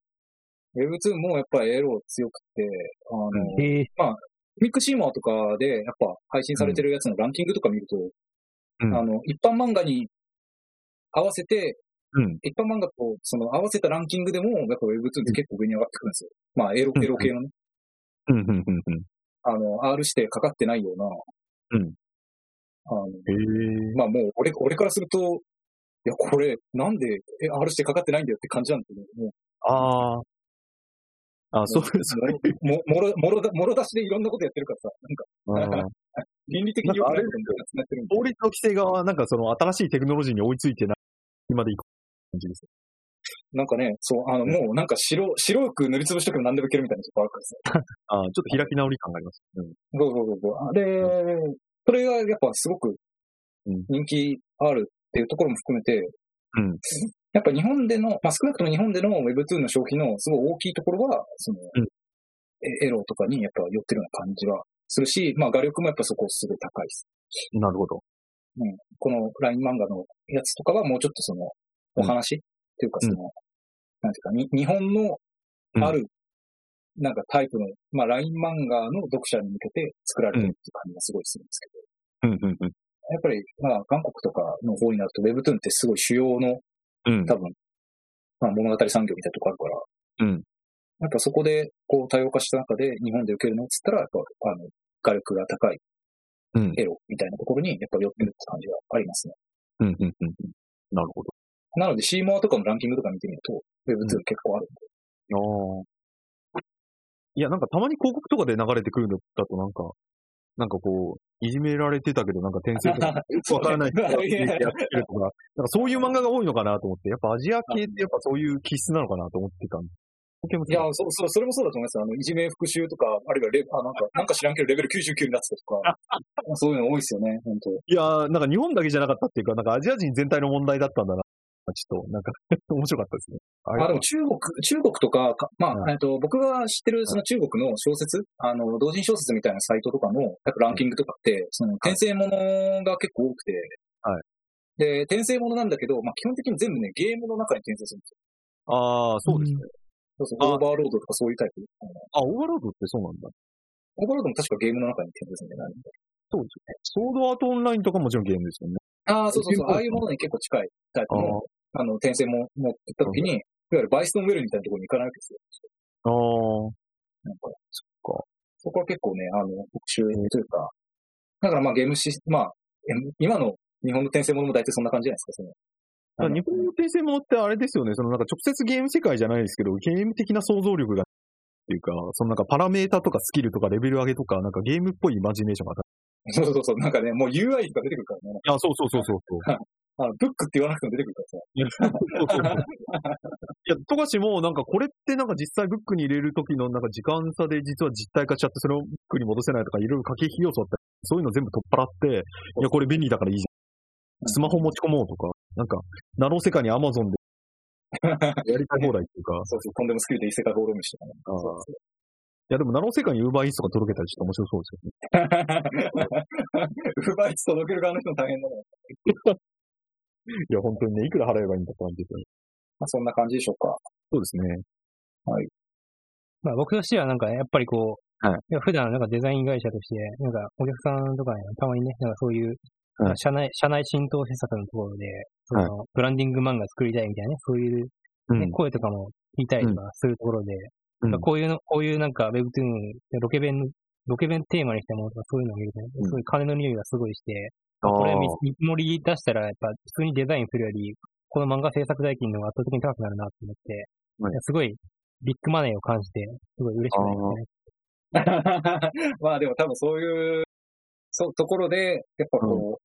S2: Webtoon もやっぱりエロ強くて、あの、
S3: うん
S1: えー、
S2: ミクシーマーとかでやっぱ配信されてるやつのランキングとか見ると、
S3: うん
S2: あの、一般漫画に合わせて、
S3: うん。
S2: 一般漫画とその合わせたランキングでも、やっぱ Webtoon って結構上に上がってくるんですよ。まあ、エロ
S3: う、ん
S2: エロ系のね、
S3: うん、うん、うん、うん。
S2: あの、R してかかってないような、
S3: うん
S2: あの、
S3: へえ。
S2: まあもう、俺、俺からすると、いや、これ、なんで、え、R してかかってないんだよって感じなんだけど、もう、
S3: ああ。あ、そうですね。
S2: もももろ、もろだ、もろ出しでいろんなことやってるからさ、なんか、
S3: うん
S2: 倫理的に良くないことになってるんで
S3: 法律の規制側は、なんかその新しいテクノロジーに追いついてない、今でいく感じです。
S2: なんかね、そう、あの、もうなんか白、白く塗りつぶしとけば何でもいけるみたいなとこあるからさ。
S3: ああ、ちょっと開き直り感があります。うん。
S2: そうそうそうそう。で、それがやっぱすごく
S3: うん
S2: 人気あるっていうところも含めて、
S3: うん
S2: やっぱ日本での、まあ、少なくとも日本での Webtoon の消費のすごい大きいところは、その、
S3: うん
S2: えエロとかにやっぱ寄ってるような感じはするし、まあ画力もやっぱそこすごい高いです。
S3: なるほど。
S2: この LINE 漫画のやつとかはもうちょっとその、お話、っていうかその、なんていうかに、日本のある、なんかタイプの、まあ LINE 漫画の読者に向けて作られてるっていう感じがすごいするんですけど、
S3: うん、うん、うん。
S2: やっぱり、まあ韓国とかの方になると Webtoon ってすごい主要の、
S3: うん
S2: 多分、まあ物語産業みたいなとこあるから、
S3: うん
S2: やっぱそこで、こう多様化した中で日本で受けるのっつったら、やっぱ、あの、画力が高い
S3: うん、
S2: エロみたいなところに、やっぱ寄ってるって感じがありますね。
S3: うん、うん、うん。なるほど。
S2: なので、シーモアとかのランキングとか見てみると、Webtoon 結構あ る。
S3: ああ。いや、なんかたまに広告とかで流れてくるんだと、なんか、なんかこう、いじめられてたけど、なんか点数とか、わからない人がやってるとか、なんかそういう漫画が多いのかなと思って、やっぱアジア系ってやっぱそういう気質なのかなと思ってたんです。
S2: いや、そ、そ、それもそうだと思いますよ。あの、いじめ復讐とか、あるいはレ、あ、なんか、なんか知らんけどレベル99になってたとか、 そういうの多いですよね、本当
S3: いやー、なんか日本だけじゃなかったっていうか、なんかアジア人全体の問題だったんだな。ちょっと、なんか、面白かったですね。あ
S2: まあでも中国、中国とか、かま
S3: は
S2: あ、えっと、僕が知ってるその中国の小説、あの、同人小説みたいなサイトとかの、やっぱランキングとかって、その、転生ものが結構多くて、
S3: はい。
S2: で、転生ものなんだけど、まあ基本的に全部ね、ゲームの中に転生するんですよ。
S3: あー、そうですね。
S2: そうそう、
S3: あ
S2: オーバーロードとかそういうタイプ。あの
S3: あ、オーバーロードってそうなんだ。
S2: オーバーロードも確かゲームの中に転生するんじゃない
S3: そうですね。ソードアートオンラインとかもちろんゲームですよね。
S2: ああ、そうそうそう。ああいうものに結構近いタイプの、あの、転生も持ってった時に、いわゆるバイストンウェルみたいなところに行かないわけですよ。
S3: あー。
S2: なんか、そ
S3: っか。
S2: そこは結構ね、あの、特集というか、だからまあゲームシス、まあ、え今の日本の転生ものも大体そんな感じじゃないですか、その。
S3: だから日本の転生ものってあれですよね、そのなんか直接ゲーム世界じゃないですけど、ゲーム的な想像力が、っていうか、そのなんかパラメータとかスキルとかレベル上げとか、なんかゲームっぽいイマジネーションがあっ
S2: そうそうそう、なんかね、もう UI とか出てくるからね。
S3: た。あ、そうそうそうそうそう。
S2: あのブックって言わなくても出てくるからさ。
S3: いや、そうそうそういや、富樫もなんかこれってなんか実際ブックに入れる時のなんか時間差で実は実体化しちゃって、それをブックに戻せないとかいろいろ駆け引き要素あったり、そういうの全部取っ払って、いや、これ便利だからいいじゃん。スマホ持ち込もうとか、なんか、ナロー世界にアマゾ ンでやりたい放題っていうか、い
S2: そうそう、とんでもスキルで異世界放浪飯とかね。
S3: あー や、でもナロー世界にウーバーイーツとか届けたりして面白そうですよね。
S2: ウーバーイーツ届ける側の人も大変だね。
S3: いや、本当にね、いくら払えばいいんだって感じですよね。
S2: まあそんな感じでしょうか。
S3: そうですね。
S1: まあ僕としてはなんかやっぱりこう、
S3: はい
S1: や普段なんかデザイン会社として、なんかお客さんとかにはたまにね、なんかそういう、
S3: はい
S1: 社内、社内浸透施策のところで、その、ブランディング漫画作りたいみたいなね、そういう、
S3: う
S1: ね
S3: ん。
S1: 声とかも聞いたりとかするところで、
S3: うん
S1: まあこういうの、こういうなんか Webtoon、ロケ弁の、ロケ弁テーマにしたものとかそういうのを見ると、ね
S3: うん
S1: そういう金の匂いがすごいして、
S3: あー
S1: これ見見積もり出したら、やっぱ普通にデザインするより、この漫画制作代金の方が圧倒的に高くなるなと思って、
S3: はい
S1: すごいビッグマネーを感じて、すごい嬉しくなりますね。
S2: まあでも多分そういう、そう、ところで、やっぱこう、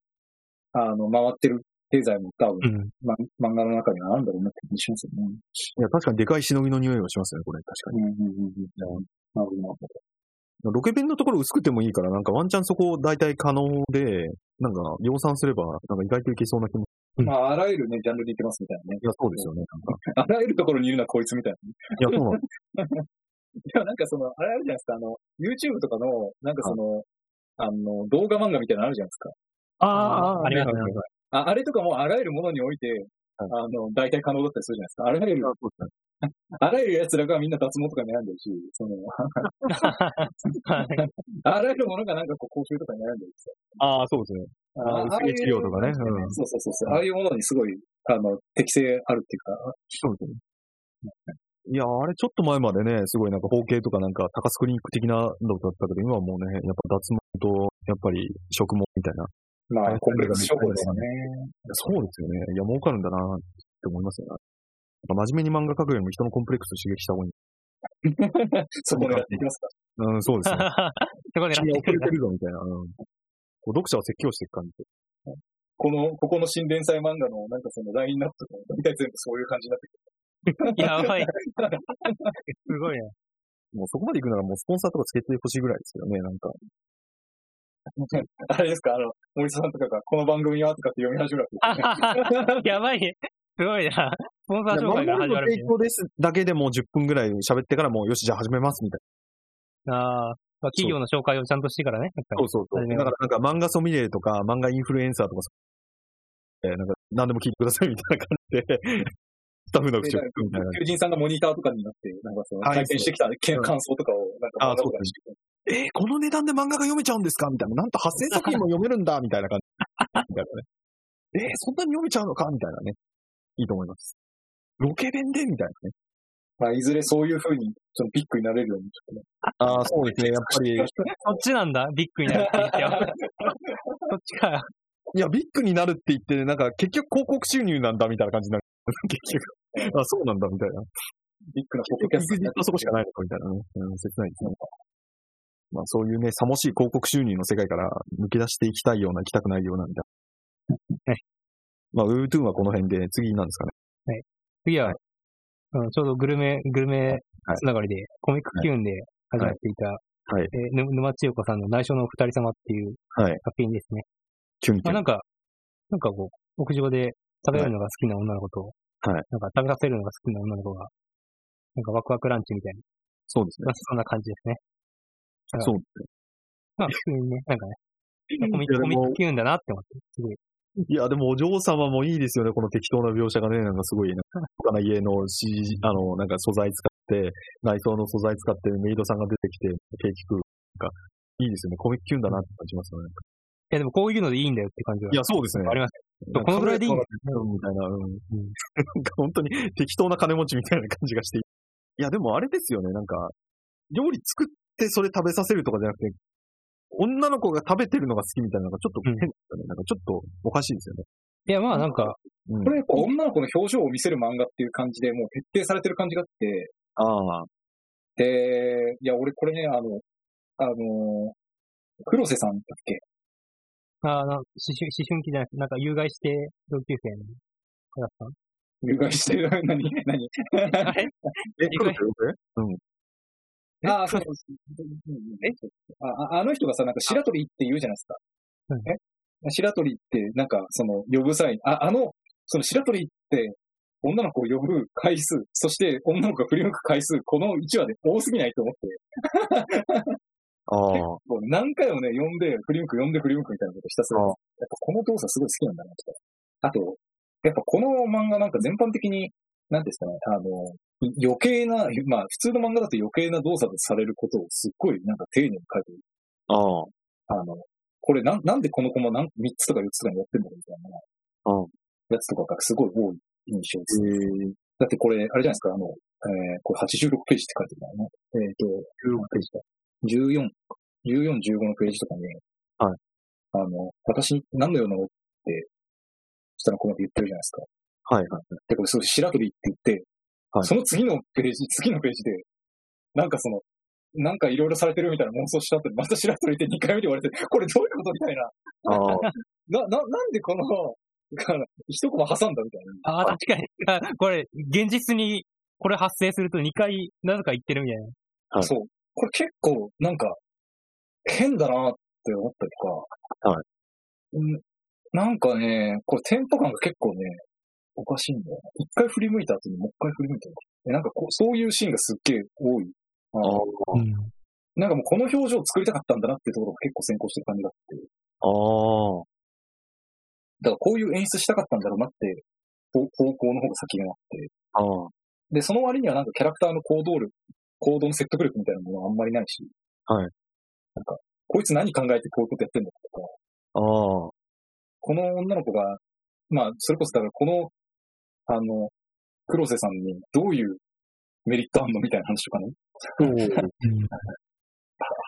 S2: あの、回ってる経済も多分、
S1: うん。
S2: ま、漫画の中にはあるんだろうなって気がしますよね。
S3: いや、確かにでかい忍びの匂いがしますね、これ。確か
S2: う
S3: に。
S2: んうんうんうん。なるほど、なるほど。
S3: ロケ弁のところ薄くてもいいから、なんかワンチャンそこ大体可能で、なんか量産すれば、なんか意外といけそうな気も。
S1: うん
S2: まあ、あらゆるね、ジャンルでいけますみたいなね
S3: い。や、そうですよね。なんか。
S2: あらゆるところにいるのはこいつみたいなね。
S3: いや、そうなんです。
S2: でもなん かその、あれあるじゃないですか、あの、YouTube とかの、なんかその、あの、動画漫画みたいなのあるじゃないですか。
S3: あ
S1: あーありますね
S2: ああれとかもあらゆるものにおいて、
S3: はい
S2: あの、大体可能だったりするじゃないですか。あらゆる、あらゆる奴らがみんな脱毛とかに悩んでるし、その、
S1: はい
S2: あらゆるものがなんかこう、口臭とかに悩んでるんですよ。
S3: あー、そうですね。あー
S2: ああいう
S3: 薄毛治療とかねうん
S2: そうそうそうそう。ああいうものにすごい、あの、適性あるっていうか、
S3: そうですね。いや、あれちょっと前までね、すごいなんか包茎とかなんか高須クリニック的なのだったけど、今はもうね、やっぱ脱毛と、やっぱり食毛みたいな。い
S2: ま
S3: は
S2: あ、
S3: い
S2: コンプレックス処方ですよね。
S3: やそうですよね。いや、儲かるんだなって思いますよね。やっぱ真面目に漫画描くよりも人のコンプレックスを刺激した方がいい。
S2: そこ狙っていきますか。
S3: うん、そうですね。
S1: そこで
S3: 君は遅れてるぞみたいな。うんこう読者を説教していく感じ。
S2: この、ここの新連載漫画のなんかそのラインナップとかも、大体全部そういう感じになって
S1: やばい。 す ごいな。
S3: もうそこまで行くならもうスポンサーとかつけてほしいぐらいですよね、なんか。
S2: くる。あれですか、あの、森下さんとかが、この番組はとかって読み始めたって言って。
S1: やばい。すごいな。スポンサー紹介が
S3: 漫
S1: 始ま
S3: 画の
S1: るみ
S3: 提供ですだけでもう10分ぐらい喋ってからもうよし、じゃあ始めますみたい
S1: たいな。あーまあ企業の紹介をちゃんとしてからね。やっぱ
S3: な。
S1: り
S3: そうそう
S1: 始
S3: だ
S1: め
S3: か
S1: ます
S3: らなんか漫画ソミレーとか漫画インフルエンサーとかそう、えーなんか何でも聞いてくださいみたいな感じで、 スタッフの口を聞くみたいな。
S2: 友人さんがモニターとかになって、なんかその、
S3: はい
S2: 体験してきた
S3: うん
S2: 感想とかを、なんか漫画とかにしてくる
S3: えーこの値段で漫画が読めちゃうんですかみたいな。なんと8000作品も読めるんだみたいな感じ。みたいな ね。えーそんなに読めちゃうのかみたいなね。いいと思います。ロケ弁でみたいなね。
S2: まあ、いずれそういう風に、そのビッグになれるように、ちょっとね
S3: ああ、そうですね。やっぱり、
S1: そっちなんだ。ビッグになるって言ってよ。そっちか。
S3: いや、ビッグになるって言って、なんか結局広告収入なんだみたいな感じになる。 結局、あ、そうなんだみたいな。
S2: ビッグなポッドキャ
S3: 結
S2: ストに
S3: 局ず
S2: な
S3: っ
S2: って
S3: とそこしかないのかみたいなね。うん、切ないですね。まあそういうね、さもしい広告収入の世界から抜け出していきたいような、行きたくないような、みた
S1: は
S3: いな。
S1: い。
S3: まあ、ウートゥーンはこの辺で、次なんですかね。
S1: 次は、
S3: はい
S1: あのちょうどグルメ、グルメつながりで、コミックキューンで始まっていた、
S3: いはい
S1: えーぬ沼千代子さんの内緒のお二人様っていう
S3: はい。
S1: 作品ですね。
S3: キュンキ
S1: まあ、
S3: ュン。
S1: なんか、なんかこう、屋上で食べるのが好きな女の子と、
S3: はい
S1: なんか食べさせるのが好きな女の子が、なんかワクワクランチみたいな、
S3: そうです
S1: ま
S3: ね
S1: あ。そんな感じですね。はい
S3: そう。
S1: まあ、普通にね、なんかね、コミ
S3: いや
S1: コ
S3: で
S1: ミ
S3: も
S1: ックキューンだなって思って、すごい。
S3: いや、でもお嬢様もいいですよね、この適当な描写がね、なんかすごい、なんか他の家の CG、あの、なんか素材使って、内装の素材使って、メイドさんが出てきて、ケーキ食う。なんか、いいですよね、コミックキュンだなって感じますよね。
S1: いや、でもこういうのでいいんだよって感じは。
S3: いや、そうですね。
S1: あります
S3: なん
S1: こ
S3: か
S1: のぐらいでいいんだ
S3: うんみたいな、うん。 なんか本当に適当な金持ちみたいな感じがして。いや、でもあれですよね、なんか、料理作ってそれ食べさせるとかじゃなくて、女の子が食べてるのが好きみたいなのがちょっと変ですよね。なんかちょっとおかしいですよね。
S1: いや、まあなんか、
S3: うん
S2: これやっぱ女の子の表情を見せる漫画っていう感じで、もう徹底されてる感じがあって、
S3: ああ、
S2: で、いや、俺これね、あの、あの、黒瀬さんだっけ
S1: あーな思春思春期じゃなくて、なんか有害して同級生のクラスさん。
S2: 誘拐してる、何何
S1: あれ
S3: え、
S1: 意
S3: 黒
S1: 外
S3: 田よねうん。
S1: え
S2: ああ、そうそうそう。えあああの人がさ、なんか白鳥って言うじゃないですか。
S1: うん
S2: え白鳥って、なんか、その、呼ぶ際、あ、あの、その白鳥って、女の子を呼ぶ回数、そして女の子が振り向く回数、この1話で多すぎないと思って、
S3: ああ、
S2: もう何回もね、呼んで、振り向く、呼んで、振り向くみたいなことひたすら。
S3: あ
S2: や
S3: あ
S2: っぱこの動作すごい好きなんだな、とか。あと、やっぱこの漫画なんか全般的に、なんていうんですかね、あの、余計な、まあ普通の漫画だと余計な動作とされることをすっごいなんか丁寧に書いてる
S3: ああ。
S2: あの、これなん、なんでこのコマなん3つとか4つとかにやってんだろうみたいな、
S3: うん
S2: やつとかがすごい多い印象です。
S3: え
S2: だってこれ、あれじゃないですか、あの、えーこれ86ページって書いてるからね。えっ、と、16ページだ。14、14、15のページとかに、
S3: はい。
S2: あの、私、何のようなのって、下のコマで言ってるじゃないですか。
S3: はいはい。
S2: で、これ、そう、白鳥って言って、
S3: はい
S2: その次のページ、次のページで、なんかその、なんかいろいろされてるみたいな妄想した後に、また白鳥って2回目で言われて、これどういうことみたいな。
S3: ああ、
S2: な、な、なんでこの、から一コマ挟んだみたいな。
S1: ああ、確かに。あこれ、現実にこれ発生すると2回、なぜか言ってるみたいな。
S3: はい
S2: そう。これ結構、なんか、変だなって思ったりとか。。
S3: はい
S2: んなんかね、これテンポ感が結構ね、おかしいんだよな。一回振り向いた後にもう一回振り向いたりとかえなんかこう、そういうシーンがすっげえ多い。あ
S3: ああ
S2: の、なんかもうこの表情を作りたかったんだなっていうところが結構先行してる感じがあって。
S3: あ
S2: だか
S3: あ、
S2: らこういう演出したかったんだろうなって、方方向の方が先にあって。
S3: ああ、
S2: で、その割にはなんかキャラクターの行動力、行動の説得力みたいなものはあんまりないし。
S3: はい。
S2: なんか、こいつ何考えてこういうことやってんだとか、
S3: あ あ、
S2: この女の子が、まあ、それこそだからこの、あの、黒瀬さんにどういうメリットあんのみたいな話とかね。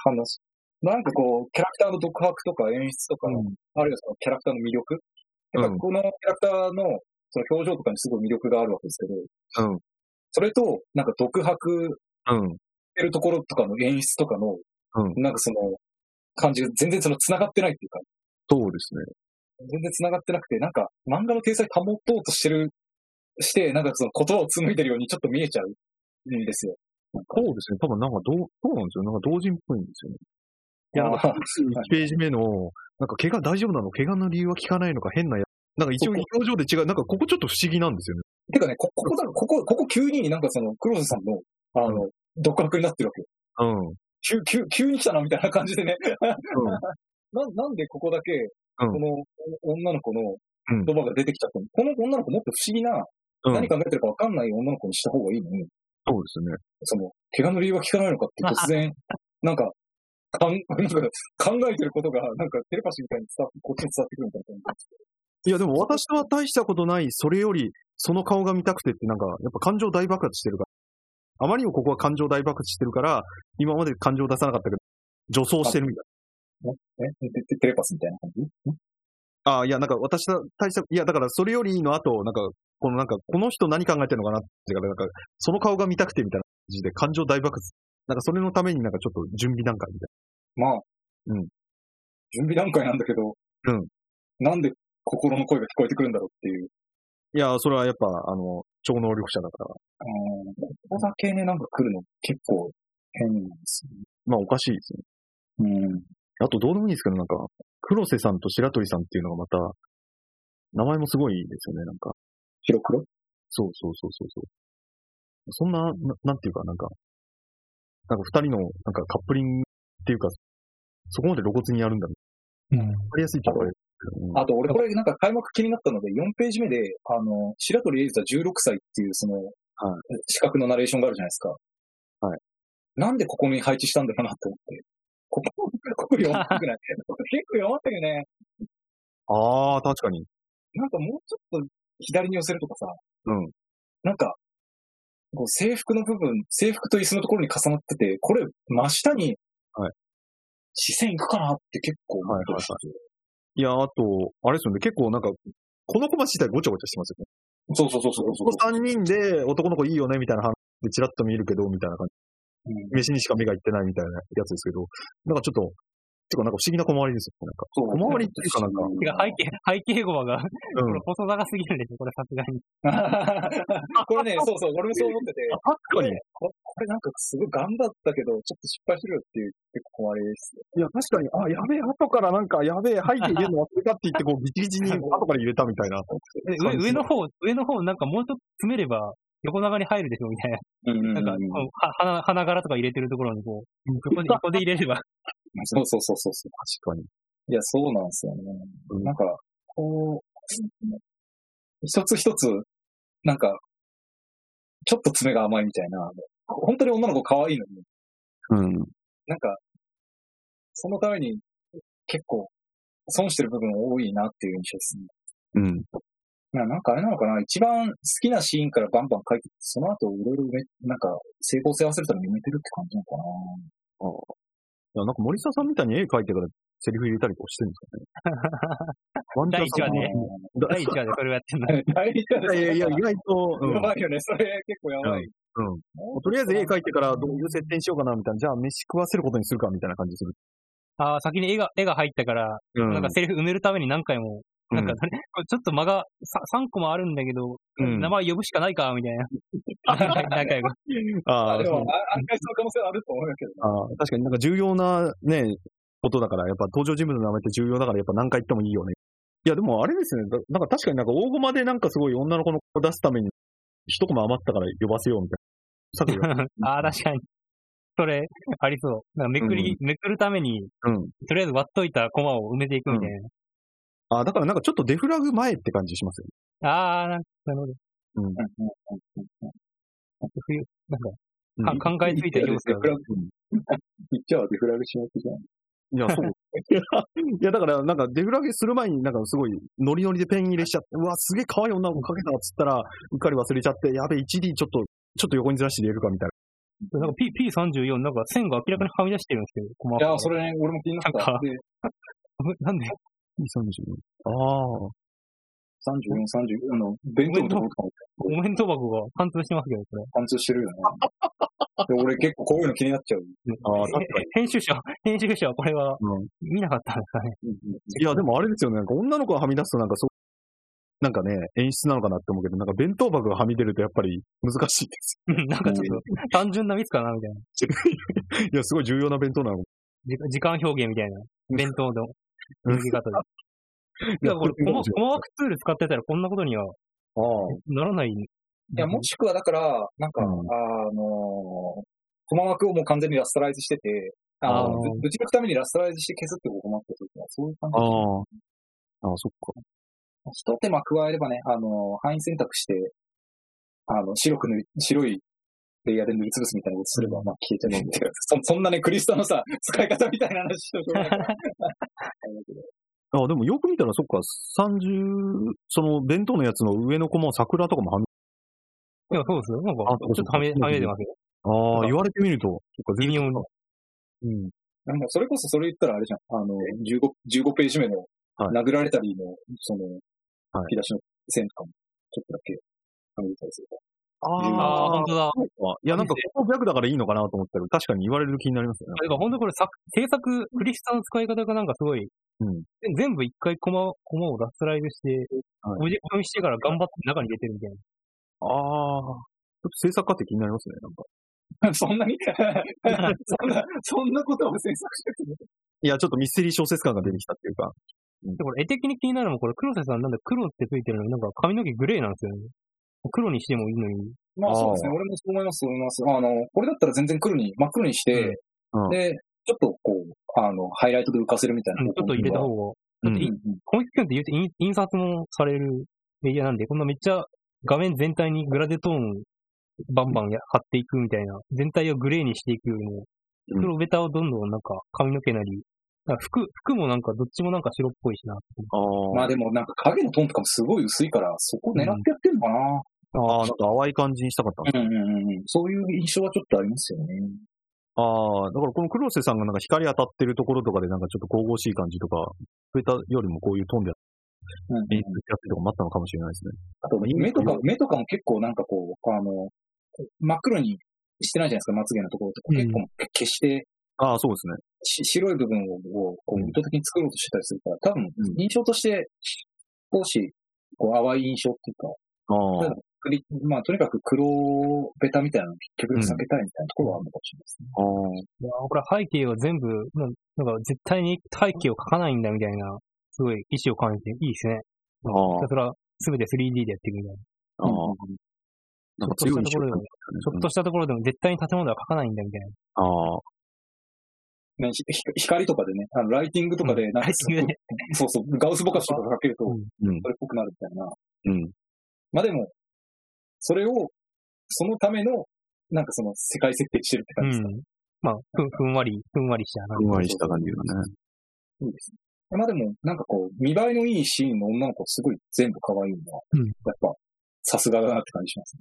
S2: 話。なんかこう、キャラクターの独白とか演出とか、
S3: うん
S2: あるいはそのキャラクターの魅力。やっぱ
S3: うん
S2: このキャラクターのその表情とかにすごい魅力があるわけですけど、
S3: うん
S2: それと、なんか独白
S3: うん、
S2: ってるところとかの演出とかの、
S3: う
S2: なんかその、感じが全然その繋がってないっていうか、
S3: そうですね。
S2: 全然繋がってなくて、なんか漫画の体裁保とうとしてる、して、なんかその言葉を紡いでるようにちょっと見えちゃうんですよ。
S3: そうですね。多分なんかどう、そうなんですよ。なんか同人っぽいんですよね。
S2: い
S3: いや、なんか
S2: あ
S3: 1ページ目の、なんか怪我大丈夫なの怪我の理由は聞かないのか変なやなんか一応表情で違う。なんかここちょっと不思議なんですよね。
S2: てかね、こここだ、ここ、ここ急になんかその、黒瀬さんの、あの、独白になってるわけよ。
S3: うん。
S2: 急、急、急に来たなみたいな感じでね。
S3: うん
S2: な、なんでここだけ、
S3: うん
S2: この女の子の
S3: うん
S2: 言葉が出てきちゃったの、この女の子もっと不思議な、
S3: うん。
S2: 何考えてるかわかんない女の子にした方がいいのに、
S3: そうですね。
S2: その、怪我の理由は聞かないのかって突 然、なんか、かん、 なんか考えてることが、なんかテレパシーみたいに伝わって、こっちに伝わってくるみたいな感じ。
S3: いや、でも私は大したことない、それより、その顔が見たくてって、なんか、やっぱ感情大爆発してるから。あまりにもここは感情大爆発してるから、今まで感情出さなかったけど、女装してるみたい
S2: えテテレパスみたいな感じ
S3: な。ああ、いや、なんか私は大した、いや、だからそれよりの後、なんか、このなんか、この人何考えてるのかなってから、なんか、その顔が見たくてみたいな感じで、感情大爆発。なんかそれのためになんかちょっと準備段階みたい
S2: まあ、
S3: うん
S2: 準備段階なんだけど、
S3: うん
S2: なんで心の声が聞こえてくるんだろうっていう。
S3: いや、それはやっぱ、あの、超能力者だから。
S2: うんここだけね、なんか来るの結構変なんですよね。
S3: まあ、おかしいですね。
S2: うん。
S3: あと、どうでもいいですけど、なんか、黒瀬さんと白鳥さんっていうのがまた、名前もすごいですよね、なんか。
S2: 白黒
S3: そうそうそうそうそう。そんな、ななんていうか、なんか、なんか二人の、なんかカップリングっていうか、そこまで露骨にやるんだね。
S1: うん。
S3: わかりやすいとこあれですけど。うん
S2: あと、俺これなんか開幕気になったので、4ページ目で、あの、白鳥エイズは16歳っていう、その、資格のナレーションがあるじゃないですか。
S3: はい。
S2: なんでここに配置したんだろうなと思って。ここ、ここ読まなくない 結構読まったよね。
S3: あー、確かに。
S2: なんかもうちょっと左に寄せるとかさ、
S3: うん。
S2: なんか、こう制服の部分、制服と椅子のところに重なってて、これ真下に、
S3: はい
S2: 視線行くかなって結構思ってました。
S3: いや、あと、あれですよね、結構なんか、このコマ自体ごちゃごちゃしてますよね。
S2: そうそうそうそう
S3: この三人で男の子いいよね、みたいな話でチラッと見るけど、みたいな感じ。
S2: うん
S3: 飯にしか目がいってないみたいなやつですけど、なんかちょっと、てかなんか不思議な小回りですよ、なんか。
S2: そう
S3: 小回りっていうかなんか
S1: てか、背景、背景語が、 こ
S3: うん
S1: れ。細長すぎるでしょ、これさすがに。
S2: これね、そうそう、俺もそう思ってて。
S3: 確かに。い
S2: ここれなんかすごい頑張ったけど、ちょっと失敗するよっていう、結構あれですね。
S3: や、確かに、あ、やべえ、後からなんか、やべえ、背景入れるの忘れたって言って、こう、ギチギチに 後から入れたみたいな。
S1: え
S3: そうです
S1: 上
S3: ね
S1: 上の方、上の方なんかもうちょっと詰めれば、横長に入るでしょ、みたいな。
S2: うん
S1: なんか、こうは花花柄とか入れてるところにこう、横で横で入れれば。
S2: そうそうそうそうそう。
S3: 確かに。
S2: いや、そうなんですよね。
S3: うん
S2: なんか、こう、一つ一つ、なんか、ちょっと爪が甘いみたいな、本当に女の子可愛いのに、
S3: うん。
S2: なんか、そのために結構損してる部分多いなっていう印象ですね。
S3: うん。
S2: ななんかあれなのかな一番好きなシーンからバンバン書いて、その後いろいろ埋め、なんか成功性合わせるために埋めてるって感じなのかな
S3: ああ。いや、なんか森沢さんみたいに絵描いてからセリフ入れたりとかしてるんです かね。ワンチャンスかな
S1: 第一話ね。第1話でそれをやってんだ。
S2: 大丈夫
S3: いやいや、意外と、うん
S2: やばいよね。それ結構やばい。
S3: うんとりあえず絵描いてからどういう設定にしようかな、みたいな。じゃあ、飯食わせることにするか、みたいな感じする。
S1: ああ、先に絵が、絵が入ったから、
S3: うん
S1: なんかセリフ埋めるために何回も、なんか、
S3: う
S1: これちょっと間が3個もあるんだけど、
S3: うん
S1: 名前呼ぶしかないか、み たいな。仲良く。
S3: あ
S2: あ
S3: あ
S2: でも、あ案外その
S3: そう
S2: 可能性はあると思うけどね。
S3: ああ、確かになんか重要なね、ことだから、やっぱ登場人物の名前って重要だから、やっぱ何回言ってもいいよね。いや、でもあれですね。だなんか確かになんか大駒でなんかすごい女の子の子を出すために、一コマ余ったから呼ばせようみたいな。作業
S1: ああ、確かに。それ、ありそう。なんかめくり、めくるために、
S3: うん。
S1: とりあえず割っといたコマを埋めていくみたいな。
S3: ああ、だからなんかちょっとデフラグ前って感じしますよね。
S1: ああ、なんかなるほど。
S2: うんうんうんうん
S1: 冬、なんか、
S3: うん
S1: か考えついた様子 が
S2: デフラグ。言っちゃうデフラグしますじゃん。
S3: い や、そう。いや、だから、なんか、デフラゲする前に、なんか、すごい、ノリノリでペン入れしちゃって、うわ、すげえ可愛い女の子かけたっつったら、うっかり忘れちゃって、やべえ、1D ちょっと、ちょっと横にずらして入れるかみたい
S1: なんか P、P34、なんか線が明らかにはみ出してるんですけど、コマ
S2: いや、それね、俺も気になっ
S1: なん
S2: た
S1: か。
S2: で、
S1: な。なんで
S3: な。ああ。
S2: 34、34、あの、弁当のところとかも
S1: お弁当箱が貫通してますけど、これ。
S2: 貫通してるよね。で俺結構こういうの気になっちゃう。
S3: ああ、確かに。
S1: 編集者、編集者はこれは
S3: うん
S1: 見なかったんですかね。
S3: いや、でもあれですよね、なんか、女の子がはみ出すと、なんか、そう、なんかね、演出なのかなって思うけど、なんか、弁当箱がはみ出ると、やっぱり、難しいです
S1: うん なんかちょっと単純なミスかな、みたいな。
S3: よ。いや、すごい重要な弁当なの。
S1: 時時間表現みたいな。弁当の
S3: うん
S1: 握り方で。いや、これ、コマコマワークツール使ってたらこんなことには
S3: ああ。
S1: ならない。
S2: いや、もしくはだから、なんか、
S3: うん
S2: あのー、コマ枠をもう完全にラストライズしてて、あ
S1: あ
S2: の、
S1: ー
S2: ぶぶち抜くためにラストライズして消すってこともあったというか、そういう感
S3: あ
S2: じ。
S3: あ。ああ、そっか。
S2: ひと手間加えればね、あのー、範囲選択して、あの、白く塗り、白いレイヤーで塗りつぶすみたいなことすれば、まあ消えちゃうんだけど、 そそんなね、クリスタのさ、使い方みたいな話しとしょうがないからあれだけど
S3: あ、でもよく見たら、そっか、30、その弁当のやつの上の子も桜とかもはみ、
S1: いや、そうですよ。なんか、ち
S3: あ
S1: ょっ
S3: そうそう
S1: とはみはみ出てますよ。
S3: あ
S1: そう
S3: あ、
S1: だ
S3: 言われてみると、そっか、
S1: 微
S3: 全然
S1: 妙に。
S3: うん。
S2: で もそれこそそれ言ったらあれじゃん。あの、15、15ページ目の、
S3: は
S2: 殴られたりの、その、
S3: はい
S2: 引き出しの線とかも、ちょっとだけ、あげたりする
S3: あ
S1: ああ、本当だ。
S3: いや、なんか、ここ逆だからいいのかなと思ったけど、確かに言われる気になりますよね。
S1: だから本当これ作、制作、クリスタの使い方がなんかすごい、
S3: うん。
S1: 全部一回コマを、コマをラストライドして、
S3: はい
S1: オジェクトにしてから頑張って中に入れてるみたいな。
S3: ああ、ちょっと制作家って気になりますね、なんか。
S2: そんなにそんな、そんなことを制作してる
S3: いや、ちょっとミステリー小説感が出てきたっていうか。
S1: で、これ絵的に気になるのも、これ黒瀬さんなんだ黒ってついてるのになんか髪の毛グレーなんですよね。黒にしてもいいのに。
S2: ま
S3: あ
S2: あ
S3: ー
S2: そうですね。俺もそう思います、そう思います。あの、これだったら全然黒に、真っ黒にして、
S3: うんうん
S2: で、ちょっとこう、あの、ハイライトで浮かせるみたいな。
S1: うんちょっと入れた方が。
S3: う
S2: うん
S3: ん。
S2: うん
S1: コミックキュンって言うて印印刷もされるメディアなんで、こんなめっちゃ画面全体にグラデトーンバンバンや貼っていくみたいな、全体をグレーにしていくよりも、
S3: うん
S1: 黒ベタをどんどんなんか髪の毛なり、なんか服、服もなんかどっちもなんか白っぽいしな。
S3: ああ、
S2: まあでもなんか影のトーンとかもすごい薄いから、そこ狙ってやってるのかな。
S3: ああ、なんか淡い感じにしたかった
S2: う
S3: んです
S2: んうんうんうん。そういう印象はちょっとありますよね。
S3: ああ、だからこの黒瀬さんがなんか光当たってるところとかでなんかちょっと神々しい感じとか、そういったよりもこういうトーンで
S2: うんうん
S3: 演出やってるとかもあったのかもしれないですね。
S2: あと、目とか、目とかも結構なんかこう、あの、真っ黒にしてないじゃないですか、まつげのところとか。
S1: うん
S2: 結構消して、
S3: ああ、そうで
S2: し
S3: すね。
S2: 白い部分をこう
S3: うん
S2: 意図的に作ろうとしてたりするから、多分
S3: う、ん
S2: 印象として、少し、こう、淡い印象っていうか、そ
S3: あ
S2: うだ、
S3: あ
S2: クリまあ、とにかく黒ベタみたいなのを極力避けたいみたいなところはあるのかもしれないで
S1: い
S2: すね。
S3: ああ、
S1: やーこれ背景を全部、なんなんか絶対に背景を描かないんだみたいな、すごい意志を感じていいですね。
S3: ああ
S1: ひたすら全て 3D でやっていくみたいな。
S3: あ
S2: う
S3: あ
S2: ん。
S3: なんか強い印
S1: ち
S3: 象
S1: ょっとしたところでもちょっとしたところでも絶対に建物は描かないんだみたいな。
S3: ああ、
S2: ねひひ光とかでね、あのライティングとかで、なんか
S1: ライティングで
S2: そうそう、ガウスボカシとかかけると、
S1: うん
S3: うん
S2: それっぽくなるみたいな。
S3: うん。
S2: まあでも、それを、そのための、なんかその世界設定してるって感じですか、
S1: うん。まあ、ふんふんわり、ふんわりしたな
S3: ふんわりした感じがね。
S2: いいですね。まあでも、なんかこう、見栄えのいいシーンの女の子すごい全部可愛いのは、
S1: うん
S2: やっぱ、さすがだなって感じします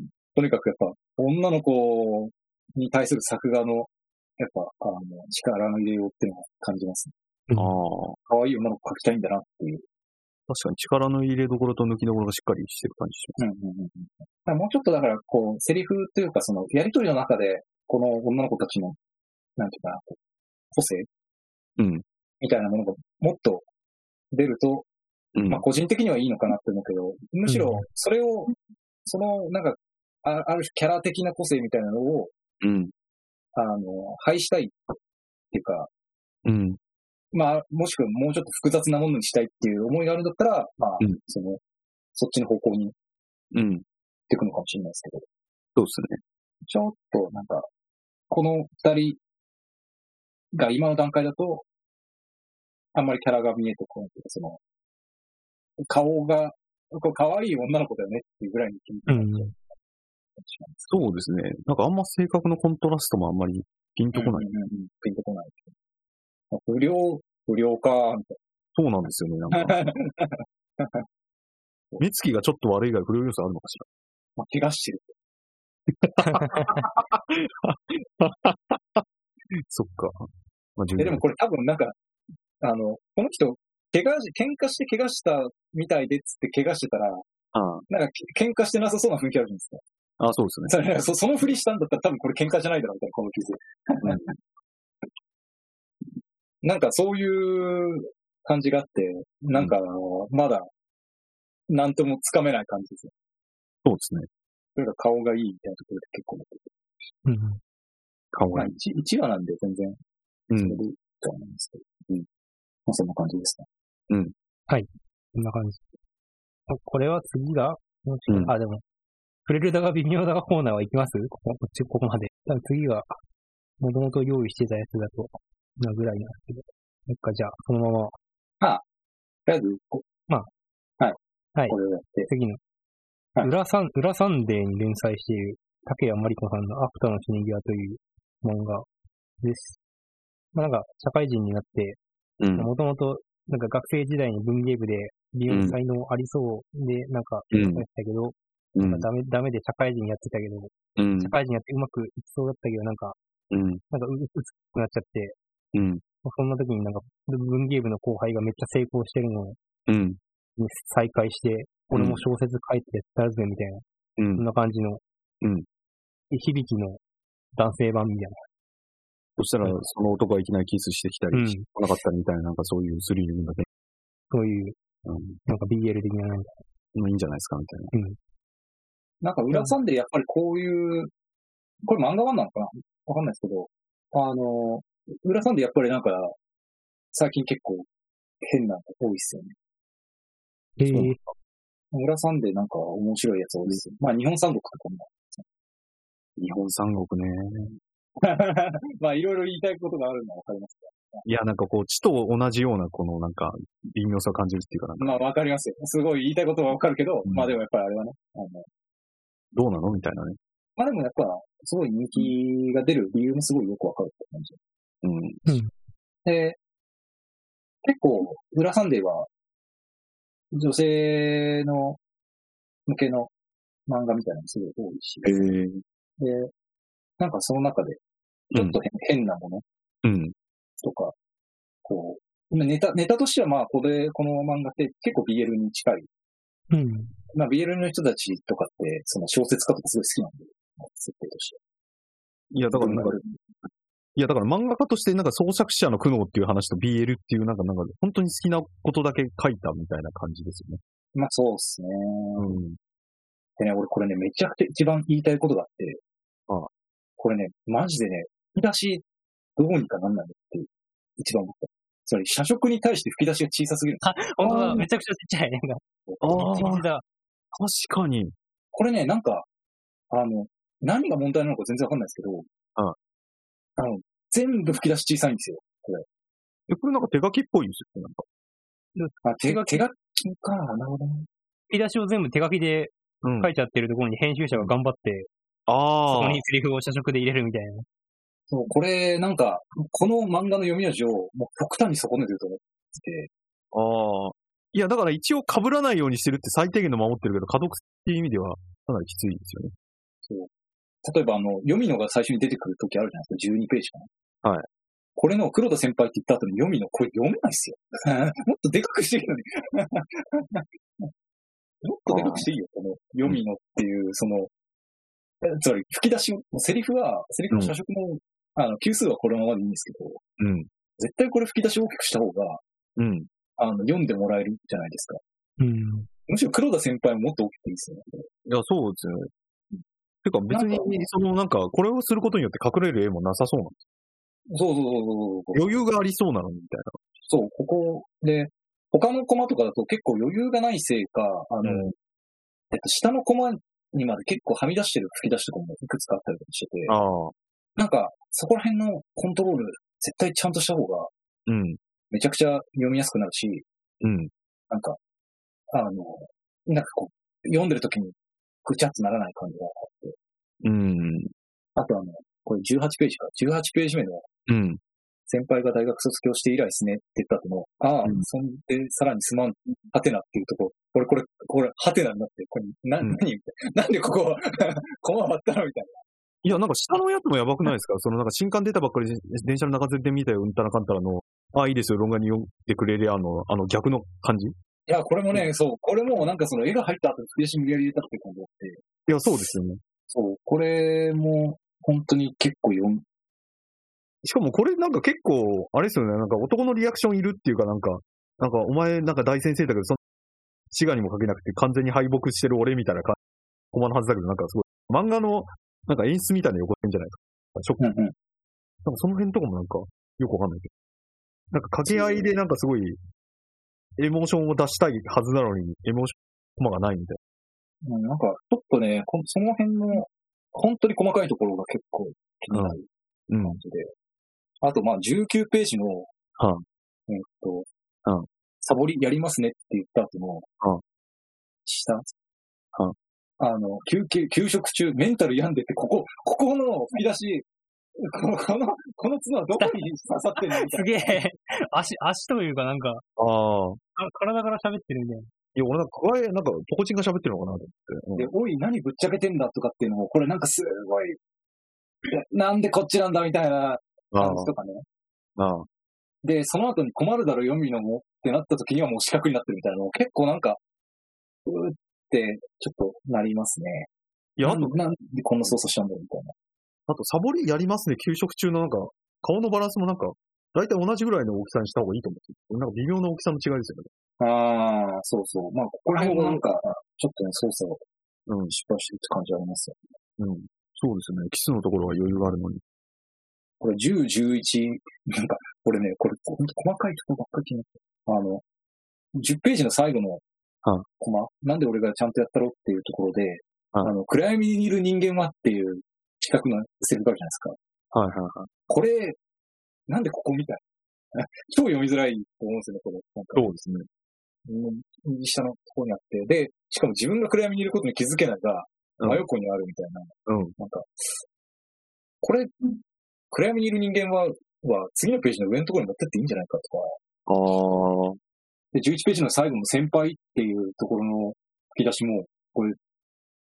S2: ね。とにかくやっぱ、女の子に対する作画の、やっぱ、あの、力の入れようっていうのを感じます
S1: う
S2: ね。
S1: ん
S3: ああ、
S2: 可愛い女の子描きたいんだなっていう。
S3: 確かに力の入れどころと抜きどころがしっかりしてる感じし
S2: うんうんうんうんだからもうちょっとだから、こう、セリフというか、その、やりとりの中で、この女の子たちの、なんていうかな、こう個性
S3: ます。うん。
S2: みたいなものがもっと出ると、
S3: うん。
S2: まあ個人的にはいいのかなって思うけど、むしろそれを、そのなんか、あある種キャラ的な個性みたいなのを、
S3: うん。
S2: あの、排したいっていうか、
S3: うん。
S2: まあ、もしくはもうちょっと複雑なものにしたいっていう思いがあるんだったら、まあ
S3: うん、
S2: その、そっちの方向に行っ
S3: うん。
S2: ていくのかもしれないですけど、
S3: そうですね。
S2: ちょっとなんか、この二人が今の段階だと、あんまりキャラが見えてこないというか、その、顔が、こう可愛い女の子だよねっていうぐらいに気に
S1: う
S2: 入っ
S1: ん。
S2: てしまう。
S3: そうですね。なんかあんま性格のコントラストもあんまりピンとこない。
S2: うんうんうんピンとこない。不良、不良か、み
S3: そうなんですよね。なんか、
S2: たいな。
S3: 目つきがちょっと悪い以外不良要素あるのかしら。
S2: まあ、怪我してる。
S3: そっか。まあ、自
S2: え、でもこれ多分なんか、あの、この人、怪我し、喧嘩して怪我したみたいでっつって怪我してたら、
S3: あ
S2: なんかけ喧嘩してなさそうな雰囲気あるじゃ
S3: あ、そうですね。
S2: ない ですか。そそのふりしたんだったら多分これ喧嘩じゃないだろうみたいな、この傷。なんかそういう感じがあって、なんかあの、まだ、なんともつかめない感じですよ。
S3: そうですね。
S2: それが顔がいいみたいなところで結構。
S1: うん。
S3: かわ
S2: まあ
S3: いい。
S2: 1、一話なんで全然。う
S3: う
S2: ん
S3: ん。
S2: うん。まあ、そんな感じですね。
S1: こんな感じ。あこれは次が、もうちょっと
S3: うん
S1: あ、でも、触れるだが微妙だがコーナーはいきますここ、こっち、ここまで。多分次が、もともと用意してたやつだと、なぐらいなんですけど。そっか、じゃあ、そのまま、
S2: とりあえず、こ
S1: ま
S2: あ、はい。
S1: はい
S2: これをやって。
S1: 次の、
S2: はい
S1: 裏サン、裏サンデーに連載している、竹谷まりこさんのアフターの死に際という漫画です。まあ、なんか、社会人になって、
S3: うん。
S1: もともと、なんか学生時代に文芸部で、利用才能ありそうで、なんか、
S3: うん
S1: やってたけど、
S3: うん
S1: まあ。ダメ、ダメで社会人やってたけど、
S3: うん
S1: 社。会人やってうまくいきそうだったけど、なんか、
S3: うん。
S1: なんかう、うつくなっちゃって、
S3: うん。
S1: まあそんな時になんか、文芸部の後輩がめっちゃ成功してるのを
S3: うん。
S1: 再会して、
S3: うん
S1: 俺も小説書いてやったらずみたいな
S3: う
S1: こん
S3: ん。
S1: な感じの、
S3: うん。
S1: 響きの男性版みたい
S3: そしたら、その男がいきなりキスしてきた
S1: な。う
S3: り、
S1: ん
S3: 来。なかったりみたいな、なんかそういうスリリングだけ、
S1: そういう、
S3: うん、
S1: なんか BL 的な何か。
S3: もういいんじゃないですか、みたいな。
S2: なんか裏サンデーやっぱりこういう、これ漫画版なのかなわかんないですけど、あの、裏サンデーやっぱりなんか、最近結構変なの多いっすよね。
S1: えー
S3: う
S2: 裏サンデーなんか面白いやつ多いっすよ。まあ日本三国とかも。
S3: 日本三国ね。
S2: まあいろいろ言いたいことがあるのはわかります
S3: いや、なんかこう、地と同じような、このなんか、微妙さを感じるっていうか、なんか、
S2: まあわかりますよ。すごい言いたいことはわかるけど、
S3: うん
S2: まあでもやっぱりあれはね、あの、
S3: どうなのみたいなね。
S2: まあでもやっぱ、すごい人気が出る理由もすごいよくわかるって感じ。
S3: うん。
S2: で、結構、裏サンデーは、女性の向けの漫画みたいなのすごい多いし、
S3: え
S2: で、なんかその中で、ちょっと変,、変なもの
S3: うん。
S2: とか、こう、まあネタ、ネタとしてはまあ、これ、この漫画って結構 BL に近い。
S1: うん。
S2: まあ BL の人たちとかって、その小説家とかすごい好きなんで、設定として。
S3: いや、だからなんか、いや、だから漫画家として、なんか創作者の苦悩っていう話と BL っていう、なんか、なんか、本当に好きなことだけ書いたみたいな感じですよね。
S2: まあそうですね。
S3: うん。
S2: でね、俺これね、めちゃくちゃ一番言いたいことがあって、
S3: ああ
S2: これね、マジでね、吹き出し、どうにかなんないのって、一番思った。それ、社食に対して吹き出しが小さすぎる。
S1: 本当
S2: あ
S1: だ、
S2: ー
S1: めちゃくちゃちっちゃい。なんか、
S3: あー
S1: ちっちゃいだ。
S3: 確かに。
S2: これね、なんか、あの、何が問題なのか全然わかんないですけど、
S3: あ
S2: あの、全部吹き出し小さいんですよ。
S3: え、これなんか手書きっぽいんですよね。なんか。
S2: あ手
S1: 手書
S2: 手
S1: き
S2: 書きか、なるほどね。
S1: 引き出しを全部手書きで
S3: うん
S1: 書いちゃってるところに編集者が頑張って、そ
S3: あ
S1: こ
S3: あ。
S1: にセリフを社食で入れるみたいな。
S2: そう、これ、なんか、この漫画の読み味を、もう極端に損ねてると思ってて、
S3: ああ。いや、だから一応被らないようにしてるって最低限の守ってるけど、家族っていう意味ではかなりきついですよね。
S2: 例えばあの、読みのが最初に出てくる時あるじゃないですか、12ページかな。
S3: はい。
S2: これの黒田先輩って言った後に読みの、これ読めないっすよ。 もっとでかくしていいのに。 もっとでかくしていいよ、この読みのっていう、その、えつまり吹き出し、セリフは、セリフの社食も、あの、級数はこのままでいいんですけど、
S3: うん。
S2: 絶対これ吹き出し大きくした方が、
S3: うん。
S2: あの、読んでもらえるじゃないですか。
S1: うん。
S2: むしろ黒田先輩ももっと大きくていいっすよね。
S3: いや、そうですよね。てか別に、そのなんか、これをすることによって隠れる絵もなさそうな
S2: そうそうそうそうそう。
S3: の。余裕がありそうなのにみたい
S2: そう、ここで、他のコマとかだと結構余裕がないせいか、あの、
S3: うん
S2: えっと、下のコマにまで結構はみ出してる吹き出しとかもいくつかあったりとかしてて、
S3: な。ああ。
S2: なんか、そこら辺のコントロール、絶対ちゃんとした方が、
S3: うん。
S2: めちゃくちゃ読みやすくなるし、
S3: うん。
S2: なんか、あの、なんかこう、読んでる時にぐちゃっとならない感じが
S3: うん。
S2: あって、あとあの、これ18ページか、18ページ目の
S3: うん。
S2: 先輩が大学卒業して以来ですねって言った後の、ああ、
S3: うん
S2: そんで、さらにすまん、ハテナっていうとこ、これ、これ、これ、ハテナになって、これ、な、
S3: うん
S2: 何みたいな。なんでこ こ、コマ割ったのみたい
S3: いや、なんか下のやつもやばくないですか そのなんか新刊出たばっかりで電車の中吊りで見たよ、うんたらかんたらの、ああ、いいですよ、論外に読んでくれりゃあの、あの逆の感じい
S2: な。いや、これもね、そう、これもなんかその絵が入った後に悔しみやり入れたっていう感じがあって、
S3: や、そうですよね。
S2: そう、これも本当に結構読む。
S3: しかもこれなんか結構、あれですよね、なんか男のリアクションいるっていうかなんか、なんかお前なんか大先生だけど、その、死がにもかけなくて完全に敗北してる俺みたいな感じ、コマのはずだけど、なんかすごい、漫画のなんか演出みたいな横線じゃないですか。ショック
S2: うんうん。
S3: なんかその辺とかもなんか、よくわかんないけど。なんか掛け合いでなんかすごい、エモーションを出したいはずなのに、エモーション、コマがないみたい
S2: うんなんか、ちょっとね、こその辺の、本当に細かいところが結構気になる
S3: な。
S2: 感じで。あと、まあ、19ページの、
S3: は
S2: えっと、
S3: うん
S2: サボりやりますねって言った後の、
S3: うん
S2: 下、
S3: うん
S2: あの、休憩、休食中、メンタル病んでて、ここ、ここの吹き出し、この、この、この角はどこに刺さって んのみたい
S1: すげえ、 足、足というかなんか、
S3: ああ。
S1: か体から喋ってるみたい
S3: いや、俺なんか、これ、なんか、ポコチンが喋ってるのかなと
S2: な。
S3: 思って。
S2: で、おい、何ぶっちゃけてんだとかっていうのも、これなんかすごい、いやなんでこっちなんだみたいな
S3: うん、
S2: 感じとかね。
S3: ああ。ああ。
S2: で、その後に困るだろ、読みのもってなった時にはもう四角になってるみたいなの結構なんか、うーって、ちょっとなりますね。
S3: いや、あと、
S2: なんでこんな操作したんだろうみたいな。
S3: あとサボりやりますね、給食中のなんか、顔のバランスもなんか、大体同じぐらいの大きさにした方がいいと思う。なんか微妙な大きさの違いですよね。
S2: ああ、そうそう。まあ、ここら辺もなんか、ちょっとね、操作を
S3: うん、
S2: 失敗してるって感じありますよね。
S3: うん。そうですね。キスのところは余裕があるのに。
S2: これ10、11、なんか、俺ね、これ、ほんと細かいとこばっかり気になってあの、10ページの最後の
S3: はい
S2: コマ、なんで俺がちゃんとやったろっていうところで、
S3: はい
S2: あの、暗闇にいる人間はっていう近くのセリフがあるじゃないですか。
S3: はいはいはい。
S2: これ、なんでここみたい 超読みづらいと思うんですよね、これ。なんか
S3: そうですね。
S2: 右下のところにあって、で、しかも自分が暗闇にいることに気づけないが、
S3: うん
S2: 真横にあるみたいな、
S3: うん。
S2: なんか、これ、暗闇にいる人間は、は次のページの上のところに持ってっていいんじゃないかとか、
S3: ああ。
S2: で、11ページの最後の先輩っていうところの吹き出しも、これ、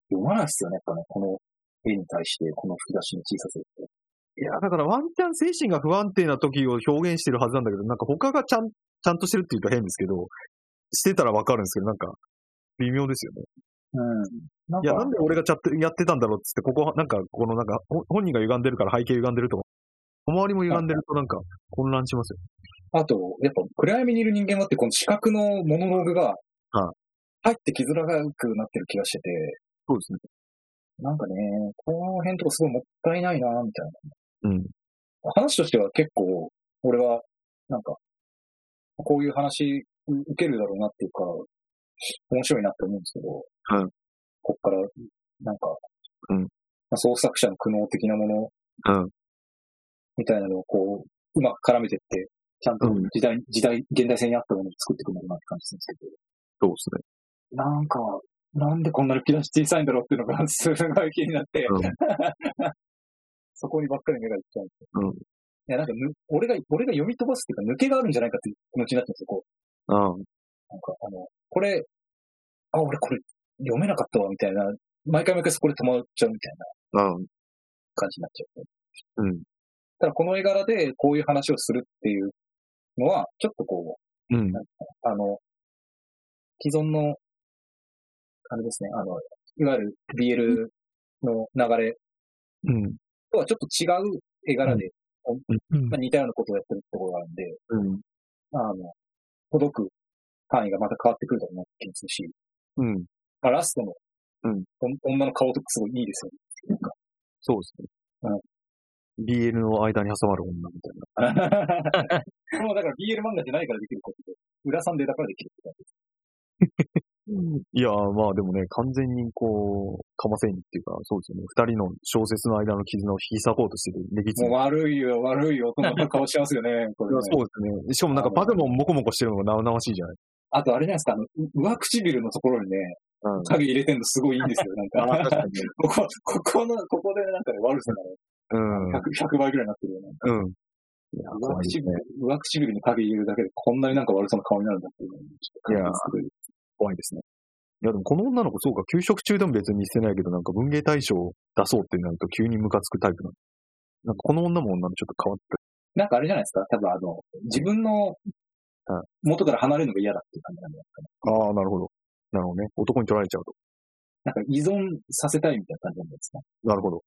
S2: 読まないっすよね、やっぱね、この絵に対して、この吹き出しの小ささって。
S3: いや、だからワンチャン精神が不安定な時を表現してるはずなんだけど、なんか他がちゃん、ちゃんとしてるって言うと変ですけど、してたらわかるんですけど、なんか、微妙ですよね。
S2: うん。なん
S3: いや、なんで俺
S2: が、
S3: がちゃってやってたんだろうっつって、ここ、なんか、このなんか、ほ本人が歪んでるから背景歪んでるとか、小回りも歪んでるとなんか、混乱しますよ。
S2: あと、やっぱ暗闇にいる人間はって、この四角のモノローグが、
S3: は
S2: 入ってきづらくなってる気がしてて、
S3: そうですね。
S2: なんかね、この辺とかすごいもったいないな、みたい
S3: うん。
S2: な。話としては結構、俺は、なんか、こういう話う受けるだろうなっていうか、面白いなって思うんですけど、
S3: はい
S2: こっから、なんか、
S3: うん
S2: まあ創作者の苦悩的なもの、
S3: うん
S2: みたいなのをこう、うまく絡めてって、ちゃんと
S3: うん
S2: 時代、時代、現代性に合ったものを作ってくるのかなって感じするんですけど。
S3: そうですね。
S2: なんか、なんでこんなにピラシ小さいんだろうっていうのがすごい気になって、
S3: うん
S2: そこにばっかり目がいっちゃうんですよ。い
S3: うん
S2: や、なんかぬ、俺が、俺が読み飛ばすっていうか、抜けがあるんじゃないかっていう気持ちになってますよ、こ
S3: ああ。
S2: う。なんか、あの、これ、あ、俺これ読めなかったわ、みたいな。毎回毎回そこで止まっちゃうみたいな
S3: ああ。
S2: 感じになっちゃう。
S3: うん。
S2: ただ、この絵柄でこういう話をするっていうのは、ちょっとこう、
S3: うん。
S2: あの、既存の、あれですね、あの、いわゆる BL の流れ
S3: うん。
S2: とはちょっと違う絵柄で、
S1: うん
S2: まあ、似たようなことをやってるところがあるんで、
S3: うん。
S2: あの、届く範囲がまた変わってくるだろうなって気もするし、
S3: うん。
S2: まあラストの、
S3: うん
S2: お女の顔とかすごいいい ですよね。なんか
S3: そうですね。BL の間に挟まる女みたいな。
S2: このだから BL 漫画じゃないからできることで、裏サンデーだからできるって感じです。
S3: いやー、まあでもね、完全にこう、かませんっていうか、そうですよね。二人の小説の間の絆を引き裂こうとしてる歴史。
S2: もう悪いよ、悪いよ、大人の顔しますよね、 これね
S3: そうですね。しかもなんかパグモンモコモコしてるのが生々しいじゃない
S2: あとあれじゃないですか、あの、う上唇のところにね、
S3: うん
S2: 影入れてんのすごいいいんですよ、なん か。ここ、ここの、ここでなんかね、悪さ
S3: うん。
S2: がね、100、100倍ぐらいになってるよね。
S3: うん。いや、
S2: 上
S3: 怖いですね
S2: 唇。、上唇に影入れるだけでこんなになんか悪そうな顔になるんだっていうのにちょっと感じです
S3: 怖いですね。いや、でもこの女の子、そうか、給食中でも別にしてないけど、なんか文芸大賞を出そうってなると急にムカつくタイプなの。なんかこの女も女もちょっと変わって
S2: なんかあれじゃないですか、多分あの、自分の
S3: うん
S2: 元から離れるのが嫌だっていう感じなんだよ。
S3: ああ、なるほど。なるほどね。男に取られちゃうと。
S2: なんか依存させたいみたいな感じなんですか。
S3: なるほど。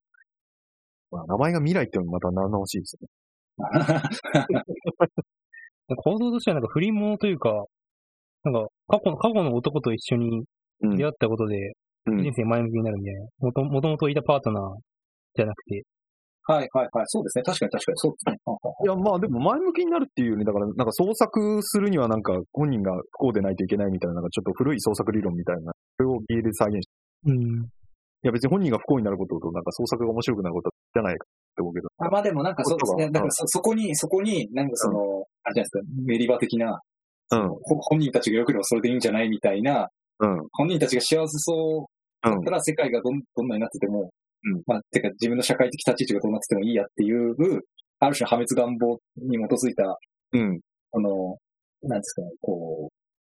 S3: まあ、名前が未来っていうのもまた生々しいですね。
S1: 構造としてはなんか不倫ものというか、なんか過去の、過去の男と一緒に
S3: うん
S1: 出会ったことで、
S3: うん
S1: 人生前向きになるみたいな。もともともといたパートナーじゃなくて、
S2: はいはいはい、そうですね、確かに確かに、そうですね。うん
S3: いや、まあでも前向きになるっていうより、だからなんか創作するにはなんか本人が不幸でないといけないみたいな、なんかちょっと古い創作理論みたいな、それを BL で再現し
S1: う
S3: て、
S1: ん。
S3: いや別に本人が不幸になることとなんか創作が面白くなることじゃないかって思うけど。
S2: あまあでもなんかそうですね、
S3: 言
S2: だか
S3: 葉
S2: らそそこに、そこに、なんかその、あれじゃないですか、メリバ的な、
S3: うん、
S2: ほ本人たちが良ければそれでいいんじゃないみたいな、
S3: うん、
S2: 本人たちが幸せそう
S3: うん
S2: だったら世界がどんどんなになってても、
S3: うん
S2: まあ、てか自分の社会的立ち位置がどうなっててもいいやっていう、ある種の破滅願望に基づいた、
S3: うん、
S2: あの、なんですかね、こう、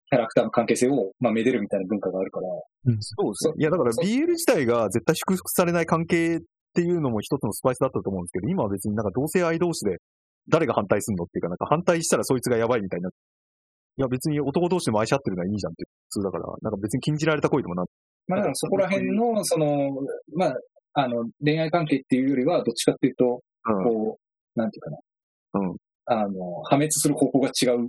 S2: キャラクターの関係性を、まあ、めでるみたいな文化があるから、
S3: そうですね。いやだから
S2: そう
S3: BL 自体が絶対祝福されない関係っていうのも一つのスパイスだったと思うんですけど、今は別になんか同性愛同士で誰が反対するのっていうか、なんか反対したらそいつがやばいみたいな。いや別に男同士でも愛し合ってるのはいいじゃんって普通だから、なんか別に禁じられた恋でもなん
S2: まあ、だからそこら辺の、その、まあ、あの、恋愛関係っていうよりは、どっちかっていうと、
S3: うん。
S2: こう、なんていうかな、あ
S3: うん。
S2: の、破滅する方向が違う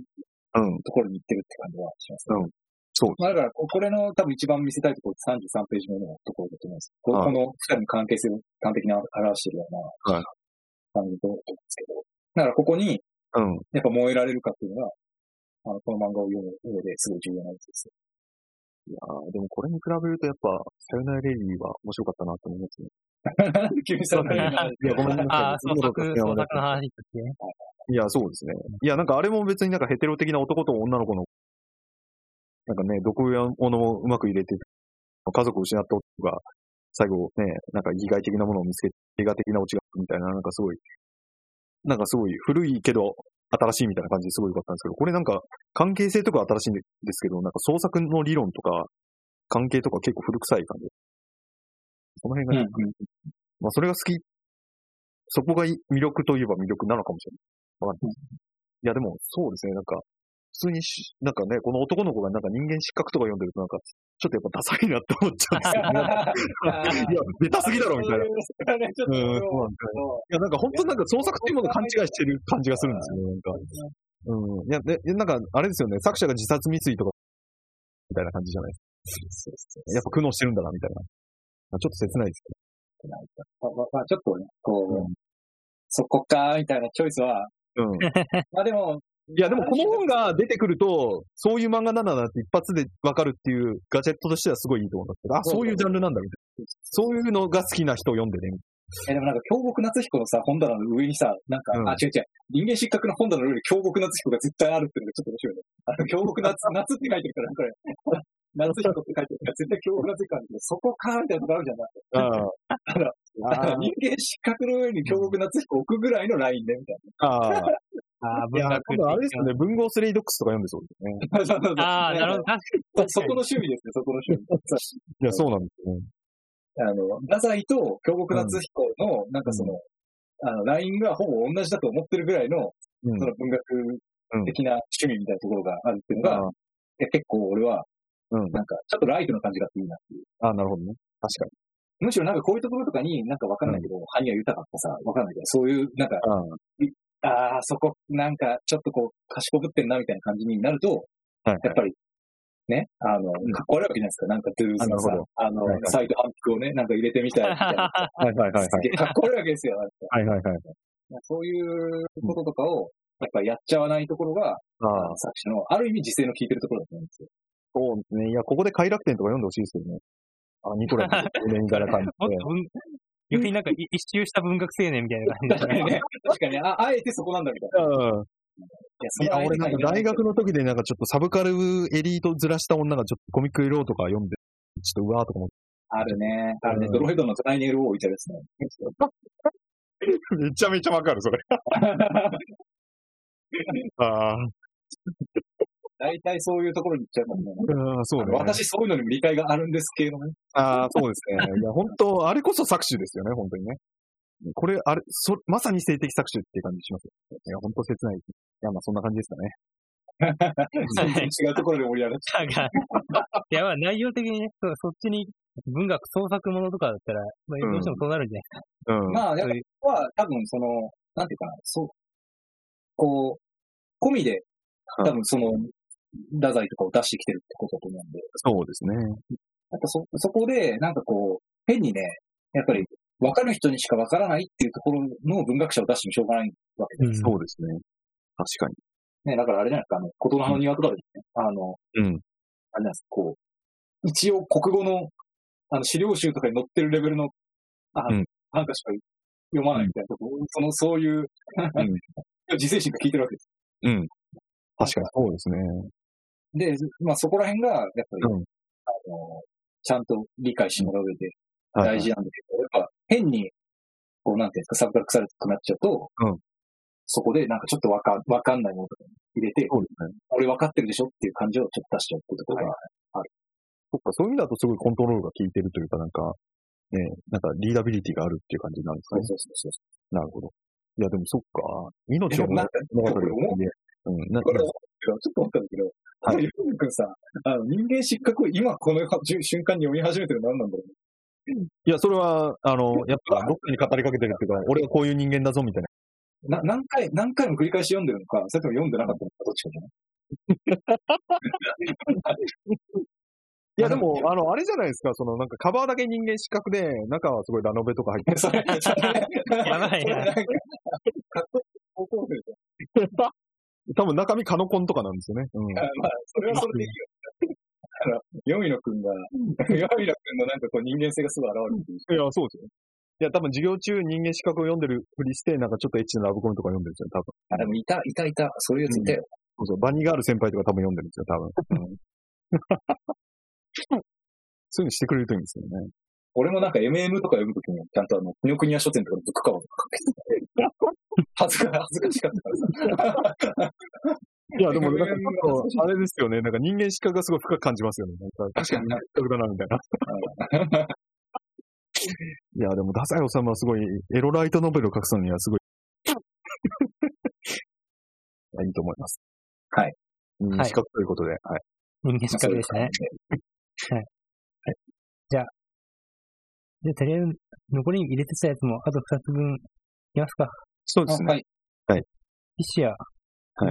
S3: うん。
S2: ところに行ってるって感じはしますね。
S3: うんそう
S2: まあ、だから、ここれの多分一番見せたいところ、33ページ目のところだと思います。こ
S3: はい
S2: この二人の関係性を端的に表してるよう
S3: は
S2: な
S3: い
S2: 感じだと思うんですけど。だから、ここに、
S3: うん。
S2: やっぱ燃えられるかっていうのが、あのこの漫画を読む上ですごい重要なんです よ。
S3: いやーでもこれに比べるとやっぱ、さよならレディーは面白かったなと思いますね。
S2: なんで急にさ、
S3: いや、ご めんな
S1: ああ、
S3: さい。
S1: 創作、
S3: い
S1: 創
S3: や
S1: 作の話ですね。
S3: いや、そうですね。いや、なんかあれも別になんかヘテロ的な男と女の子の、なんかね、毒物もうまく入れて、家族を失った男が、最後ね、なんか意外的なものを見つけて、映画的なオチがあるみたいな、なんかすごい、なんかすごい古いけど、新しいみたいな感じですごい良かったんですけど、これなんか関係性とか新しいんですけど、なんか創作の理論とか、関係とか結構古臭い感じ。その辺
S2: う
S3: が
S2: ん、う
S3: ね、
S2: ん。
S3: まあそれが好き、そこがい魅力といえば魅力なのかもしれない。わかんないいや、でも、そうですね、なんか、普通にし、なんかね、この男の子がなんか人間失格とか読んでるとなんか、ちょっとやっぱダサいなって思っちゃうんですよね。いや、ベタすぎだろみたいな。
S2: な。ちょっ
S3: うん、
S2: と
S3: そうなん
S2: そう
S3: だよいや、なんか本当になんか創作っていうものを勘違いしてる感じがするんですよね、なんか。うん。いや、で、なんか、あれですよね、作者が自殺未遂とか、みたいな感じじゃないやっぱ苦悩してるんだな、みたいな。まあちょっと切ないです
S2: まあまあちょっとね、こ
S3: う
S2: う、そこか、みたいなチョイスは、
S3: けど。うん。
S2: まあでも、
S3: いや、でもこの本が出てくると、そういう漫画なんだなって一発でわかるっていうガジェットとしてはすごいいいと思うんですけど、あ、そういうジャンルなんだみたいな。そういうのが好きな人を読んでね。
S2: え、でもなんか、京極夏彦のさ、本棚の上にさ、なんか、
S3: うん
S2: あ、違う違う、人間失格の本棚の上に京極夏彦が絶対あるっていうのがちょっと面白いね。あの、京極夏、 夏って書いてるから、これ。 夏彦って書いてるから、絶対京極夏彦なんだけど、そこか、みたいなとこあるじゃんな
S3: あー
S2: い。人間失格の上に京極夏彦置くぐらいのラインで、みたい
S3: あー。
S1: ああ、
S3: い
S1: 文
S3: や、
S1: 学
S3: 今度あれですよね、文豪スレイドックスとか読んでそうですよ
S2: な。 そうそうそ
S3: ね。
S2: う
S1: ああ、なるほど。確かに。
S2: そそこの趣味ですね、そこの趣味。
S3: いや、そうなんですよね。
S2: あの、太宰と京極夏彦の、なんかその、あの、ラインがほぼ同じだと思ってるぐらいの、
S3: うん
S2: その文学的な趣味みたいなところがあるっていうのが、
S3: あー
S2: で結構俺は、
S3: うん
S2: なんか、ちょっとライトな感じがあっていいなっていう。
S3: あー、なるほどね。確
S2: むしろなんかこういうところとかになんかわかんないけど、範囲が豊かってさ、わかんないけど、そういう、なんか、
S3: かに。
S2: ああ、そこ、なんか、ちょっとこう、賢ぶってんなみたいな感じになると、
S3: はい
S2: やっぱり、ね、あの、かっこ悪いわけじゃないですか。なんか、ドゥーズのさ
S3: なるほど、
S2: あの
S3: はいはい、
S2: サイドハンプをね、なんか入れてみたいみたいな。
S3: あー はいはいはいはい。
S2: すげえかっこ悪いわけですよ。なんか
S3: はいはいはい。
S2: そういうこととかを、やっぱやっちゃわないところが、
S3: ああ、
S2: 作者の、ある意味自制の効いてるところだと思うんですよ。
S3: そうですね。いや、ここで快楽天とか読んでほしいですよね。あ、ニコ ラの年から感じ
S1: もっと文、逆になんかい 一周した文学青年みたいな感じ
S2: 確かにね、 確かにね、あ、あえてそこなんだみたいな。
S3: て。うん。いや、俺なんか大学の時でなんかちょっとサブカルエリートずらした女がちょっとコミックエローとか読んで、ちょっとうわーとか思って。
S2: あるね。あるね
S3: う。ん
S2: ドロヘドのトライネルを置いてあるですね。
S3: めちゃめちゃわかる、それ。ああ、
S2: 大体そういうところに行っちゃうかもね。
S3: そうね。
S2: 私そういうのにも理解があるんですけれどもね。
S3: ああ、そうですね。いや、本当あれこそ作詞ですよね、本当にね。これ、あれ、そ、まさに性的作詞っていう感じしますよ。いや、本当切ない。いや、まあ、そんな感じですかね。
S2: 全然違うところで盛り上がっ
S1: だ
S2: ち
S1: から、いや、まあ内容的にね、そそっちに文学創作ものとかだったら、まあ、どうしてもそうなるんじゃ
S3: うん。
S2: ゃう。まあ、やっぱここは多分その、なんていうかな、そう、こう、込みで、
S3: うん
S2: 多分その、太宰とかを出してきてるってことだと思うんで、
S3: そうですね。
S2: やっぱそ、そこで、なんかこう、変にね、やっぱり、わかる人にしかわからないっていうところの文学者を出してもしょうがないわけ
S1: な
S2: で
S1: い。
S3: そうですね。確かに。
S2: ね、だからあれじゃないですか、あの、言葉の庭とかですね、あの、
S3: うん
S2: あれなんですか、こう、一応国語の、あの、資料集とかに載ってるレベルの、あ
S3: うん
S2: なんかしか読まないみたいなとこ、その、そういう、 自制心が効いてるわけです。
S3: 確かに、そうですね。
S2: で、まあそこら辺が、やっぱり、
S3: うん
S2: あの、ちゃんと理解してもらう上で
S3: はい
S2: 大事なんだけど、やっぱ変に、こう、なんていうんですか、サブカルされくなっちゃうと、
S3: うん
S2: そこでなんかちょっとわかん、わかんないものとか入れて、
S3: そうですね。
S2: 俺わかってるでしょっていう感じをちょっと出しちゃうっていうところが、
S3: そっか、そういう意味だとすごいコントロールが効いてるというか、なんか、ね、なんかリーダビリティがあるっていう感じになるんですかね。
S2: そうそうそうそう。
S3: なるほど。いや、でもそっか。
S2: で
S3: 命を
S2: もなんか
S3: 物語を
S2: これ思う
S3: うん、なん
S2: こ
S3: か
S2: れ、ちょっと思ったんだけど、このヨルム君さ、あの人間失格を今この瞬瞬間に読み始めてるの何なんだろうね。
S3: いや、それは、あの、やっ ぱ、どっかに語りかけてるけど、俺はこういう人間だぞ、みたいな。
S2: な何回、何回も繰り返し読んでるのか、それとも読んでなかったのか、どっ ちかじゃない
S3: いや、でも、あの、あれじゃないですか、その、なんかカバーだけ人間失格で、中はすごいラノベとか入ってる。
S2: それ、それ、
S1: やばいな。
S2: かっこいい高校生じ
S3: 多分中身カノコンとかなんですよね。うん
S2: ゃん。まあ、それはそれでいいよ。あの、ヨミノ君が、ヨミノ君のなんかこう人間性がすぐ現れるっていう。
S3: いや、そうですよ。いや、多分授業中人間資格を読んでるふりして、なんかちょっとエッチなラブコメとか読んでるんですよ、多分。
S2: あ、でもいた、いた、いた。そういうやついたよ。
S3: そうそう、バニーガール先輩とか多分読んでるんですよ、多分。うん そういうのしてくれるといいんですよね。
S2: 俺もなんか MM とか読むときに、ちゃんとあの、ニョクニア書店とかのブックカバーとかかけてた 恥ずか、恥ずかしかったからさ。
S3: いや、でもなんかちょ っと、あれですよね、なんか人間資格がすごい深く感じますよね。なんか
S2: 確かにな。
S3: それだな、みたいな。 いや、でも、ダサイオさんはすごい、エロライトノベルを書くのにはすごい、 いやいいと思います。
S2: はい。
S3: うん、
S1: はい
S3: 資格ということで、はい。
S1: 人間失格でしたね。じゃあ、とりあえず、残りに入れてたやつも、あと2つ分、いますか。
S3: そう
S2: あ。はい。
S1: フィシア5さん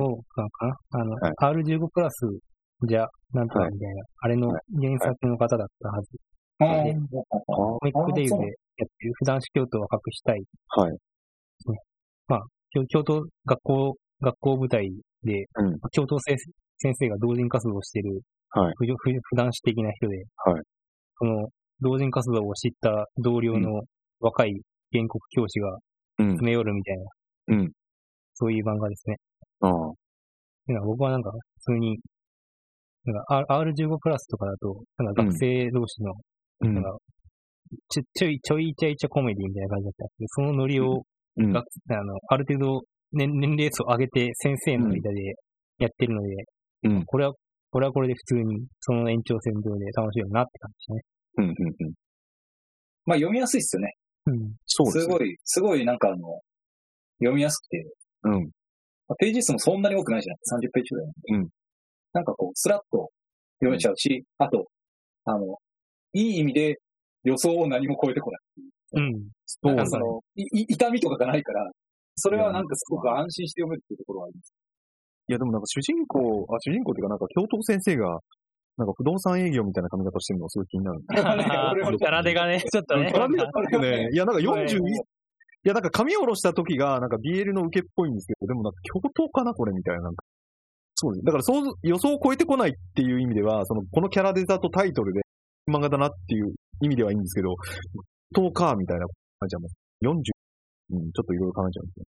S1: かな、あの、R15 プラスじゃ、なんとかみたいな、あれの原作の方だったはず。
S2: あ
S1: はい
S2: ー
S3: は
S1: コミックデイズ
S2: あ
S1: でや
S2: そう
S1: ってる、普段子教頭を隠したい。
S3: い。
S1: 教教頭、学校、学校舞台で、
S3: うん
S1: 教頭先生先生が同人活動をしてる、
S3: はい
S1: 不良不普段子的な人で、
S3: はい
S1: その、同人活動を知った同僚の若い原告教師が
S3: うん
S1: 詰め寄るみたいな、
S3: うん
S1: そういう漫画ですね。
S3: ああ。
S1: ていうのは僕はなんか普通に、なんか R- R15 プラスとかだと、なんか学生同士の、
S3: うん
S1: なん。かちょちょい、ちょいちゃいちゃコメディみたいな感じだったんですけど、そのノリを、
S3: うん
S1: 学あの、ある程度年年齢層上げて先生の間でやってるので、
S3: うん
S1: これは、これはこれで普通に、その延長線上で楽しいよなって感じで
S3: うん。うん。うん。
S2: まあ読みやすいっすよね。
S1: すね。
S3: そうですすね。
S2: ごい、すごいなんかあの、読みやすくて、
S3: うん。
S2: まあページ数もそんなに多くないじゃない ?30 ページぐらいなんで。
S3: うん
S2: なんかこう、スラッと読めちゃうし、あと、あの、いい意味で予想を何も超えてこない。
S1: うん。うん。
S3: そう
S2: な
S3: で
S2: んか
S3: す
S2: そ
S3: ね。
S2: の、いい痛みとかがないから、それはなんかすごく安心して読めるっていうところはあります。
S3: いや、でもなんか主人公、あ、主人公っていうかなんか教頭先生が、なんか不動産営業みたいな髪型してるのがすごい気になるんです
S2: あ ー俺も
S1: キャラデがね、ちょっとね。
S3: よ。なんかね、 いや、なんか
S2: はい
S3: 41、いや、なんか髪下ろした時が、なんか BL の受けっぽいんですけど、でもなんか教頭かなこれみたいな。なんかそうです。だから想像予想を超えてこないっていう意味では、その、このキャラデザとタイトルで漫画だなっていう意味ではいいんですけど、教頭かみたいな感じはもう、40、うん、ちょっといろいろ考えちゃうんですね。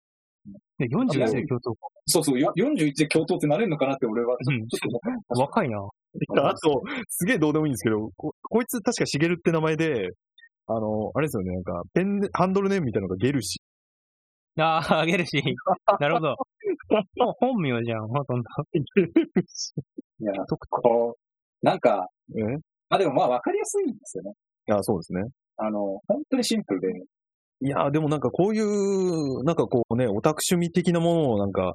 S1: で41で教頭。
S2: そうそう、よ41で教頭ってなれるのかなって俺は、ち
S1: うん。
S2: ょっと、
S1: 若いな。
S3: いやあと、すげえどうでもいいんですけど、ここいつ確かしげるって名前で、あの、あれですよね、なんか、ペンネ、ハンドルネームみたいなのがゲルシ。
S1: ああ、あげるし。なるほど。本名じゃん、ほ とんど。
S2: いや、こう、なんか、
S3: え
S2: あ、でもまあわかりやすいんですよね。
S3: あ、そうですね。
S2: あの、本当にシンプルで、
S3: いや、でもなんかこういう、なんかこうね、オタク趣味的なものをなんか、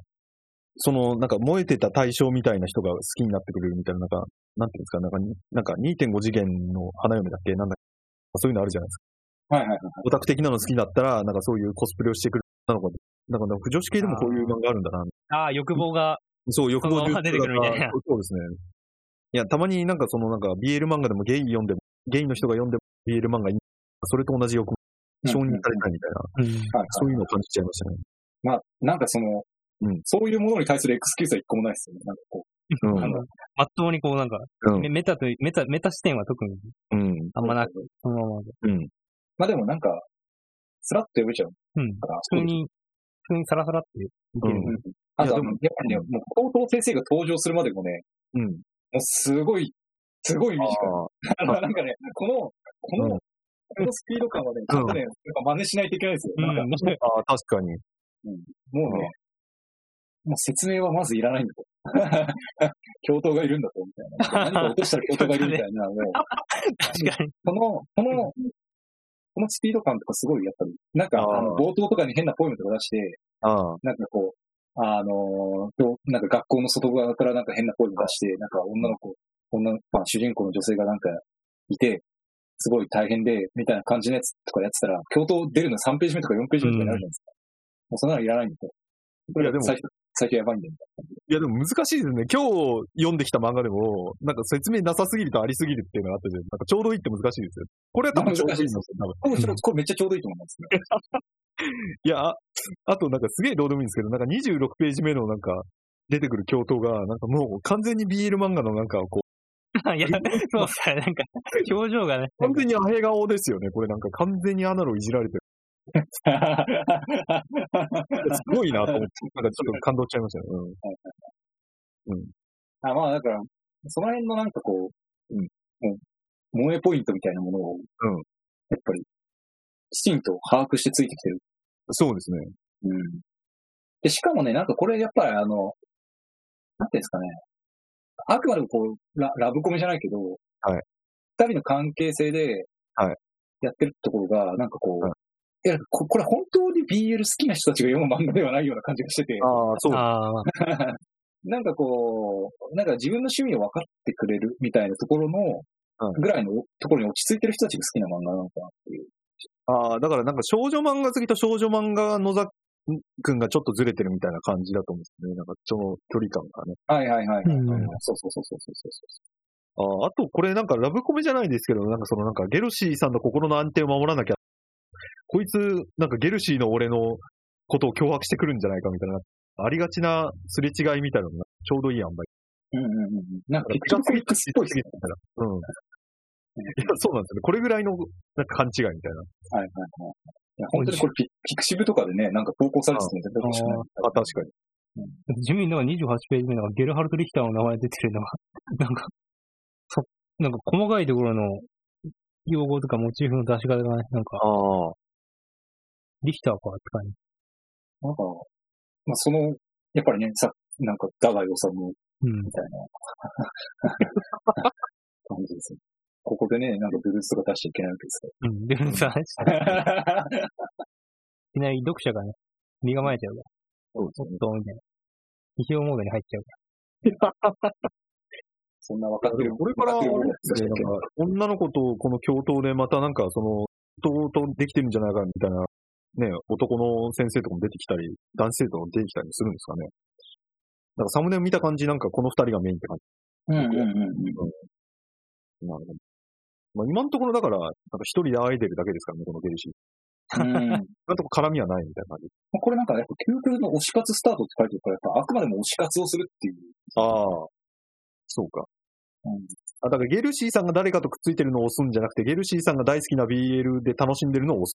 S3: その、なんか燃えてた対象みたいな人が好きになってくれるみたいな、なんか、なんていうんですか、なんかに、なんか2.5次元の花嫁だっけなんだっけそういうのあるじゃないですか。
S2: はいはいはい。
S3: オタク的なの好きだったら、なんかそういうコスプレをしてくる女の子なんか、なんか女子系でもこういう漫画あるんだな、
S1: ああ、欲望が。
S3: そう、欲望
S1: そのまま出てくるみたいな
S3: そうですね。いや、たまになんかそのなんか BL 漫画でもゲイ読んでも、ゲイの人が読んでも BL 漫画に、それと同じ欲望、承認されたいみたいな、
S1: うん。
S2: はいはい
S3: そういうのを感じちゃいましたね。
S2: まあ、なんかその、
S3: うん
S2: そういうものに対するエクスキューズは一個もないですよね。なんかこ
S3: うん
S1: なんかまっとうにこう、なんか、
S3: うん
S1: メメタという、メタ、メタ視点は特に
S3: うん。
S2: う。
S1: あんまなく、
S2: く。
S1: そのままで。
S3: うん。
S2: まあでもなんか、スラッと読めちゃう
S1: うん。
S2: から。
S1: 普通に、普通にサラサラっていける。
S3: うん
S2: うんあとは、
S3: いやで
S2: や
S3: も
S2: っぱりね、もう、高等先生が登場するまでもね、
S3: う
S2: も
S3: ん。
S2: うすごい、すごい短い。あのなんかね、この、この、
S3: うん
S2: このスピード感はね、ちょっとね、やっぱ真似しないといけないですよ。
S1: うん
S2: なんか
S3: ああ、確かに。
S2: もうね、もう説明はまずいらないんだと。 教頭がいるんだと、みたいな。何か落としたら教頭がいるみたい な、もう、
S1: 確かに。
S2: この、この、このスピード感とかすごいやっぱり、なんか、
S3: あー
S2: あの冒頭とかに変なポエムとか出して、
S3: ああ、
S2: なんかこう、あの、どなんか学校の外側からなんか変な声を出して、なんか女の子、女の、まあ、主人公の女性がなんかいて、すごい大変で、みたいな感じのやつとかやってたら、教頭出るの3ページ目とか4ページ目とかになるじゃないですか。もうそんなのいらないんで。それ
S3: いやで
S2: が
S3: も
S2: 最初、最初やばいんだよ。
S3: いや、でも難しいですね。今日読んできた漫画でも、なんか説明なさすぎるとありすぎるっていうのがあったじゃん。なんかちょうどいいって難しいですよ。これは多分ちょうどいいんですよ。
S2: こ
S3: 多分
S2: れこれめっちゃちょうどいいと思いますね。
S3: いや、ああとなんかすげえどうでもいいんですけど、なんか26ページ目のなんか出てくる教頭が、なんかもう完全に BL 漫画のなんかこう、
S1: いや、そうさ、なんか、表情がね、
S3: 完全にアヘ顔ですよね。これなんか完全にアナロいじら れてる。すごいなと思って、なんかちょっと感動しちゃいましたね。うん
S2: あまあだから、その辺のなんかこう、
S3: うん
S2: もう萌えポイントみたいなものを、
S3: ん
S2: やっぱり、きちんと把握してついてきてる。
S3: そうですね。
S2: うん。で、しかもね、なんかこれやっぱりあの、なんていうんですかね。あくまでもこう、ララブコメじゃないけど、
S3: はい
S2: 二人の関係性で、
S3: はい
S2: やってるところが、なんかこう、
S3: はい
S2: いやこ、これ本当に BL 好きな人たちが読む漫画ではないような感じがしてて。
S3: ああ、そう。
S1: ああ、まあ、
S2: なんかこう、なんか自分の趣味を分かってくれるみたいなところの、
S3: はい
S2: ぐらいのところに落ち着いてる人たちが好きな漫画なのかなっていう。
S3: ああ、だからなんか少女漫画好きと少女漫画野崎くんがちょっとずれてるみたいな感じだと思うんですよね。なんかその距離感がね。
S2: はいはいはい、はい
S1: うん
S2: そうそうそうそうそうそう
S3: ああ、あとこれなんかラブコメじゃないですけど、なんかそのなんかゲルシーさんの心の安定を守らなきゃ。こいつ、なんかゲルシーの俺のことを脅迫してくるんじゃないかみたいな。ありがちなすれ違いみたいなのがちょうどいい塩梅。
S2: うんうんうんうん。なんかピッ
S3: 気
S2: チ
S3: が
S2: ャーコ
S3: つ
S2: ミックスっぽいです
S3: ぎ
S2: ね。
S3: てみたいな。うん。いや、そうなんですよね。これぐらいのなんか勘違いみた
S2: はい
S3: いな。
S2: はいはい。いや本当にこれピピクシブとかでね、なんか投稿されてても絶対おかしくない。
S3: あ、確かに。
S1: 地味な28ページ目のゲルハルト・リヒターの名前出てるのは、なん か、そ、なんか細かいところの用語とかモチーフの出し方がね、なんか、
S3: ああ。
S1: リヒターかって感じ。
S2: なんか、まあその、やっぱりね、さ、なんか、ダガイオさんの
S1: うん。
S2: みたいな感じですね。ここでね、なんかブルースとか出しちゃいけないわけですけ
S1: う
S2: ど。
S1: ん。で、さ、いきなり読者がね、身構えちゃうから、
S3: そ
S1: お
S3: うです
S1: っ
S3: ね。
S1: と、みたいな。批評モードに入っちゃうか
S2: そんな分かってる。
S3: これから、あれですね、なんか、女の子とこの共闘でまたなんか、その、共闘できてるんじゃないかみたいな、ね、男の先生とかも出てきたり、男子生徒も出てきたりするんですかね。なんかサムネを見た感じ、なんかこの二人がメインって感
S2: うんうんうんうん。
S3: じ。なるほど。まあ今のところだから、なんか一人で会えてるだけですからね、このゲルシー。
S2: うん
S3: 今のところ絡みはないみたいな感じ。
S2: まあこれなんか、やっぱ、究極の推し活スタートって書いてるから、やっぱ、あくまでも推し活をするっていう。
S3: ああ。そうか。
S2: うん
S3: あ、だからゲルシーさんが誰かとくっついてるのを押すんじゃなくて、ゲルシーさんが大好きな BL で楽しんでるのを押す。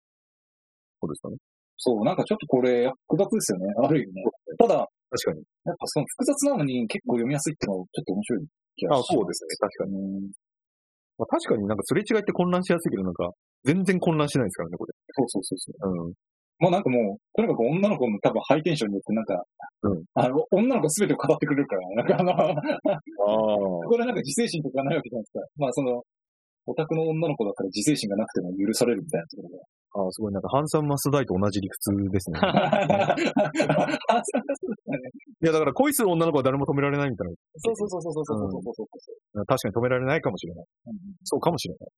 S3: そうですかね。
S2: そう、なんかちょっとこれ、複雑ですよね。ある意味ね。ただ、やっ
S3: 確かに。
S2: ぱその複雑なのに結構読みやすいってのはちょっと面白い気が
S3: あ
S2: します。
S3: そうですね。確か
S2: う
S3: に。
S2: ん
S3: まあ、確かになんかすれ違いって混乱しやすいけど、なんか、全然混乱しないですからね、これ。
S2: そうそうそうそう。
S3: うん。
S2: もうなんかもう、とにかく女の子の多分ハイテンションによってなんか、
S3: うん
S2: あの、女の子すべてを語ってくれるから、なんかあの、
S3: あ
S2: これなんか自制心とかないわけじゃないですか。まあその、オタクの女の子だから自制心がなくても許されるみたいなところが
S3: あ。ああ、すごい、なんか、ハンサムマスダイと同じ理屈です ね。
S2: あそう
S3: いや、だから、恋する女の子は誰も止められないみたい
S2: そうそうそうそうそうそうそうそうそ
S3: な。確かに止められないかもしれない。
S2: う。うん
S3: そうかもしれない。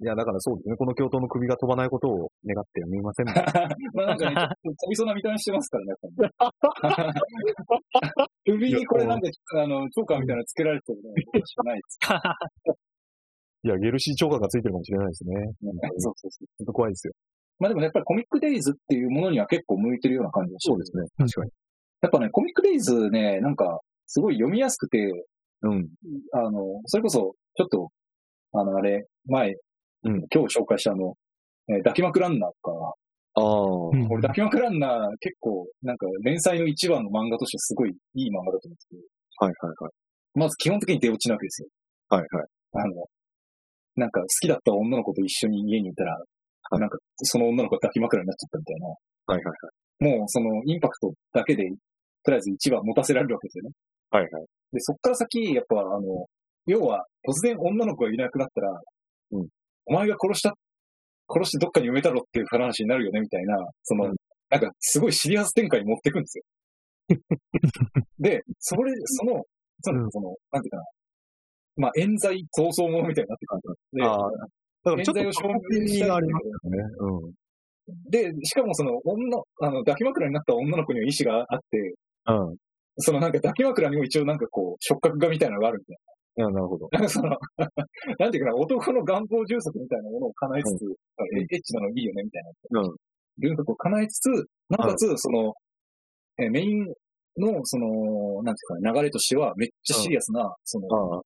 S3: いや、だからそうですね。この教頭の首が飛ばないことを願ってみませ ん。
S2: まあなんかね、ちょっと飛びそうな見た目してますからね、やっぱり 首にこれなんか、あの、チョーカーみたいなのつけられてるのしかないです
S3: いや、ゲルシー超過がついてるかもしれないですね。
S2: ね。そうそうそう。
S3: 本当怖いですよ。
S2: まあでもやっぱりコミックデイズっていうものには結構向いてるような感じがして
S3: そうですね。確かに。
S2: やっぱね、コミックデイズね、なんか、すごい読みやすくて、
S3: うん。
S2: あの、それこそ、ちょっと、あの、あれ、前、
S3: うん
S2: 今日紹介したあの、えー抱きまくランナーとか、
S3: ああ。
S1: ら。うん
S2: 俺、抱きまくランナー結構、なんか、連載の一番の漫画としてすごいいい漫画だと思うんですけど、
S3: はいはいはい。
S2: まず基本的に出落ちなわけですよ。
S3: はいはい。
S2: あの、なんか好きだった女の子と一緒に家にいたら、
S3: い
S2: なんかその女の子が抱き枕になっちゃったみたいな。
S3: はいはいはい。
S2: もうそのインパクトだけで、とりあえず一話持たせられるわけですよね。
S3: はいはい。
S2: で、そっから先、やっぱあの、要は突然女の子がいなくなったら、
S3: うん
S2: お前が殺した、殺してどっかに埋めたろっていう話になるよねみたいな、その、
S3: うん
S2: なんかすごいシリアス展開に持ってくんですよ。 で、それ、その、その、その、なんていうかな。まあ、冤罪闘争ものみたいになってくる
S3: ああ
S2: ん
S3: だからちょっと
S2: 冤罪を証明
S3: 意
S2: し
S3: 味
S2: たい
S3: がありますよね。うん。
S2: で、で、しかもその、女、あの、抱き枕になった女の子には意志があって、
S3: うん。
S2: そのなんか抱き枕にも一応なんかこう、触覚がみたいなのがあるみたい
S3: いや、なるほど。
S2: な。なんかその、 なんていうかな、男の願望充足みたいなものを叶えつつ、あエエッチなのいいよねみたいな。
S3: うん。
S2: 充足を叶えつつ、なおかつ、その、えーメインの、その、なんていうかな、流れとしては、めっちゃシリアスな、その
S3: あ、あ。は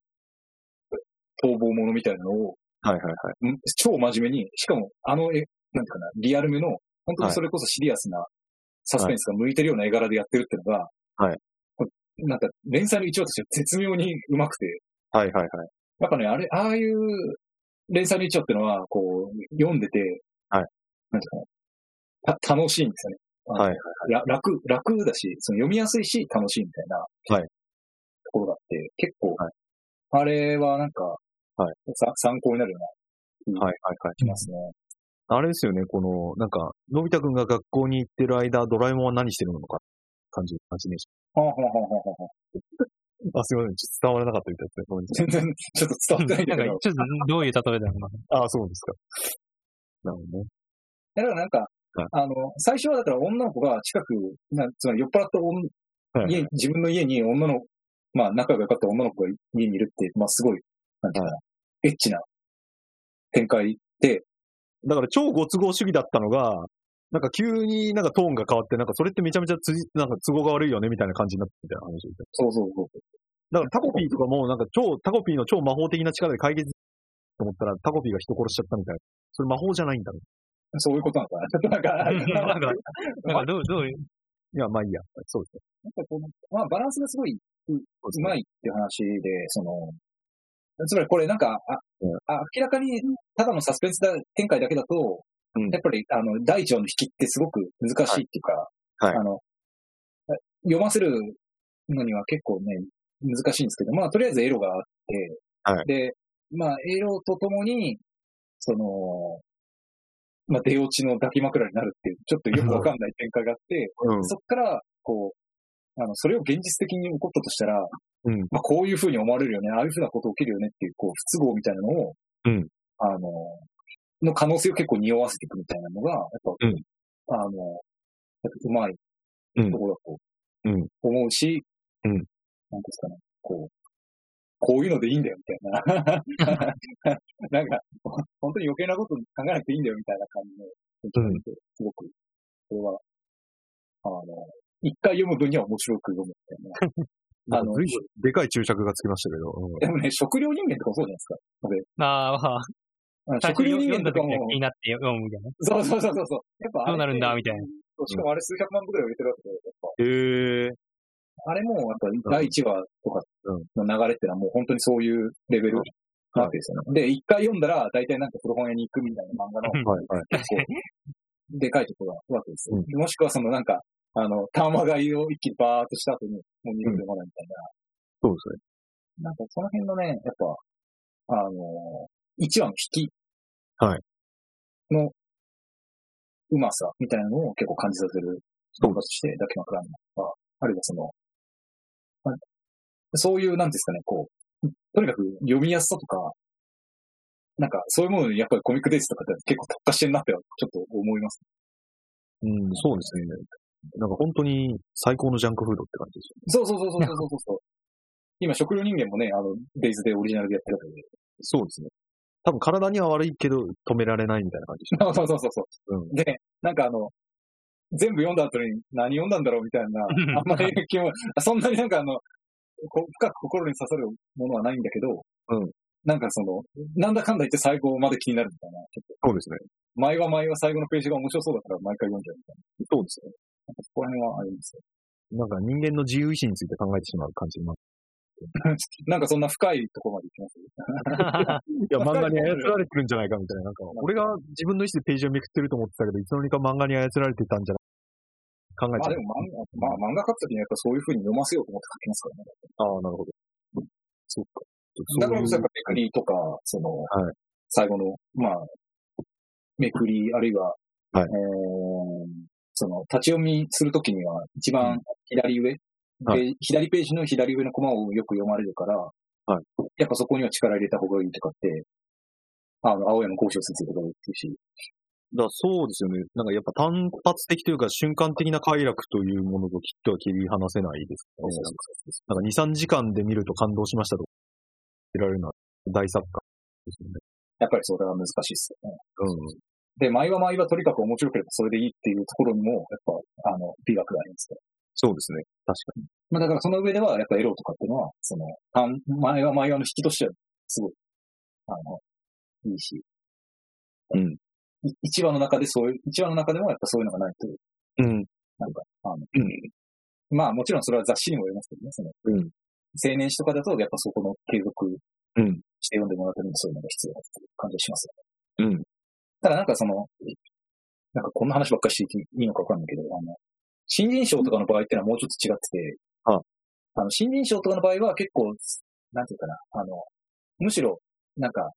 S2: 逃亡者みたいなのを、
S3: いはいはい。
S2: ん超真面目に、しかも、あの、え、なんていうかな、リアルめの、本当にそれこそシリアスなサスペンスが向いてるような絵柄でやってるってのが、
S3: はい
S2: これ。なんか、連載の一話としては絶妙にうまくて、
S3: はいはいはい。
S2: やっぱね、あれ、ああいう連載の一話ってのは、こう、読んでて、
S3: はい
S2: なんていうかな、た楽しいんですよね。あの
S3: はいはい
S2: ら楽、楽だし、その読みやすいし、楽しいみたいな、
S3: はい
S2: ところがあって、結構、
S3: はい
S2: あれはなんか、
S3: はい
S2: さ参考になるような
S3: はいはいはい。
S2: 気がしますね。
S3: あれですよね、この、なんか、のび太くんが学校に行ってる間、ドラえもんは何してるのか、感じ、感じね。
S2: はあはあはあはあはあ
S3: あ、すいません、ちょっと伝わらなかったみたいですねごめんなさい。
S2: 全然、ちょっと伝わってないん
S1: な
S2: だ
S1: んか、
S2: け
S1: ちょ
S2: ど
S1: っ。とどういう例えだろうな。
S3: ああ、そうですか。なるほどね。
S2: だからなんか、あの、最初はだから女の子が近く、なつまり酔っ払った女
S3: はい
S2: 家、自分の家に女の、まあ仲が良かった女の子が家にいるって、まあすごい、なんていうかな、エッチな展開で、
S3: だから、超ご都合主義だったのが、なんか急になんかトーンが変わって、なんかそれってめちゃめちゃつじ、なんか都合が悪いよねみたいな感じになってみたいな話で。
S2: そうそうそう。
S3: だからタコピーとかもなんか超、タコピーの超魔法的な力で解決と思ったらタコピーが人殺しちゃったみたいな。それ魔法じゃないんだろ
S2: そういうことなのか な。ちょっとなんか、
S1: なんか、 なんかどう、どういう、
S3: う。いや、まあいいや。そうですね。
S2: なんかこのまあ、バランスがすごい、ううまいっていう話で、その、つまりこれなんか、あ、
S3: うん
S2: あ明らかにただのサスペンスだ展開だけだと、
S3: うん
S2: やっぱり、あの、第一話の引きってすごく難しいっていうか、
S3: はいはい
S2: あの、読ませるのには結構ね、難しいんですけど、まあ、とりあえずエロがあって、
S3: はい
S2: で、まあ、エロとともに、その、まあ、出落ちの抱き枕になるっていう、ちょっとよくわかんない展開があって、
S3: うん。
S2: そっから、こう、あの、それを現実的に起こったとしたら、
S3: うん
S2: まあ、こういうふうに思われるよね、ああいうふうなこと起きるよねっていう、こう、不都合みたいなのを、
S3: うん
S2: あの、の可能性を結構匂わせていくみたいなのが、やっぱ、
S3: う
S2: あの、
S3: ん
S2: やっぱうまい
S3: うん
S2: ところだと
S3: うん
S2: 思うし、
S3: うん
S2: なんですかね、こう、こういうのでいいんだよ、みたいな。 なんか、本当に余計なこと考えなくていいんだよ、みたいな感じの、
S3: うん
S2: すごく、これは、あの、一回読む分には面白く読むみたいな。
S3: あ
S2: あの
S3: の、、でかい注釈がつきましたけど。うん
S2: でもね、食料人間とかもそうじ
S1: あ
S2: ゃ
S1: ーまあ、
S2: ないですか。
S1: 最
S2: 食
S1: 初
S2: 料
S1: 読ん
S2: 人間
S1: だ
S2: とか
S1: 時
S2: も
S1: は、気になって読むみたいな。
S2: そうそうそうそうそう。やっぱあれ
S1: どうなるんだみたいな。
S2: しかもあれ数百万部ぐらい売れてるわけで、やっぱ
S3: へえ。
S2: あれも、やっぱ第1話とかの流れってのはもう本当にそういうレベルなわけですよね。で、一回読んだら、大体なんか古本屋に行くみたいな漫画の
S1: うん
S3: はいはい。
S2: 結構、でかいところがあるわけですよ。
S3: う
S2: もしくはそのなんか、あの、玉買いを一気にバーっとした後に、もう二度と読まないみたい
S3: そうですね。
S2: な。なんかその辺のね、やっぱ、あのー、一話の引き。
S3: はい
S2: の、うまさみたいなのを結構感じさせる。動画として、抱き枕になとか、あるいはその、まあそういう、なんていうんですかね、こう、とにかく読みやすさとか、なんか、そういうものにやっぱりコミックデイズとかって結構特化してんなってはちょっと思います。
S3: うん、そうですね。なんか本当に最高のジャンクフードって感じです
S2: そうそうそうそうそうそうそう。今、食料人間もね、あの、デイズでオリジナルでやってるわけで。
S3: よ。そうですね。多分体には悪いけど止められないみたいな
S2: そ
S3: 感じでし
S2: うそうそうそう
S3: ょ。うん。
S2: う。で、なんかあの、全部読んだ後に何読んだんだろうみたいな、あ んまり気も、そんなになんかあの、こ深く心に刺さるものはないんだけど、
S3: うん
S2: なんかその、なんだかんだ言って最後まで気になるみたいな。ちょっ
S3: そうですね。
S2: と前は前は最後のページが面白そうだから毎回読んじゃうみたいな。
S3: そうですね。
S2: なんかそこら辺はありますよ。
S3: なんか人間の自由意志について考えてしまう感じになる
S2: なんかそんな深いところまで行きます
S3: いや、漫画に操られてるんじゃないかみたいな。なんか、俺が自分の意思でページをめくってると思ってたけど、いつの間にか漫画に操られてたんじゃない考え
S2: まあ
S3: ち
S2: で
S3: ゃう。
S2: も漫画、まあ漫画描くときにやっぱそういう風に読ませようと思って書きますからね。
S3: ああ、なるほど。そっか。
S2: だからこそ
S3: そ
S2: やっぱめくりとか、その、
S3: はい
S2: 最後の、まあ、めくり、あるいは、
S3: はい
S2: えーその、立ち読みするときには、一番左上、
S3: は
S2: で、左ページの左上のコマをよく読まれるから、
S3: はい
S2: やっぱそこには力入れた方がいいとかって、あの、青山交渉先生とか言ってるし、
S3: だからそうですよね。なんかやっぱ単発的というか瞬間的な快楽というものときっとは切り離せないですね。なんか2、3時間で見ると感動しましたとか言られるのは大作家ですよね。
S2: やっぱりそれは難しいっすよね。
S3: うん。
S2: で、毎は毎はとにかく面白ければそれでいいっていうところにも、やっぱ、あの、美学がありますね。
S3: そうですね。確かに。
S2: まあだからその上では、やっぱエロとかっていうのは、その、単前は前はの引きとしては、すごい、あの、いいし。
S3: うん
S2: い。一話の中でそういう、一話の中でもやっぱそういうのがないと、
S3: うん。
S2: なんか、あの、まあもちろんそれは雑誌にもよりますけどね、その、
S3: うん
S2: 青年誌とかだと、やっぱそこの継続
S3: うん
S2: して読んでもらってるのもそういうのが必要だっていう感じがします
S3: う
S2: よ
S3: ん
S2: ね。ただなんかその、なんかこんな話ばっかりしていいのかわかんないけど、あの、新人賞とかの場合ってのはもうちょっと違ってて、
S3: は
S2: あの、新人賞とかの場合は結構、なんていうかな、あの、むしろ、なんか、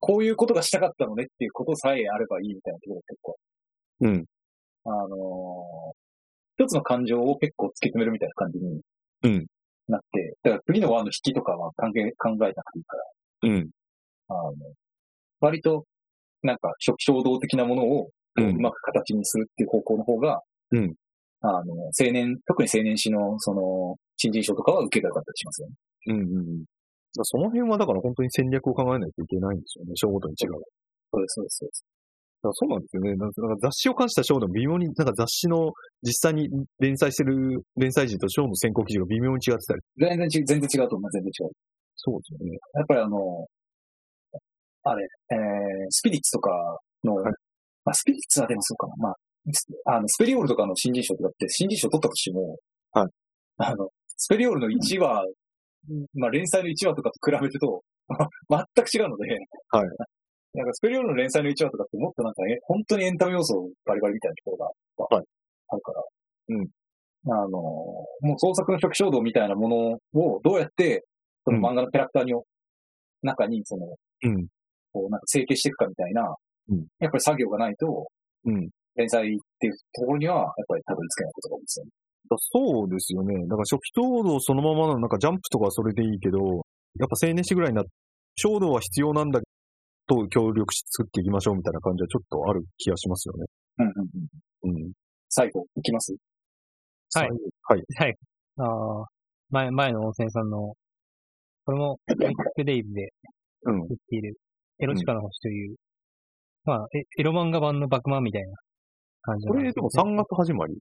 S2: こういうことがしたかったのねっていうことさえあればいいみたいなところが結構
S3: うん。
S2: あのー一つの感情を結構突き詰めるみたいな感じに
S3: うん
S2: なって、だから次のワンの引きとかは関係考えなくていいから、あの
S3: うん。
S2: 割と、なんか、初期衝動的なものを
S3: う。
S2: うんまく形にするっていう方向の方が、
S3: うん
S2: あの、青年、特に青年誌の、その、新人賞とかは受けが良かったりしますよね。
S3: うん。うん。だからその辺はだから本当に戦略を考えないといけないんですよね。章ごとに違う。
S2: そうです、そうです、そうです。
S3: だからそうなんですよね。なんかなんか雑誌を冠した章でも微妙に、なんか雑誌の実際に連載してる連載時と章の選考基準が微妙に違ってたり。
S2: 全然ち、全然違うと思う、全然違う。
S3: そうですよね。
S2: やっぱりあの、あれ、えー、スピリッツとかの、まあ、スピリッツはでもそうかな。まあ、スあのスペリオールとかの新人賞とかって、新人賞取ったとしても、
S3: はい。
S2: あの、スペリオールの1話、まあ、連載の1話とかと比べると、 全く違うので、
S3: はい。
S2: なんか、スペリオールの連載の1話とかってもっとなんか、え本当にエンタメ要素バリバリみたいなところが、
S3: はい。
S2: あるから、あ
S3: うん。
S2: の、もう創作の初期衝動みたいなものをどうやって、その漫画のキャラクターに中に、その、
S3: うん
S2: こう、なんか整形していくかみたいな、
S3: うん
S2: やっぱり作業がないと、
S3: うん。
S2: 連載っていうところには、やっぱりたどり着けないことが多いですよね。
S3: だそうですよね。だから初期衝動そのままなの、なんかジャンプとかはそれでいいけど、やっぱ青年誌ぐらいになって、衝動は必要なんだけど、と協力し作っていきましょうみたいな感じはちょっとある気がしますよね。
S2: うんうんうん。
S3: うん。
S2: 最後、いきます
S1: はい。
S3: はい。
S1: ああ、前、前の温泉さんの、これも、ビッグデイズで
S3: うん。
S1: 言っている、エロチカの星という、まあ、えエロ漫画版のバクマンみたいな感じ
S3: こ
S1: なん
S3: れですも
S1: ね
S3: 3月始まり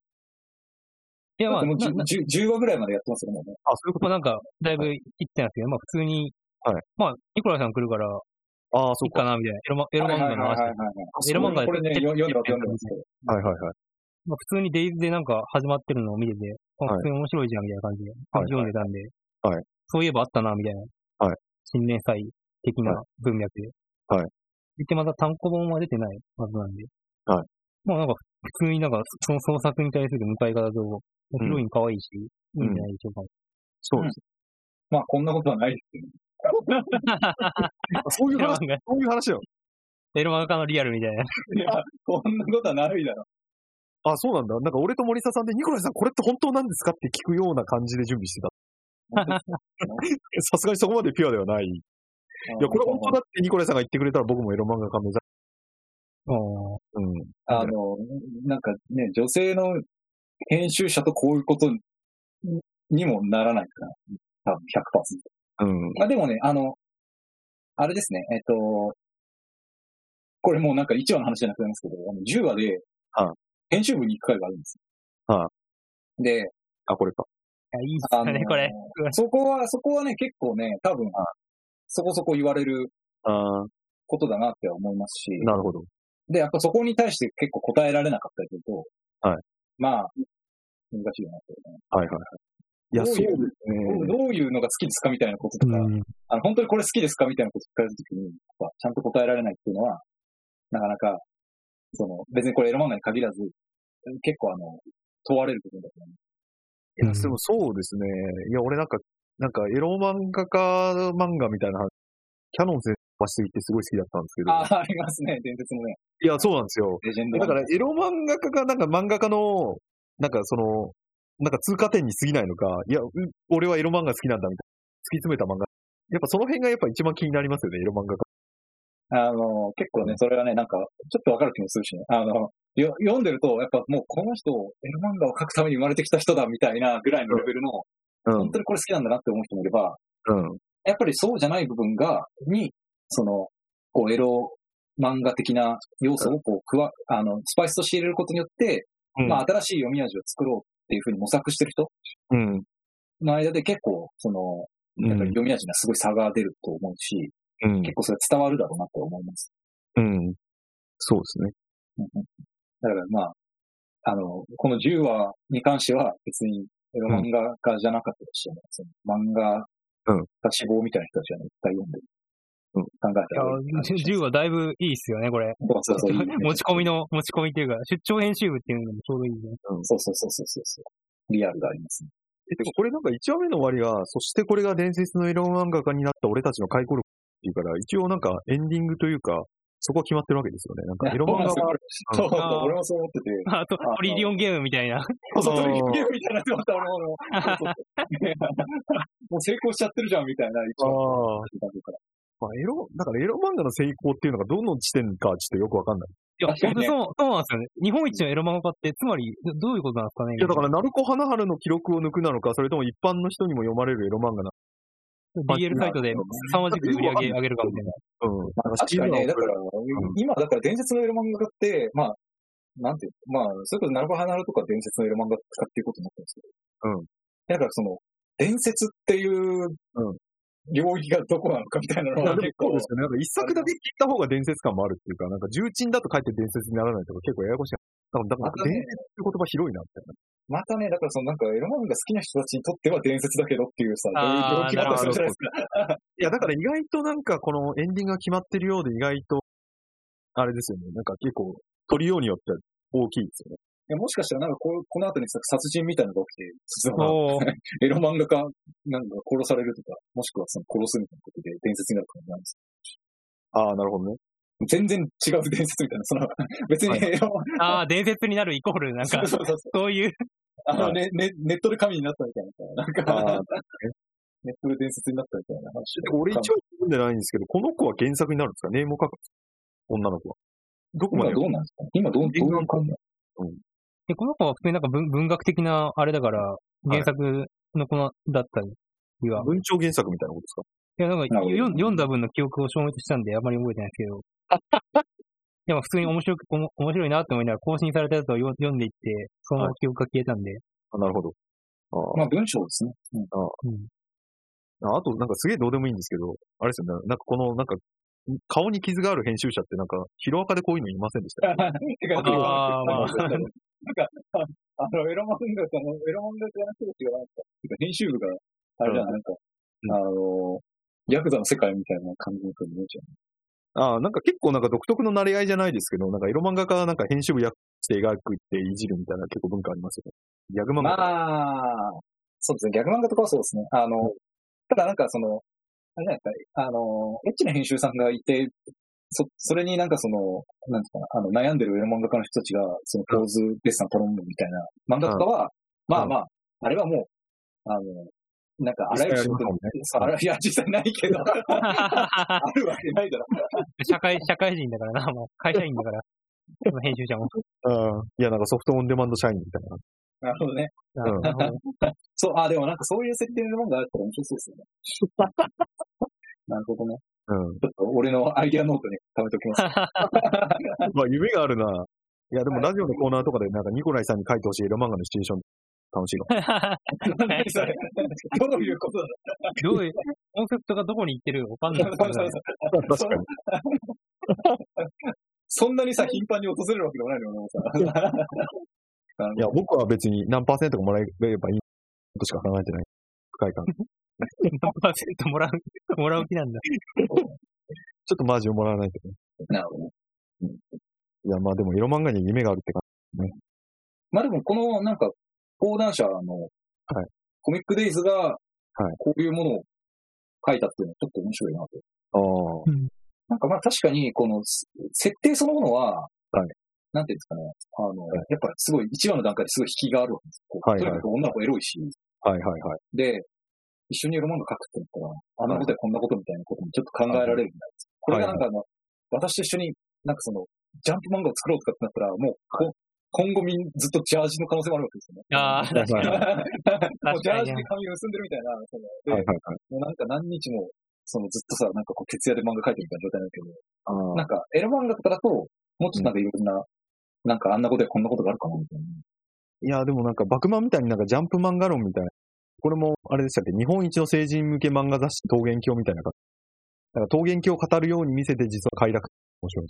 S1: いや、まあ、
S2: でも
S1: なな
S2: 10, 10話ぐらいまでやってますよね、もうね。
S3: あ、そういうこ
S1: まあ
S3: と
S1: なんか、だいぶいってないですけど、まあ普通に、
S3: はい
S1: まあ、ニコラさん来るから、い
S3: ああ、そう
S1: いか
S3: か。
S1: な、みたいな。エロマエロ漫画の話。
S2: 話
S1: エロ漫画
S2: これね、
S1: や
S2: 読
S1: っ
S2: ん
S1: て
S2: で
S1: る
S2: ます、読んでますけど。
S3: はいはいはい。
S1: まあ、普通にデイズでなんか始まってるのを見てて、あ
S3: はい
S1: 普通に面白いじゃんみたいな感じで、
S3: はい
S1: 読んでたんで、
S3: はい
S1: そういえばあったな、みたいな。
S3: はい
S1: 新年祭的な文脈で。
S3: はい
S1: で、また単行本は出てないはずなんで。
S3: はい
S1: まあなんか、普通になんか、その創作に対する向かい方と、ヒロイン可愛いし、いいんじゃないでしょうか。
S3: そうです。
S2: まあ、こんなことはないですけど。
S3: そう
S1: エ
S3: いう
S1: ロ
S3: 話、
S1: 漫
S3: そういう話よ。
S1: 画、エロ漫画のリアルみたいな。
S2: いや、こんなことはないだろ。
S3: あ、そうなんだ。なんか俺と森下さんで、ニコラさんこれって本当なんですかって聞くような感じで準備してた。さすがにそこまでピュアではない。いや、これ本当だってニコラさんが言ってくれたら僕もエロ漫画家目指
S1: うん
S3: うん。
S2: あの、なんかね、女性の編集者とこういうことににもならないかな。多分100%。
S3: うん。
S2: まあでもね、あの、あれですね、えっと、これもうなんか1話の話じゃなくなりますけど、あの10話で
S3: は、
S2: 編集部に行く会があるんですよ。
S3: は
S2: で、
S3: あ、これか。
S1: いやいいっ
S2: あ
S1: す
S2: の
S1: ね、これ。
S2: そこは、そこはね、結構ね、多分、そこそこ言われる
S3: ああ、
S2: ことだなって思いますし、
S3: なるほど。
S2: で、やっぱそこに対して結構答えられなかったりすると、
S3: はい。
S2: まあ、難しいよなってね。
S3: はいはいはい。いや、
S2: ど
S3: そうう
S2: いう
S3: ですね。
S2: どういうのが好きですかみたいなこととか、
S1: うん
S2: あの、本当にこれ好きですかみたいなこと聞かれたときに、やっぱちゃんと答えられないっていうのは、なかなか、その、別にこれエロ漫画に限らず、結構あの、問われることだと思
S3: いや、でもそうですね。いや、俺なんか、なんかエロ漫画家漫画みたいな話、キャノン先ばしすぎてすごい好きだったんですけど。
S2: ああ、ありますね、伝説のね。
S3: いや、そうなんですよ。
S2: レジェンド
S3: だから、エロ漫画家が、なんか漫画家の、なんかその、なんか通過点に過ぎないのか、いや、う俺はエロ漫画好きなんだみたいな。突き詰めた漫画。やっぱその辺がやっぱ一番気になりますよね、エロ漫画家。
S2: あの、結構ね、それはね、なんか、ちょっとわかる気もするしね。あの、よ読んでると、やっぱもうこの人、エロ漫画を描くために生まれてきた人だみたいなぐらいのレベルの、
S3: うん
S2: 本。当にこれ好きなんだなって思う人もいれば、
S3: うん。
S2: やっぱりそうじゃない部分が、に、その、こう、エロ漫画的な要素をこう、くわ、あの、スパイスとして入れることによって、
S3: うん
S2: まあ、新しい読み味を作ろうっていうふうに模索してる人
S3: うん。
S2: の間で結構、その、
S3: うん
S2: やっぱり読み味にはすごい差が出ると思うし、
S3: うん。
S2: 結構それ伝わるだろうなと思います。
S3: うん。そうですね。
S2: うんうんだからまあ、あの、この10話に関しては別にエロ漫画家じゃなかったとしても、その漫画
S3: うん
S2: が志望みたいな人たちがねいっぱい読んで、
S3: うん
S2: 考えたらいい感じ
S1: 10はだいぶいいっすよね、これ。
S2: そうそうそういいね
S1: 持ち込みの、持ち込みっていうか、出張編集部っていうのもちょうどいいね。
S2: そうそうそうそうそうそう。リアルがありますね。
S3: えでもこれなんか1話目の終わりが、そしてこれが伝説のエロ漫画家になった俺たちの回顧録っていうから、一応なんかエンディングというか、そこは決まってるわけですよね。なんかエロ漫画
S2: そう
S3: が
S2: な
S3: あ
S2: ん
S3: る。
S2: ですよそうそう、俺もそう思って て。
S1: あと、トリリオンゲームみたい な。
S2: そうそう、トリリオンゲームみたいなって思った俺も俺もそうそうそう。もう成功しちゃってるじゃんみたいな、一
S3: あ
S2: 応。
S3: あ。まあ、エロ、だからエロ漫画の成功っていうのがどの地点かちょっとよくわかんない。
S1: いや、
S2: 確か
S1: 本
S2: に
S1: 当
S2: ね
S1: そう、そうなんですよね。日本一のエロ漫画家って、つまり、どどういうことなんですかね。
S3: いや、だから、鳴子花春の記録を抜くなのか、それとも一般の人にも読まれるエロ漫画なのか。
S1: BL サイトで凄まじく売り上げ上げるかみたいな。
S3: うん。
S2: 確かにね、だから、
S3: ん
S2: 今、だから伝説のエロ漫画家って、まあ、なんていうまあ、それこそ、ナルバハナルとか伝説のエロ漫画使っていうことになってるんですけど。だか
S3: うん。
S2: らその、伝説っていう、
S3: うん
S2: 領域がどこなのかみたいなの
S3: まあ
S2: は
S3: で
S2: 結
S3: も
S2: 構
S3: そうで、すよね。なんか一作だけ聞いた方が伝説感もあるっていうか、なんか重鎮だと書いて伝説にならないとか結構ややこしい。だから、だから伝説って言葉広いな、みたいな。
S2: またね、だからそのなんかエロ漫画が好きな人たちにとっては伝説だけどっていうさ、どういう
S1: あー
S2: 病気だったりするじゃないですか。
S3: いや、だから意 外となんかこのエンディングが決まってるようで意外と、あれですよね。なんか結構、取りようによっては大きいですよね。
S2: いやもしかしたらなんかこうこの後にさ殺人みたいなのが起きて、実は
S1: おー
S2: エロ漫画家なんか殺されるとか、もしくはその殺すみたいなことで伝説になるかもしれないです。
S3: ああ、なるほどね。
S2: 全然違う伝説みたいな、その、 別に
S3: はい
S2: エロ漫画
S1: ああ、伝説になるイコール、なんか、
S2: そうそうそう。
S1: そういう、
S2: あの、ねね、ネットで神になったみたいな。なん
S3: あ
S2: か、ネットで伝説になったみたいな話で。
S3: 俺一応読んでないんですけど、この子は原作になるんですかネームを書くんですか女の子は。どこま
S2: 今
S3: で
S2: どうなんですか今どう、どういう感じ
S1: でこの子は普通になんか文文学的な、あれだから、原作の子だったりは、い、
S3: 文鳥原作みたいなことですか
S1: や、なんか
S2: なるほど
S1: 読ん読んだ分の記憶を消滅したんで、あんまり覚えてないですけど。でも普通に面白く、おも面白いなって思いながら更新されたやつを読読んでいって、その記憶が消えたんで。
S3: あ、なるほど。あ
S2: まあ文章ですね。うん
S1: うん
S3: ああと、なんかすげえどうでもいいんですけど、あれですよね。なんかこの、なんか、顔に傷がある編集者ってなんか、ヒロアカでこういうのいませんでしたよね
S2: てか、なん
S1: あーまあ
S2: か、 なんかあの、エロ漫画家の、エロ漫画家の人たちがなんか、てか編集部が、あれじゃん、なんか、あの、ヤクザの世界みたいな感じの人に見えちゃう。
S3: ああ、なんか結構なんか独特の慣れ合いじゃないですけど、なんかエロ漫画家はなんか編集部役して描くっていじるみたいな結構文化ありますよね。ギャグ漫
S2: ま
S3: 画。
S2: あ、そうですね、逆漫画とかはそうですね。あの、ただなんかその、あれじゃないですか、あの、エッチな編集さんがいて、そ、それになんかその、なんていうかな、あの、悩んでるエロ漫画家の人たちが、そのポーズデッサン頼むみたいな漫画とかは、まあまあ、あれはもう、あの、なんか、あらゆる仕事に
S3: 実際あります
S2: そうあらい
S3: もんね
S2: や、実際ないけ ど、あるわけないだろ。
S1: 社会、社会人だからな、もう会社員だから、その編集者も。
S3: うん。いや、なんかソフトオンデマンド社員みたいな。
S2: なるほどね。
S3: うん
S1: なるほど
S2: そう、あ、でもなんかそういう設定のものがあったら面白そうですよね。 なるほどね。
S3: うん。
S2: ちょっと俺のアイディアノートに貯めておきます。
S3: まあ、夢があるな。いや、でもラジオのコーナーとかでなんかニコライさんに書いてほしいエロ漫画のシチュエーション楽しいの。
S2: 何 それどういうことだ
S1: どういう、コンセプトがどこに行ってるかわかんないです
S2: ろ
S1: け
S2: う
S1: どね。
S3: 確かに。
S2: そんなにさ、頻繁に訪れるわけでもないのよ、俺もさ。
S3: いや、僕は別に何パーセントかもらえればいいことしか考えてない。不快感。ちょ
S1: 100%もらう、もらう気なんだ。
S3: っとマージをもらわないとね。
S2: なるほどね。
S3: いや、まあでも、エロ漫画には夢があるって感
S2: まあでも、この、なんか、講談社の、
S3: はい
S2: コミックデイズが、
S3: い
S2: こういうものを書いたっていうのはちょっと面白いなと。
S3: じ。ああ。
S2: なんかまあ確かに、この、す設定そのものは、
S3: はい
S2: なんていうんですかね、あの、
S3: はい
S2: やっぱすごい、一話の段階ですごい引きがあるわけですよ。こう
S3: はいは
S2: と
S3: い
S2: にかく女の子エロいし、
S3: はいはいはい。
S2: で、一緒にエロ漫画書くって言ったら、あんなことやこんなことみたいなこともちょっと考えられるんですこれがなんかあの、私と一緒になんかその、ジャンプ漫画を作ろうとかってなったら、もうこ、今後みんずっとジャージの可能性もあるわけですよね。
S1: ああ、確かに。
S2: もうジャ
S1: 確かに
S2: ージ
S1: ね
S2: で髪を結んでるみたいな、その、で
S3: はいはいはい。
S2: もうなんか何日も、そのずっとさ、なんかこう、徹夜で漫画描いてるみたいな状態なんだけど、
S3: あー
S2: なんか、エロ漫画とかだと、もうちょっとなんかいろんな、なんかあんなことやこんなことがあるかな、みたいな。
S3: いや、でもなんか、バクマンみたいになんかジャンプ漫画論みたいな。これも、あれでしたっけ日本一の成人向け漫画雑誌、桃源郷みたいな感じ。なんか、桃源郷を語るように見せて、実は快楽。面白い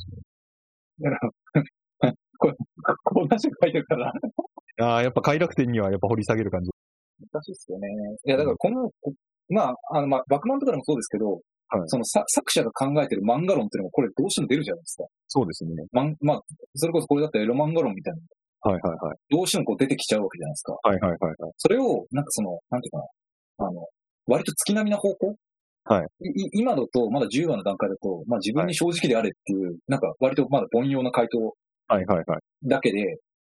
S3: です
S2: こ う同じこと書いてるから、
S3: ね。ああ、やっぱ快楽天にはやっぱ掘り下げる感じ。
S2: 難しいですよね。いや、だからこの、こまあ、あの、まあ、バクマンとかでもそうですけど、
S3: はい
S2: そのさ作者が考えてる漫画論っていうのもこれどうしても出るじゃないですか。
S3: そうですね。
S2: まんまあ、それこそこれだったらエロ漫画論みたいな、
S3: はいはいはい。
S2: どうしてもこう出てきちゃうわけじゃないですか。
S3: はいはいはいはい。
S2: それを、なんかその、なんていうかな、あの、割と月並みな方向
S3: はい
S2: い。今だと、まだ10話の段階だと、まあ自分に正直であれっていう、なんか割とまだ凡庸な回答
S3: はいはいはい。
S2: だけで、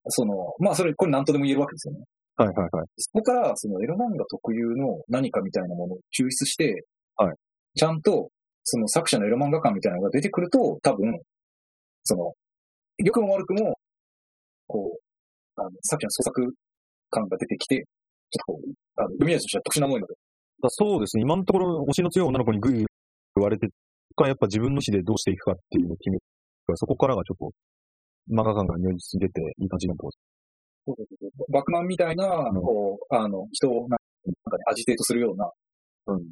S2: その、まあそれ、これ何とでも言えるわけですよね。
S3: はいはいはい。
S2: そこから、そのエロ漫画特有の何かみたいなものを抽出して、
S3: はい
S2: ちゃんと、その作者のエロ漫画感みたいなのが出てくると、多分、その、良くも悪くも、こう、あのさっきの創作感が出てきて、ちょっとこう、あの、海味としては特殊なもので、
S3: だそうですね。今のところ、推しの強い女の子にグー言われて、からやっぱ自分の意思でどうしていくかっていうのを決めるから。そこからがちょっと、漫画感が如実に出て、いい感じのポーズ。
S2: バクマンみたいな、
S3: ん
S2: こう、あの、人をなんかね、アジテートするような、
S3: うん。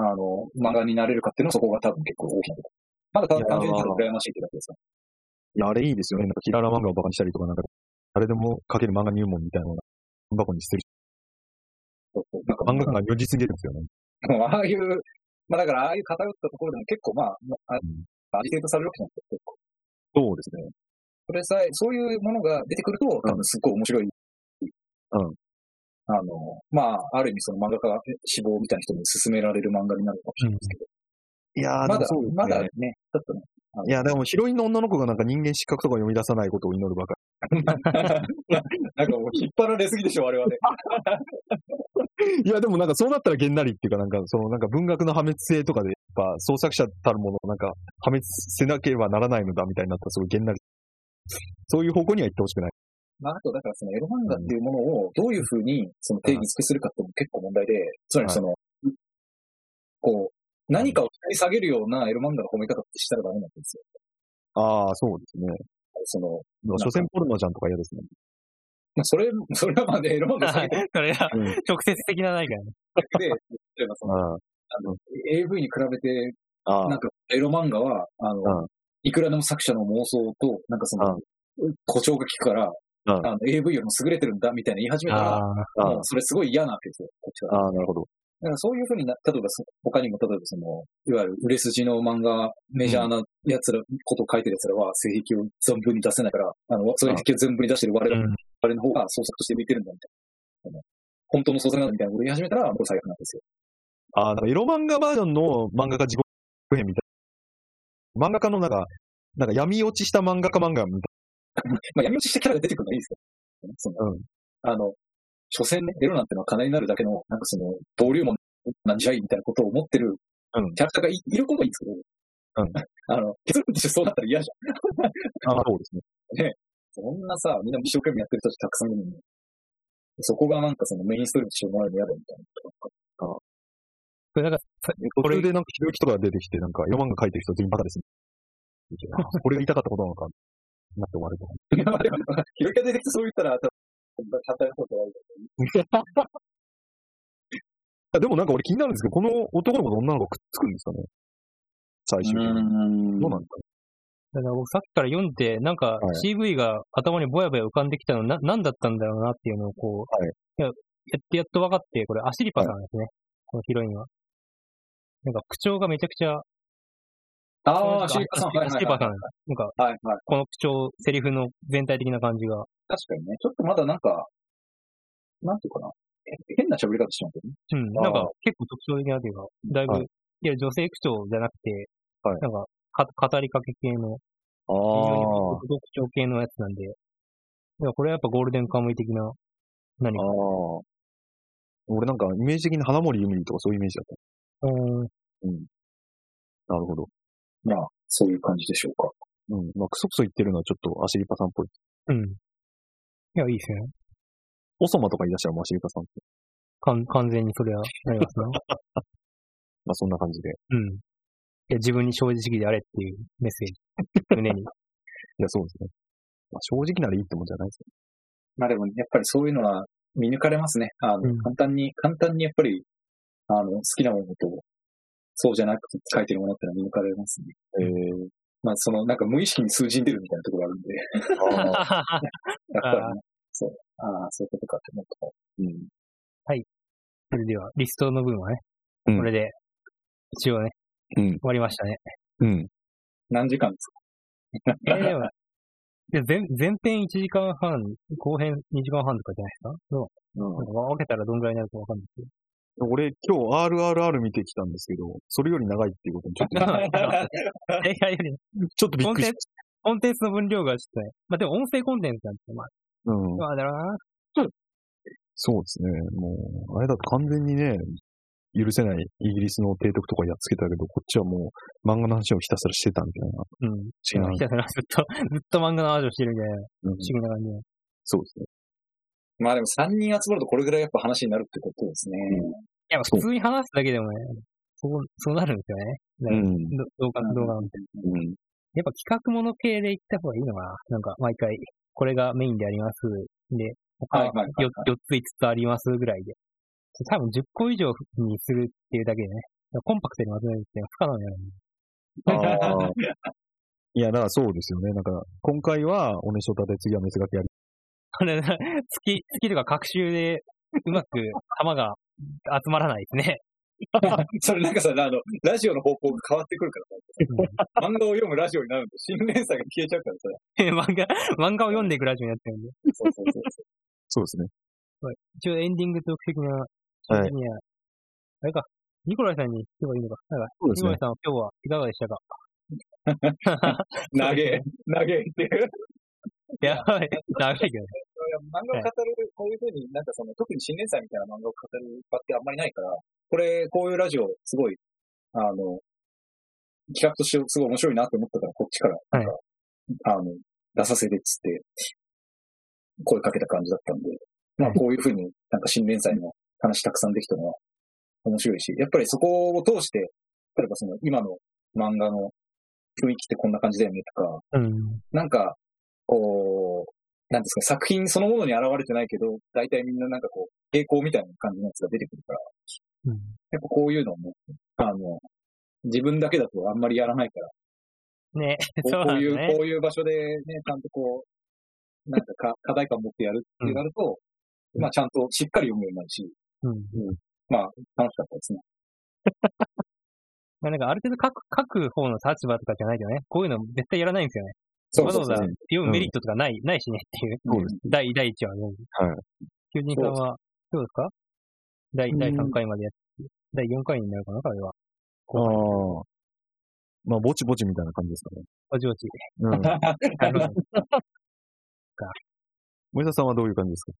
S2: あの、漫画になれるかっていうのはそこが多分結構大きなところ。まだただ単純にちょっと羨ましいってだけですね。
S3: いや、あれいいですよね。なんか、キララ漫画をバカにしたりとか、なんか、誰でも描ける漫画入門みたいなのを漫画箱に捨てる。
S2: そうそうなんか
S3: 漫画館が如実に出るんですよね。
S2: でも ああいう、まあだからああいう偏ったところでも結構まあ、あアジテートされるわけじゃないですか、結構。
S3: そうで
S2: それさ
S3: すね。
S2: え、そういうものが出てくると、多分すっごい面白い。
S3: うん。
S2: あの、まあ、ある意味その漫画家が志望みたいな人に勧められる漫画になるかもしれないですけど。
S3: いや
S2: ま
S3: ー、でも
S2: だ、
S3: そうですね。
S2: まだね、ちょっとね。
S3: いや、でもヒロインの女の子がなんか人間失格とか読み出さないことを祈るばか
S2: なんかもう 引っ張られすぎでしょ、あれはね。
S3: り。いや、でもなんかそうなったらげんなりっていうか、なんかそのなんか文学の破滅性とかで、やっぱ創作者たるものをなんか破滅せなければならないのだみたいになったらすごいげんなり。そういう方向には行ってほしくない。
S2: まあ、あと、だからそのエロ漫画っていうものをどういうふうにその定義付けするかっていうのも結構問題で、つまりその、こう、何かを引き下げるようなエロ漫画の褒め方ってしたらダメなんですよ。
S3: ああ、そうですね。
S2: その、
S3: でも所詮ポルノちゃんとか嫌ですね。
S2: まあ、それ、 それはまあね、エロ漫画下げてる
S1: それは
S3: うん、
S1: 直接的なないからね。
S2: だけ で、例えばその、
S3: あ
S2: AV に比べて、
S3: あ、ああ
S2: なんか、エロ漫画は、あ
S3: う
S2: の、いくらでも作者の妄想と、なんかその、誇張が効くから、
S3: うん
S2: あの AV よりも優れてるんだ、みたいな言い始めたら、
S3: あ
S2: もうそれすごい嫌なわけですよ、こっちは。
S3: ああ、なるほど。
S2: だからそういうふうにな、例えばそ他にも、例えばその、いわゆる売れ筋の漫画、メジャーな奴ら、ことを書いてる奴らは、性癖を存分に出せないから、あの、その性癖を存分に出してる我々、
S1: うん
S2: 我々の方が創作として見てるんだ、みたいな。本当の創作なんだみたいなことを言い始めたら、もう最悪なんですよ。
S3: ああ、なんかエロ漫画バージョンの漫画家自己編みたいな。漫画家のなんか、なんか闇落ちした漫画家漫画みたい
S2: まあ、闇落ちしたキャラが出てくるのはいいですけどね、その、
S3: うん
S2: あの、所詮ね、エロなんてのは金になるだけの、なんかその、登竜門なんじゃいみたいなことを思ってる
S3: うん
S2: キャラクターがい,、ることはいいんですけど、
S3: うん
S2: あの、結論としてそうだったら嫌じゃん。
S3: な。ああ、そうですね。
S2: そんなさ、みんな一生懸命やってる人たちたくさんいるのに、そこがなんかそのメインストーリーにしてもらえるの
S1: そ
S2: 嫌だみたいなことばっか
S1: れなんか、さ
S3: 途
S1: これ
S3: 中でなんかひろゆきとかが出てきて、なんかエロ漫画描いてる人全員バカ ですね。これが言いたかったことなのか。なって終わると思
S2: り。いや、でも、ひろゆきが出てきてそう言ったら、た反対のことはあるけ
S3: うあでもなんか俺気になるんですけど、この男の子と女の子くっつくんですかね最終
S2: ど
S3: 的に。
S2: ん
S3: どうなんですかね
S1: だから僕さっきから読んで、なんか
S3: い
S1: CV が頭にぼやぼや浮かんできたのな、なんだったんだろうなっていうのをこう、
S3: はい
S1: ややってやっと分かって、これアシリパさんですね、このヒロインは。なんか口調がめちゃくちゃ、
S2: ああ、シ
S1: ア
S2: リカさん、
S1: シアシリパさんな
S2: は、
S1: んか
S2: いはい。
S1: この口調、セリフの全体的な感じが、
S2: 確かにね、ちょっとまだなんか、なんていうかな。へ変な喋り方してますよね。
S1: うん、なん
S3: あー
S1: か結構特徴的なというか、だいぶ、
S3: はい
S1: いや女性口調じゃなくて、
S3: はい
S1: なんかか語りかけ系の、
S3: あ
S1: 読
S3: あ。
S1: 書系のやつなんで、いやこれはやっぱゴールデンカムイ的な、何
S3: あ
S1: か。
S3: あ。俺なんかイメージ的に花森ゆみりとかそういうイメージだっ
S1: うん。
S3: た。なるほど。
S2: まあ、そういう感じでしょうか。
S3: うん。まあ、クソクソ言ってるのはちょっとアシリパさんっぽい。
S1: うん。いや、いいですよね。
S3: オソマとか言い出したらもうアシリパさんって。
S1: 完完全にそれはなり ますな。
S3: まあ、そんな感じで。い
S1: うん。いや、自分に正直であれっていうメッセージ。胸に。
S3: や、そうですね。まあ、正直ならいいってもんじゃないですね。
S2: まあでも、やっぱりそういうのは見抜かれますね。あの、
S1: うん
S2: 簡単に、簡単にやっぱり、あの、好きなものと、そうじゃなくて書いてるものってのは見抜かれますね。
S3: え
S2: まあ、その、なんか無意識に数字に出るみたいなところがあるんで、
S3: えああ。
S2: やっぱり
S1: あー
S2: ね、そう、ああ、そういうことかって思った
S3: うん。
S1: それでは、リストの分はね、
S3: うん
S1: これで、一応ね、
S3: うん
S1: 終わりましたね。
S3: うん。
S2: 何時間です
S1: えーでもで前前編1時間半、後編2時間半とかじゃないですかどうなんか分けたらどんぐらいになるかわかんないです
S3: 俺、今日 RRR 見てきたんですけど、それより長いっていうことにちょっと、
S2: か
S1: けど。いやいやいや
S3: ちょっとびっくりし
S1: コンテンツの分量がちょっとね、まあでも音声コンテンツなんて、まあ、
S3: た。うん。
S1: まあだろうな。
S3: そうですね。もう、あれだと完全にね、許せないイギリスの提督とかやっつけたけど、こっちはもう漫画の話をひたすらしてたみたいな。
S1: うん。
S3: 違う
S1: ひたすらずっと、 ずっと漫画の話をしてるみたいな、不
S3: うん
S1: 思議な感じで。
S3: そうですね。
S2: まあでも3人集まるとこれぐらいやっぱ話になるってことですね。
S1: いや、普通に話すだけでもね、そう、そうなるんですよね。だから
S3: ん。
S1: ど動画、動画の。
S3: うん。
S1: やっぱ企画もの系で行った方がいいのかななんか、毎回、これがメインであります。で、他
S2: はい
S1: 4
S2: はいはいは
S1: つ5
S2: い
S1: つありますぐらいで。多分10個以上にするっていうだけでね、コンパクトにまとめるっていうのは不可能じゃない
S3: ああ。いや、だからそうですよね。なんか、今回は、おねしょたで、次はメスガキやり。
S1: これな、月、月とか各週で、うまく玉が集まらないですね。
S2: それなんかさ、あの、ラジオの方向が変わってくるからさ、漫画を読むラジオになると新連載が消えちゃうからさ、
S1: 漫画、漫画を読んでいくラジオになってるんで。
S2: そうそうそうそ
S3: そうですね。
S1: 一応エンディングトーク的な、
S3: はい
S1: 的にはあれか、ニコライさんに聞けばいいのか。なんか
S3: そうで
S1: ニ
S3: す
S1: コラ
S3: ね
S1: イ。さんは今日はいかがでしたか
S2: う。投げ、投げっていう。
S1: やばい。長いけどね。
S2: 漫画を語る、こういうふうになんかその、特に新連載みたいな漫画を語る場ってあんまりないから、これ、こういうラジオ、すごい、あの、企画としてすごい面白いなと思ったから、こっちから、なんか、あの、出させてっつって、声かけた感じだったんで、まあこういうふうになんか新連載の話たくさんできたのは面白いし、やっぱりそこを通して、例えばその今の漫画の雰囲気ってこんな感じだよねとか、
S1: うん。
S2: なんか、こう、なんですか、作品そのものに現れてないけど、大体みんななんかこう、傾向みたいな感じのやつが出てくるから、
S1: うん
S2: やっぱこういうのも、あの、自分だけだとあんまりやらないから、
S1: ね
S2: こ
S1: そう
S2: うこ
S1: なん
S2: うい
S1: です
S2: う、
S1: ね。
S2: こういう場所でね、ちゃんとこう、なんかか 課題感持ってやるってなると、
S1: うん
S2: まあちゃんとしっかり読むようになるし、
S1: うん。
S2: まあ楽しかったですね。
S1: まあなんかある程度書く、書く方の立場とかじゃないけどね。こういうの絶対やらないんですよね。
S2: そう
S1: わざ
S2: そ
S1: わ
S2: う
S1: ざ
S2: そう。
S1: 読むメリットとかない、ないしねっていう。
S3: そうです。
S1: 第、第一話ね。
S3: はい。
S1: 求人さんは、どうですか第、第3回までやって、第4回になるかなあれは。
S3: ああ。まあ、ぼちぼちみたいな感じですかね。
S1: おじおち。
S3: うん。
S1: なるほど
S3: 森田さんはどういう感じですか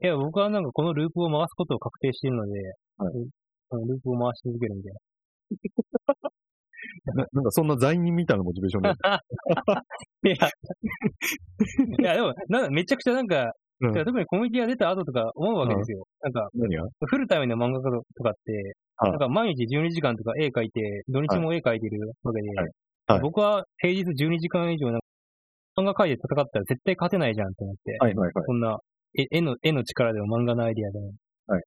S1: いや、僕はなんかこのループを回すことを確定しているので、
S3: はい
S1: うんあのループを回し続けるみたいな。
S3: ななんか、そんな罪人みたいなモチベーシ ョンで。
S1: いや、いやでも、なんかめちゃくちゃなんか、
S3: うん
S1: 特にコミュニティが出た後とか思うわけですよ。なんか、
S3: 何が
S1: フルタイムの漫画家とかって、
S3: はい
S1: なんか毎日12時間とか絵描いて、土日も絵描いてるわけで、
S3: はいはい
S1: 僕は平日12時間以上なんか漫画界で戦ったら絶対勝てないじゃんと思って、
S3: はいはいはい。
S1: こんな絵絵の、絵の力でも漫画のアイディアでも。
S3: はい。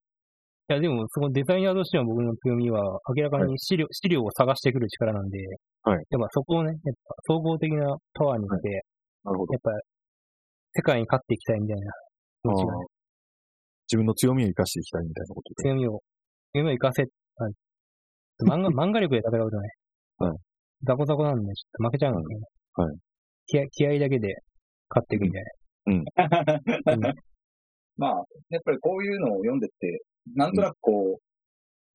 S1: いや、でも、そのデザイナーとしての僕の強みは、明らかに資料、資料を探してくる力なんで、
S3: はい
S1: やっぱそこをね、やっぱ総合的なパワーにして、
S3: なるほど
S1: や。っぱ、世界に勝っていきたいみたいな気持ちがね、
S3: あー自分の強みを生かしていきたいみたいなことで。
S1: 強みを、強みを生かせ、あ漫画、漫画力で戦うとね、
S3: はい
S1: ザコザコなんで、ちょっと負けちゃうんですよね。
S3: はい
S1: 気合。気合だけで勝っていくみたいな。うん
S2: まあ、やっぱりこういうのを読んでって、なんとなくこう、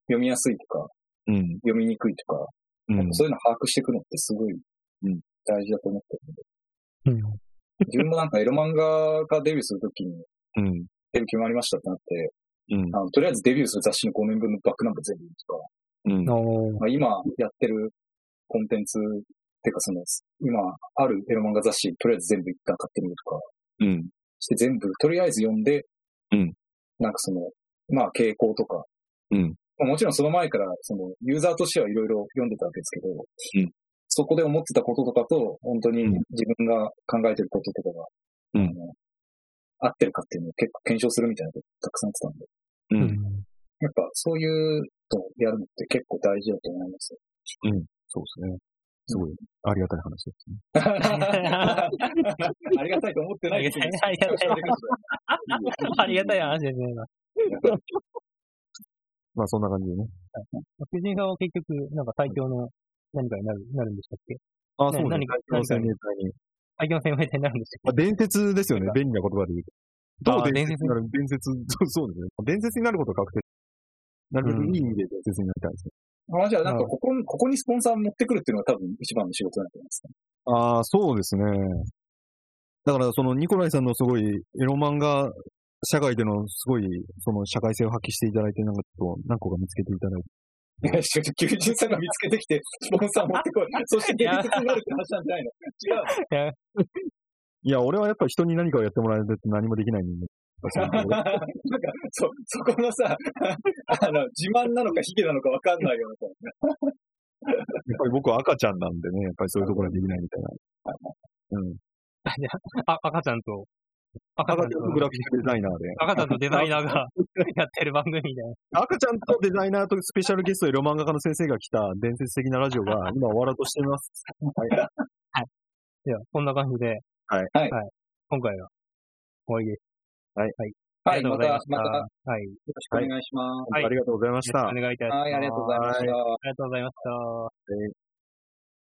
S2: 読みやすいとか、
S3: うん。
S2: 読みにくいとか、
S3: うん。
S2: そういうの把握していくのってすごい、
S3: うん
S2: 大事だと思ってるんで。
S1: うん。
S2: 自分もなんかエロ漫画がデビューするときに、
S3: う
S2: デ
S3: ん。
S2: ビュー決まりましたってなって、
S3: うん
S2: あの、とりあえずデビューする雑誌の5年分のバックナンバー全部見るから、
S3: う
S1: お
S3: ん。
S1: ー
S2: まあ、今やってるコンテンツ、てかその、今あるエロ漫画雑誌、とりあえず全部一旦買ってみるとか、
S3: うん。
S2: して全部、とりあえず読んで、
S3: うん
S2: なんかその、まあ傾向とか、
S3: うん
S2: まあもちろんその前から、その、ユーザーとしてはいろいろ読んでたわけですけど、
S3: ん
S2: そこで思ってたこととかと、本当に
S3: うん
S2: 自分が考えてることとかが、
S3: うん
S2: あの合ってるかっていうのを結構検証するみたいなことたくさん言ってたんで、
S3: う。
S1: うんん。
S2: やっぱそういうのをやるのって結構大事だと思いますよ。
S3: そう ですね。 すごい、ありがたい話ですね。
S2: ありがたいと思ってないですね
S1: ありがたいありがたい ありがたい話ですね、今。
S3: まあ、そんな感じでね。
S1: 藤井さんは結局、なんか最強の何かになる、なるんでしたっけ
S3: あ、
S1: ね
S3: そうですね
S1: 何か。
S3: 最強の生命体に。
S1: 最強の生命体になるんでした
S3: まあ、伝説ですよね。便利な言葉で言うと。ど
S1: あー
S3: う伝説になる伝説、そうそうですね。伝説になることは確定。なるべくいい意味で伝説になりたいですね。
S2: まあじゃあな
S1: な
S2: ん
S1: る
S2: かここに、ここにスポンサー持ってくるっていうのが多分一番の仕事なんじゃないですか。
S3: ああ、そうですね。だから、その、ニコライさんのすごい、エロ漫画、社会でのすごい、その、社会性を発揮していただいて、なんか、何個か見つけていただいて。
S2: いや、ちょっと求人さんが見つけてきて、スポンサー持ってこい。そして現実になるって話なんじゃないの違う。
S3: いや、俺はやっぱ人に何かをやってもらえるって何もできない人
S2: なん
S3: 間。
S2: か、そ、 そこのさ、あの、自慢なのかヒゲなのかわかんないような。
S3: やっぱり僕は赤ちゃんなんでね、やっぱりそういうところはできないみたいな。うん。
S1: あ、赤ちゃんと、赤
S3: 赤
S1: ちゃん
S3: ちゃんと
S1: と、
S3: グラフィックデザイナーで。
S1: 赤ちゃんとデザイナーがやってる番組みたいな。
S3: 赤ちゃんとデザイナーとスペシャルゲスト、エロ漫画家の先生が来た伝説的なラジオが今終わろうとしています。
S1: いや、こんな感じで、
S3: はい
S2: はい
S1: 今回は終わりです。
S3: はい
S1: はい。
S2: はい、また、また、よ
S1: た。はい。よ
S2: ろしくお願いします。
S1: はい
S3: ありがとうございま
S1: ろ
S3: し
S1: しく
S3: た
S1: お。願いいたします。
S2: はい、ありがとうございました。
S1: ありがとうございました。